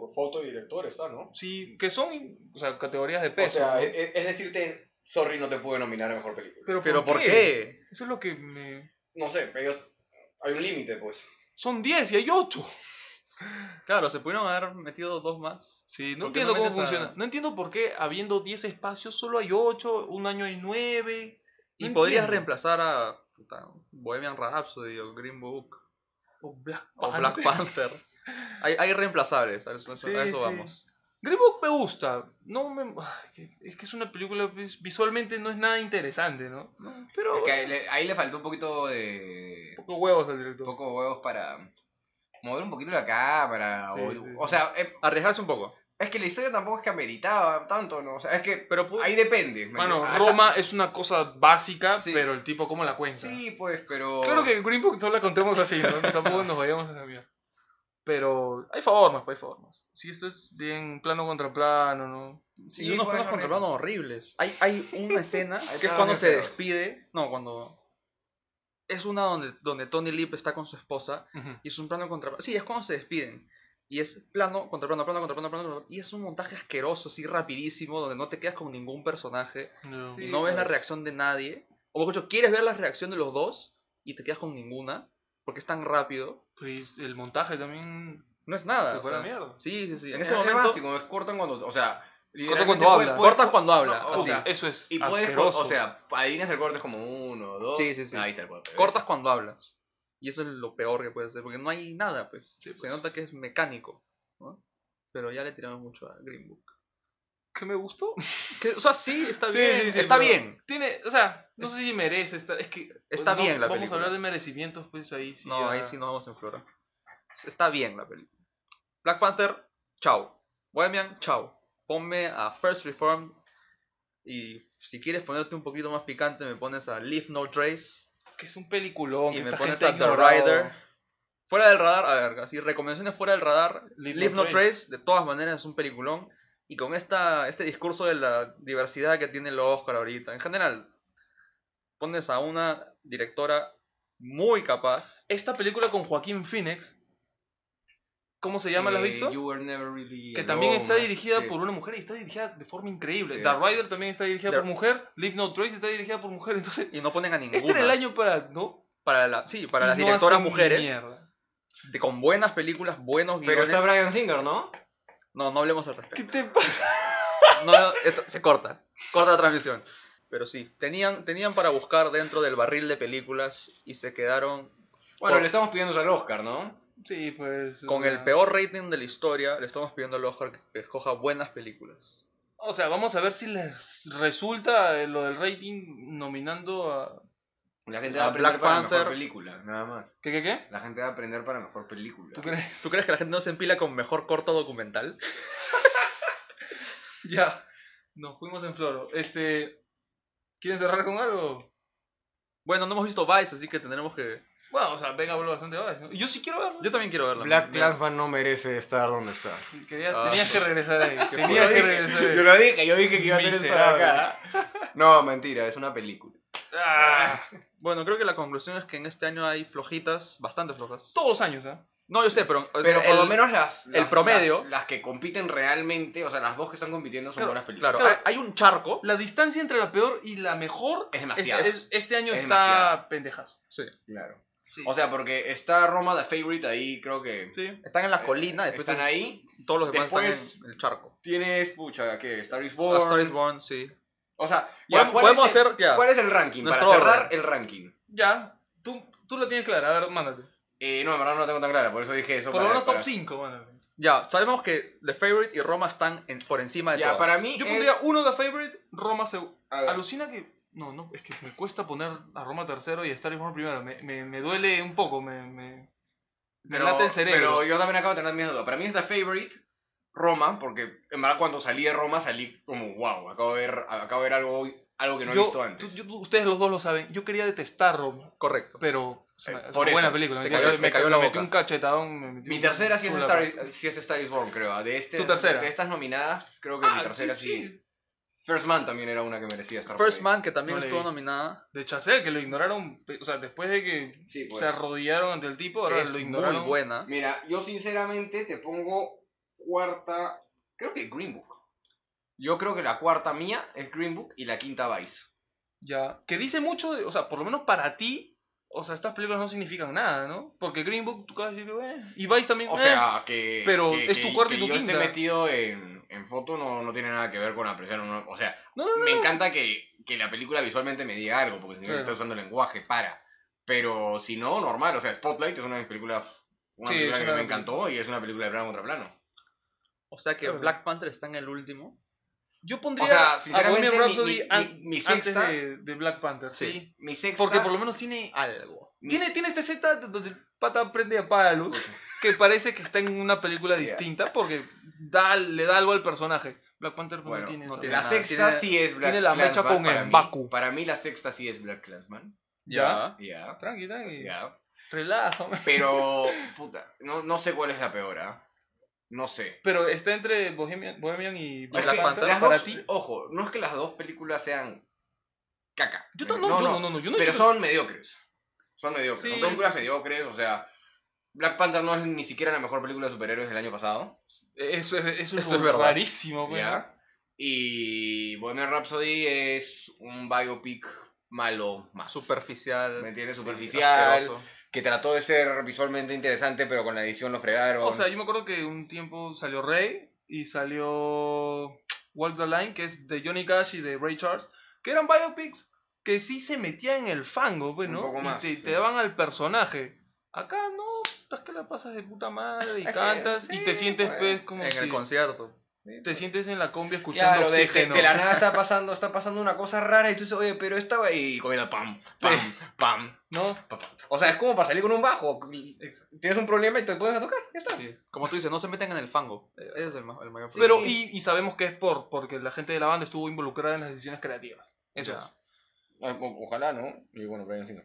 D: Como Foto y director está, ¿no?
A: sí, que son o sea, categorías de
D: O
A: peso.
D: sea,
A: ¿no?
C: eh,
D: es, es decirte, sorry, no te pude nominar a mejor película.
A: pero,
B: ¿Pero por qué?
A: Eso es lo que me...
D: No sé, pero ellos- hay un límite, pues.
A: Son 10 y hay 8.
B: Claro, se pudieron haber metido dos más.
A: Sí, no
B: ¿Por qué
A: entiendo
B: no
A: cómo
B: metes a-
A: funciona. No entiendo por qué habiendo 10 espacios solo hay 8, un año hay 9.
B: Y
A: No
B: podrías
A: entiendo.
B: reemplazar a puta, Bohemian Rhapsody o Green Book
A: O Black
B: o
A: Panther.
B: Black Panther. Hay, hay reemplazables, a eso, a eso
A: Sí, sí.
B: vamos.
A: Green Book me gusta. No me... ay, que- Es que es una película pues, visualmente no es nada interesante, ¿no? Pero...
C: Es que ahí le, ahí le faltó un poquito de.
A: Poco huevos al
C: Un
A: director.
C: poco huevos para mover un poquito la cámara.
A: Sí,
C: o,
A: sí, sí.
C: o sea, eh,
B: Arriesgarse un poco.
C: es que la historia tampoco es que ameritaba tanto, ¿no? O sea, es que.
B: Pero pu-
C: Ahí depende. ¿me
A: Mano,
C: entiendes?
A: Roma es una cosa básica,
C: Sí.
A: pero el tipo, ¿cómo la cuenta?
C: Sí, pues, pero.
A: Claro que Green Book no la contemos así, ¿no? tampoco nos vayamos a la mierda. Pero hay formas, pues, hay formas. Si esto es bien plano contra plano, ¿no?
C: Sí,
B: y unos
C: pues,
B: planos
C: no,
B: contra
C: no.
B: planos horribles. Hay, hay una escena
C: Hay
B: que es
C: planos
B: cuando
C: bien
B: se
C: feos.
B: despide. No, cuando. Es una donde, donde Tony Lip está con su esposa y es un plano contra plano. Sí, es cuando se despiden. Y es plano contra plano, plano contra plano, plano contra plano. Y es un montaje asqueroso, así rapidísimo, donde no te quedas con ningún personaje.
A: No.
B: y no ves la reacción de nadie. O mejor dicho, quieres ver la reacción de los dos y te quedas con ninguna. Porque es tan rápido.
A: Pues, el montaje también
B: No es nada.
A: se
B: o
A: fue a la
B: sea,
A: mierda.
B: Sí, sí, sí. En
C: Es-
B: ese
C: es
B: momento
C: básico, es cortan cuando. O sea.
A: Cortan
C: literalmente
A: cuando
C: puedes-
A: habla.
C: puedes-
B: cortas cuando habla.
C: o
B: así.
C: sea,
A: Eso es
C: Y puedes. cor-
A: asqueroso.
C: O sea, adivinas el corte es como uno, dos.
B: Sí, sí, sí.
C: Ahí está el corte. ¿ves?
B: Cortas cuando hablas. Y eso es lo peor que puedes hacer, porque no hay nada, pues.
A: Sí,
B: Se
A: pues.
B: nota que es mecánico. ¿no? Pero ya le tiramos mucho a Green Book.
A: ¿Qué me gustó?
B: Que, o sea, sí, está
A: Sí,
B: bien.
A: sí, sí,
B: está
A: pero-
B: bien.
A: Tiene, o sea, no sé si merece estar. Es que. pues,
B: Está
A: no,
B: bien la
A: Vamos
B: película.
A: a hablar de merecimientos, pues ahí sí.
B: no,
A: ya-
B: ahí sí nos vamos en flora. Está bien la película. Black Panther, chao. Bohemian, chao. Ponme a First Reform. Y si quieres ponerte un poquito más picante, me pones a Leave No Trace.
A: Que es un peliculón.
B: y
A: que
B: me
A: esta
B: pones
A: gente
B: a
A: ha
B: The
A: ignorado.
B: Rider. Fuera del radar, a ver, así, recomendaciones fuera del radar.
A: Leave
B: Leave,
A: No
B: No,
A: Trace.
B: Trace, de todas maneras, es un peliculón. Y con esta, este discurso de la diversidad que tiene los Oscar ahorita, en general, pones a una directora muy capaz.
A: Esta película con Joaquín Phoenix. ¿Cómo se llama? ¿La has
C: Eh,
A: visto?
C: You Were Never Really
A: que
C: Alone,
A: también está
C: ¿no?
A: dirigida
C: Sí.
A: por una mujer y está dirigida de forma increíble.
C: Sí.
A: The Rider también está dirigida
B: The-
A: por mujer. Live No Trace está dirigida por mujer. Entonces,
B: Y no ponen a ninguna.
A: este era el año para. ¿No?
B: Para, la, sí, para
A: Y
B: las
A: no
B: directoras
A: hacen ni
B: mujeres,
A: mierda.
B: de- con buenas películas, buenos
C: Pero
B: guiones.
C: está Brian Singer, ¿no?
B: No, no hablemos al
A: ¿Qué
B: respecto.
A: te pasa?
B: No, no, esto- se corta. Corta la transmisión. Pero sí, tenían, tenían para buscar dentro del barril de películas y se quedaron
C: Bueno,
B: Por-
C: le estamos pidiendo al Oscar, ¿no?
A: Sí, pues.
B: Con
A: o
B: el
A: sea,
B: peor rating de la historia, le estamos pidiendo al Oscar que escoja buenas películas.
A: O sea, vamos a ver si les resulta eh, lo del rating nominando a.
C: La gente
B: A
C: va a aprender
B: Black
C: para
B: Panther.
C: mejor película, nada más.
A: ¿Qué, qué, qué?
C: La gente va a aprender para mejor película.
A: ¿Tú crees?
B: ¿Tú crees que la gente no se empila con mejor corto documental?
A: ya. Nos fuimos en floro. Este. ¿Quieren cerrar con algo?
B: Bueno, no hemos visto Vice, así que tendremos que...
A: Bueno, o sea, venga, vuelvo bastante ahora. ¿no? Yo sí quiero verlo.
B: Yo también quiero verla.
C: Black
B: Me-
C: Clansman no merece estar donde está.
A: Querías-
B: Ah,
A: tenías que
B: pues.
A: regresar ahí.
B: Qué
A: Tenías
B: fuerte.
A: que regresar ahí.
C: Yo lo dije, yo dije que iba a tener estar
A: Miserable.
C: acá. No, mentira, es una película.
A: Ah,
B: Bueno, creo que la conclusión es que en este año hay flojitas, bastante flojas.
A: todos los años, ¿ah?
B: No, yo sé, pero... o sea,
C: Pero por lo
B: el-
C: menos las,
B: el
C: las-
B: promedio-
C: las, las que compiten realmente, o sea, las dos que están compitiendo son
A: Claro,
C: buenas películas.
B: Claro,
A: claro.
B: hay hay un charco.
A: La distancia entre la peor y la mejor
C: Es
A: es-
C: demasiado.
A: es- este año
C: Es
A: está
C: demasiado.
A: pendejazo.
B: Sí.
C: Claro. O sea,
A: sí,
C: porque está Roma the Favorite ahí, creo que
A: sí.
B: Están en la colina, después
C: están ahí.
B: todos los demás
C: Después-
B: están en el charco.
C: Tienes, pucha, ¿qué? Star is
B: A
C: Born.
B: Ah, Star is Born, sí.
C: O sea, ya,
B: Podemos,
C: ¿cuál
B: podemos
C: es el-
B: hacer... Ya.
C: ¿Cuál es el ranking?
B: Nuestro
C: Para cerrar
B: orden.
C: el ranking.
A: Ya, tú, tú la tienes clara, a ver, mándate.
C: Eh, no, en verdad no la tengo tan clara, por eso dije eso.
A: Por lo
C: para-
A: menos top
C: para-
A: 5, mándate.
B: ya, sabemos que The Favorite y Roma están en- por encima de
C: Ya,
B: todas.
C: para mí
A: Yo
C: es-
A: pondría uno de favorite, Roma segundo.
C: A ver,
A: Alucina que. No, no, es que me cuesta poner a Roma tercero y a Star is Born primero. Me, me, me duele un poco, me, me, me
C: pero,
A: late el cerebro.
C: pero yo también acabo de tener mis dudas. Para mí es The Favorite, Roma, porque en verdad cuando salí de Roma salí como, wow, acabo de ver, acabo de ver algo, algo que no he
A: Yo-
C: visto antes.
A: tú- yo- tú- ustedes los dos lo saben. Yo quería detestar Roma,
B: Correcto.
A: pero es una,
C: Eh,
A: es
C: por
A: una
C: eso,
A: buena película.
B: te
A: Me,
B: cayó-
A: me,
B: te
A: me,
B: cayó la
A: metí
B: boca.
A: un cachetadón. me metí
C: Mi
A: un-
C: tercera sí es,
A: una
C: Star
A: pata.
C: is, sí es Star is Born, creo. De, este,
A: Tu tercera.
C: de estas nominadas, creo que
A: Ah,
C: mi tercera sí. First Man también era una que merecía estar. por
B: First
C: ahí.
B: Man, que también
A: No la he
B: estuvo
A: visto.
B: nominada.
A: De Chazelle, que lo ignoraron. pe- O sea, después de que
D: Sí, pues.
A: se arrodillaron ante el tipo,
B: Que
A: ahora
B: es
A: lo
B: muy
A: ignoraron.
B: buena.
C: Mira, yo sinceramente te pongo cuarta. Creo que Green Book. Yo creo que la cuarta mía es Green Book y la quinta Vice.
A: Ya. Que dice mucho, de- o sea, por lo menos para ti. O sea, estas películas no significan nada, ¿no? Porque Green Book, tú acabas de decir, eh. Y Vice también,
C: O
A: eh.
C: sea, que.
A: pero
C: que-
A: es
C: que-
A: tu cuarta y
C: que
A: tu
C: yo esté
A: quinta.
C: metido en, en foto no, no tiene nada que ver con apreciar uno. O sea,
A: No, no, no.
C: me encanta que, que la película visualmente me diga algo, porque si no
A: Claro.
C: está usando lenguaje para. Pero si no, normal. O sea, Spotlight es una de mis películas. Una
A: Sí,
C: película
A: es
C: que
A: una-
C: me encantó y es una película de plano contra plano.
B: O sea que
A: Claro.
B: Black Panther está en el último.
A: Yo
C: O
A: pondría
C: sea,
A: a
C: sinceramente,
A: Bohemian
C: mi-
A: Rhapsody
C: mi,
A: an-
C: mi- mi
A: antes
C: sexta,
A: de, de Black Panther, sí.
B: Sí.
C: mi sexta- Ah,
A: Porque por lo menos tiene.
B: Algo.
C: mi-
A: Tiene, tiene este Z donde el pata prende a palos. que parece que está en una película
C: Ya.
A: distinta porque da, le da algo al personaje. Black Panther no
C: Bueno,
A: tiene
B: no
A: eso.
B: tiene
C: La
B: nada.
C: sexta
B: Tiene-
C: sí es Black
A: tiene la mecha
C: Klansman
A: con
C: para
A: el
C: mí.
A: Baku.
C: Para mí la sexta sí es Black Clansman.
A: Ya.
B: Ya.
C: Ya.
A: Tranqui, tranqui.
C: ya.
A: Relájame.
C: Pero, puta, no, no sé cuál es la peor, ¿ah? No sé.
A: Pero está entre Bohemian, Bohemian y Black
C: Es que
A: Panther
C: las
A: para
C: dos-
A: ti.
C: Ojo, no es que las dos películas sean caca.
A: Yo
C: ¿me-
A: no, no, yo no, no, no, yo no he
C: pero
A: dicho-
C: son mediocres. Son mediocres.
A: Sí.
C: Son películas mediocres, o sea... Black Panther no es ni siquiera la mejor película de superhéroes del año pasado.
A: Eso es, eso es,
B: Eso es
A: lo
B: verdad.
A: rarísimo, güey.
C: ¿ya? Y Bohemian Rhapsody es un biopic malo más. ¿Me
B: Superficial.
C: entiendes?
B: sí,
C: Superficial.
B: asqueroso.
C: que trató de ser visualmente interesante, pero con la edición lo fregaron.
A: O sea, yo me acuerdo que un tiempo salió Rey y salió Walk the Line, que es de Johnny Cash y de Ray Charles, que eran biopics que sí se metían en el fango, pues,
C: Un
A: ¿no?
C: poco
A: Y
C: más,
A: te,
C: sí.
A: te daban al personaje. Acá no, es que la pasas de puta madre y cantas y te sientes, pues, como
B: en
A: si
B: el concierto.
A: te sientes en la combi escuchando
C: Claro, de, de-
A: oxígeno.
C: de la nada está pasando, está pasando una cosa rara y tú dices, oye, pero esta va-" y comienza pam, pam, pam,
A: ¿No?
C: pam, pam. O sea, es como para salir con un bajo. Tienes un problema y te pones a tocar, ya está.
B: Sí. Como tú dices, no se meten en el fango. Eh, Ese es el, ma- el mayor problema.
A: Pero, y, y sabemos que es por, porque la gente de la banda estuvo involucrada en las decisiones creativas. Eso
B: Ya.
A: es.
C: O- o- ojalá, ¿no? Y bueno, pero sí no.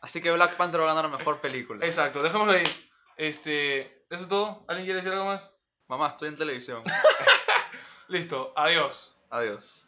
B: Así que Black Panther va a ganar la mejor película.
A: Exacto, dejémoslo ahí. Este, ¿eso es todo? ¿Alguien quiere decir algo más?
B: Mamá, estoy en televisión.
A: Listo, adiós.
B: Adiós.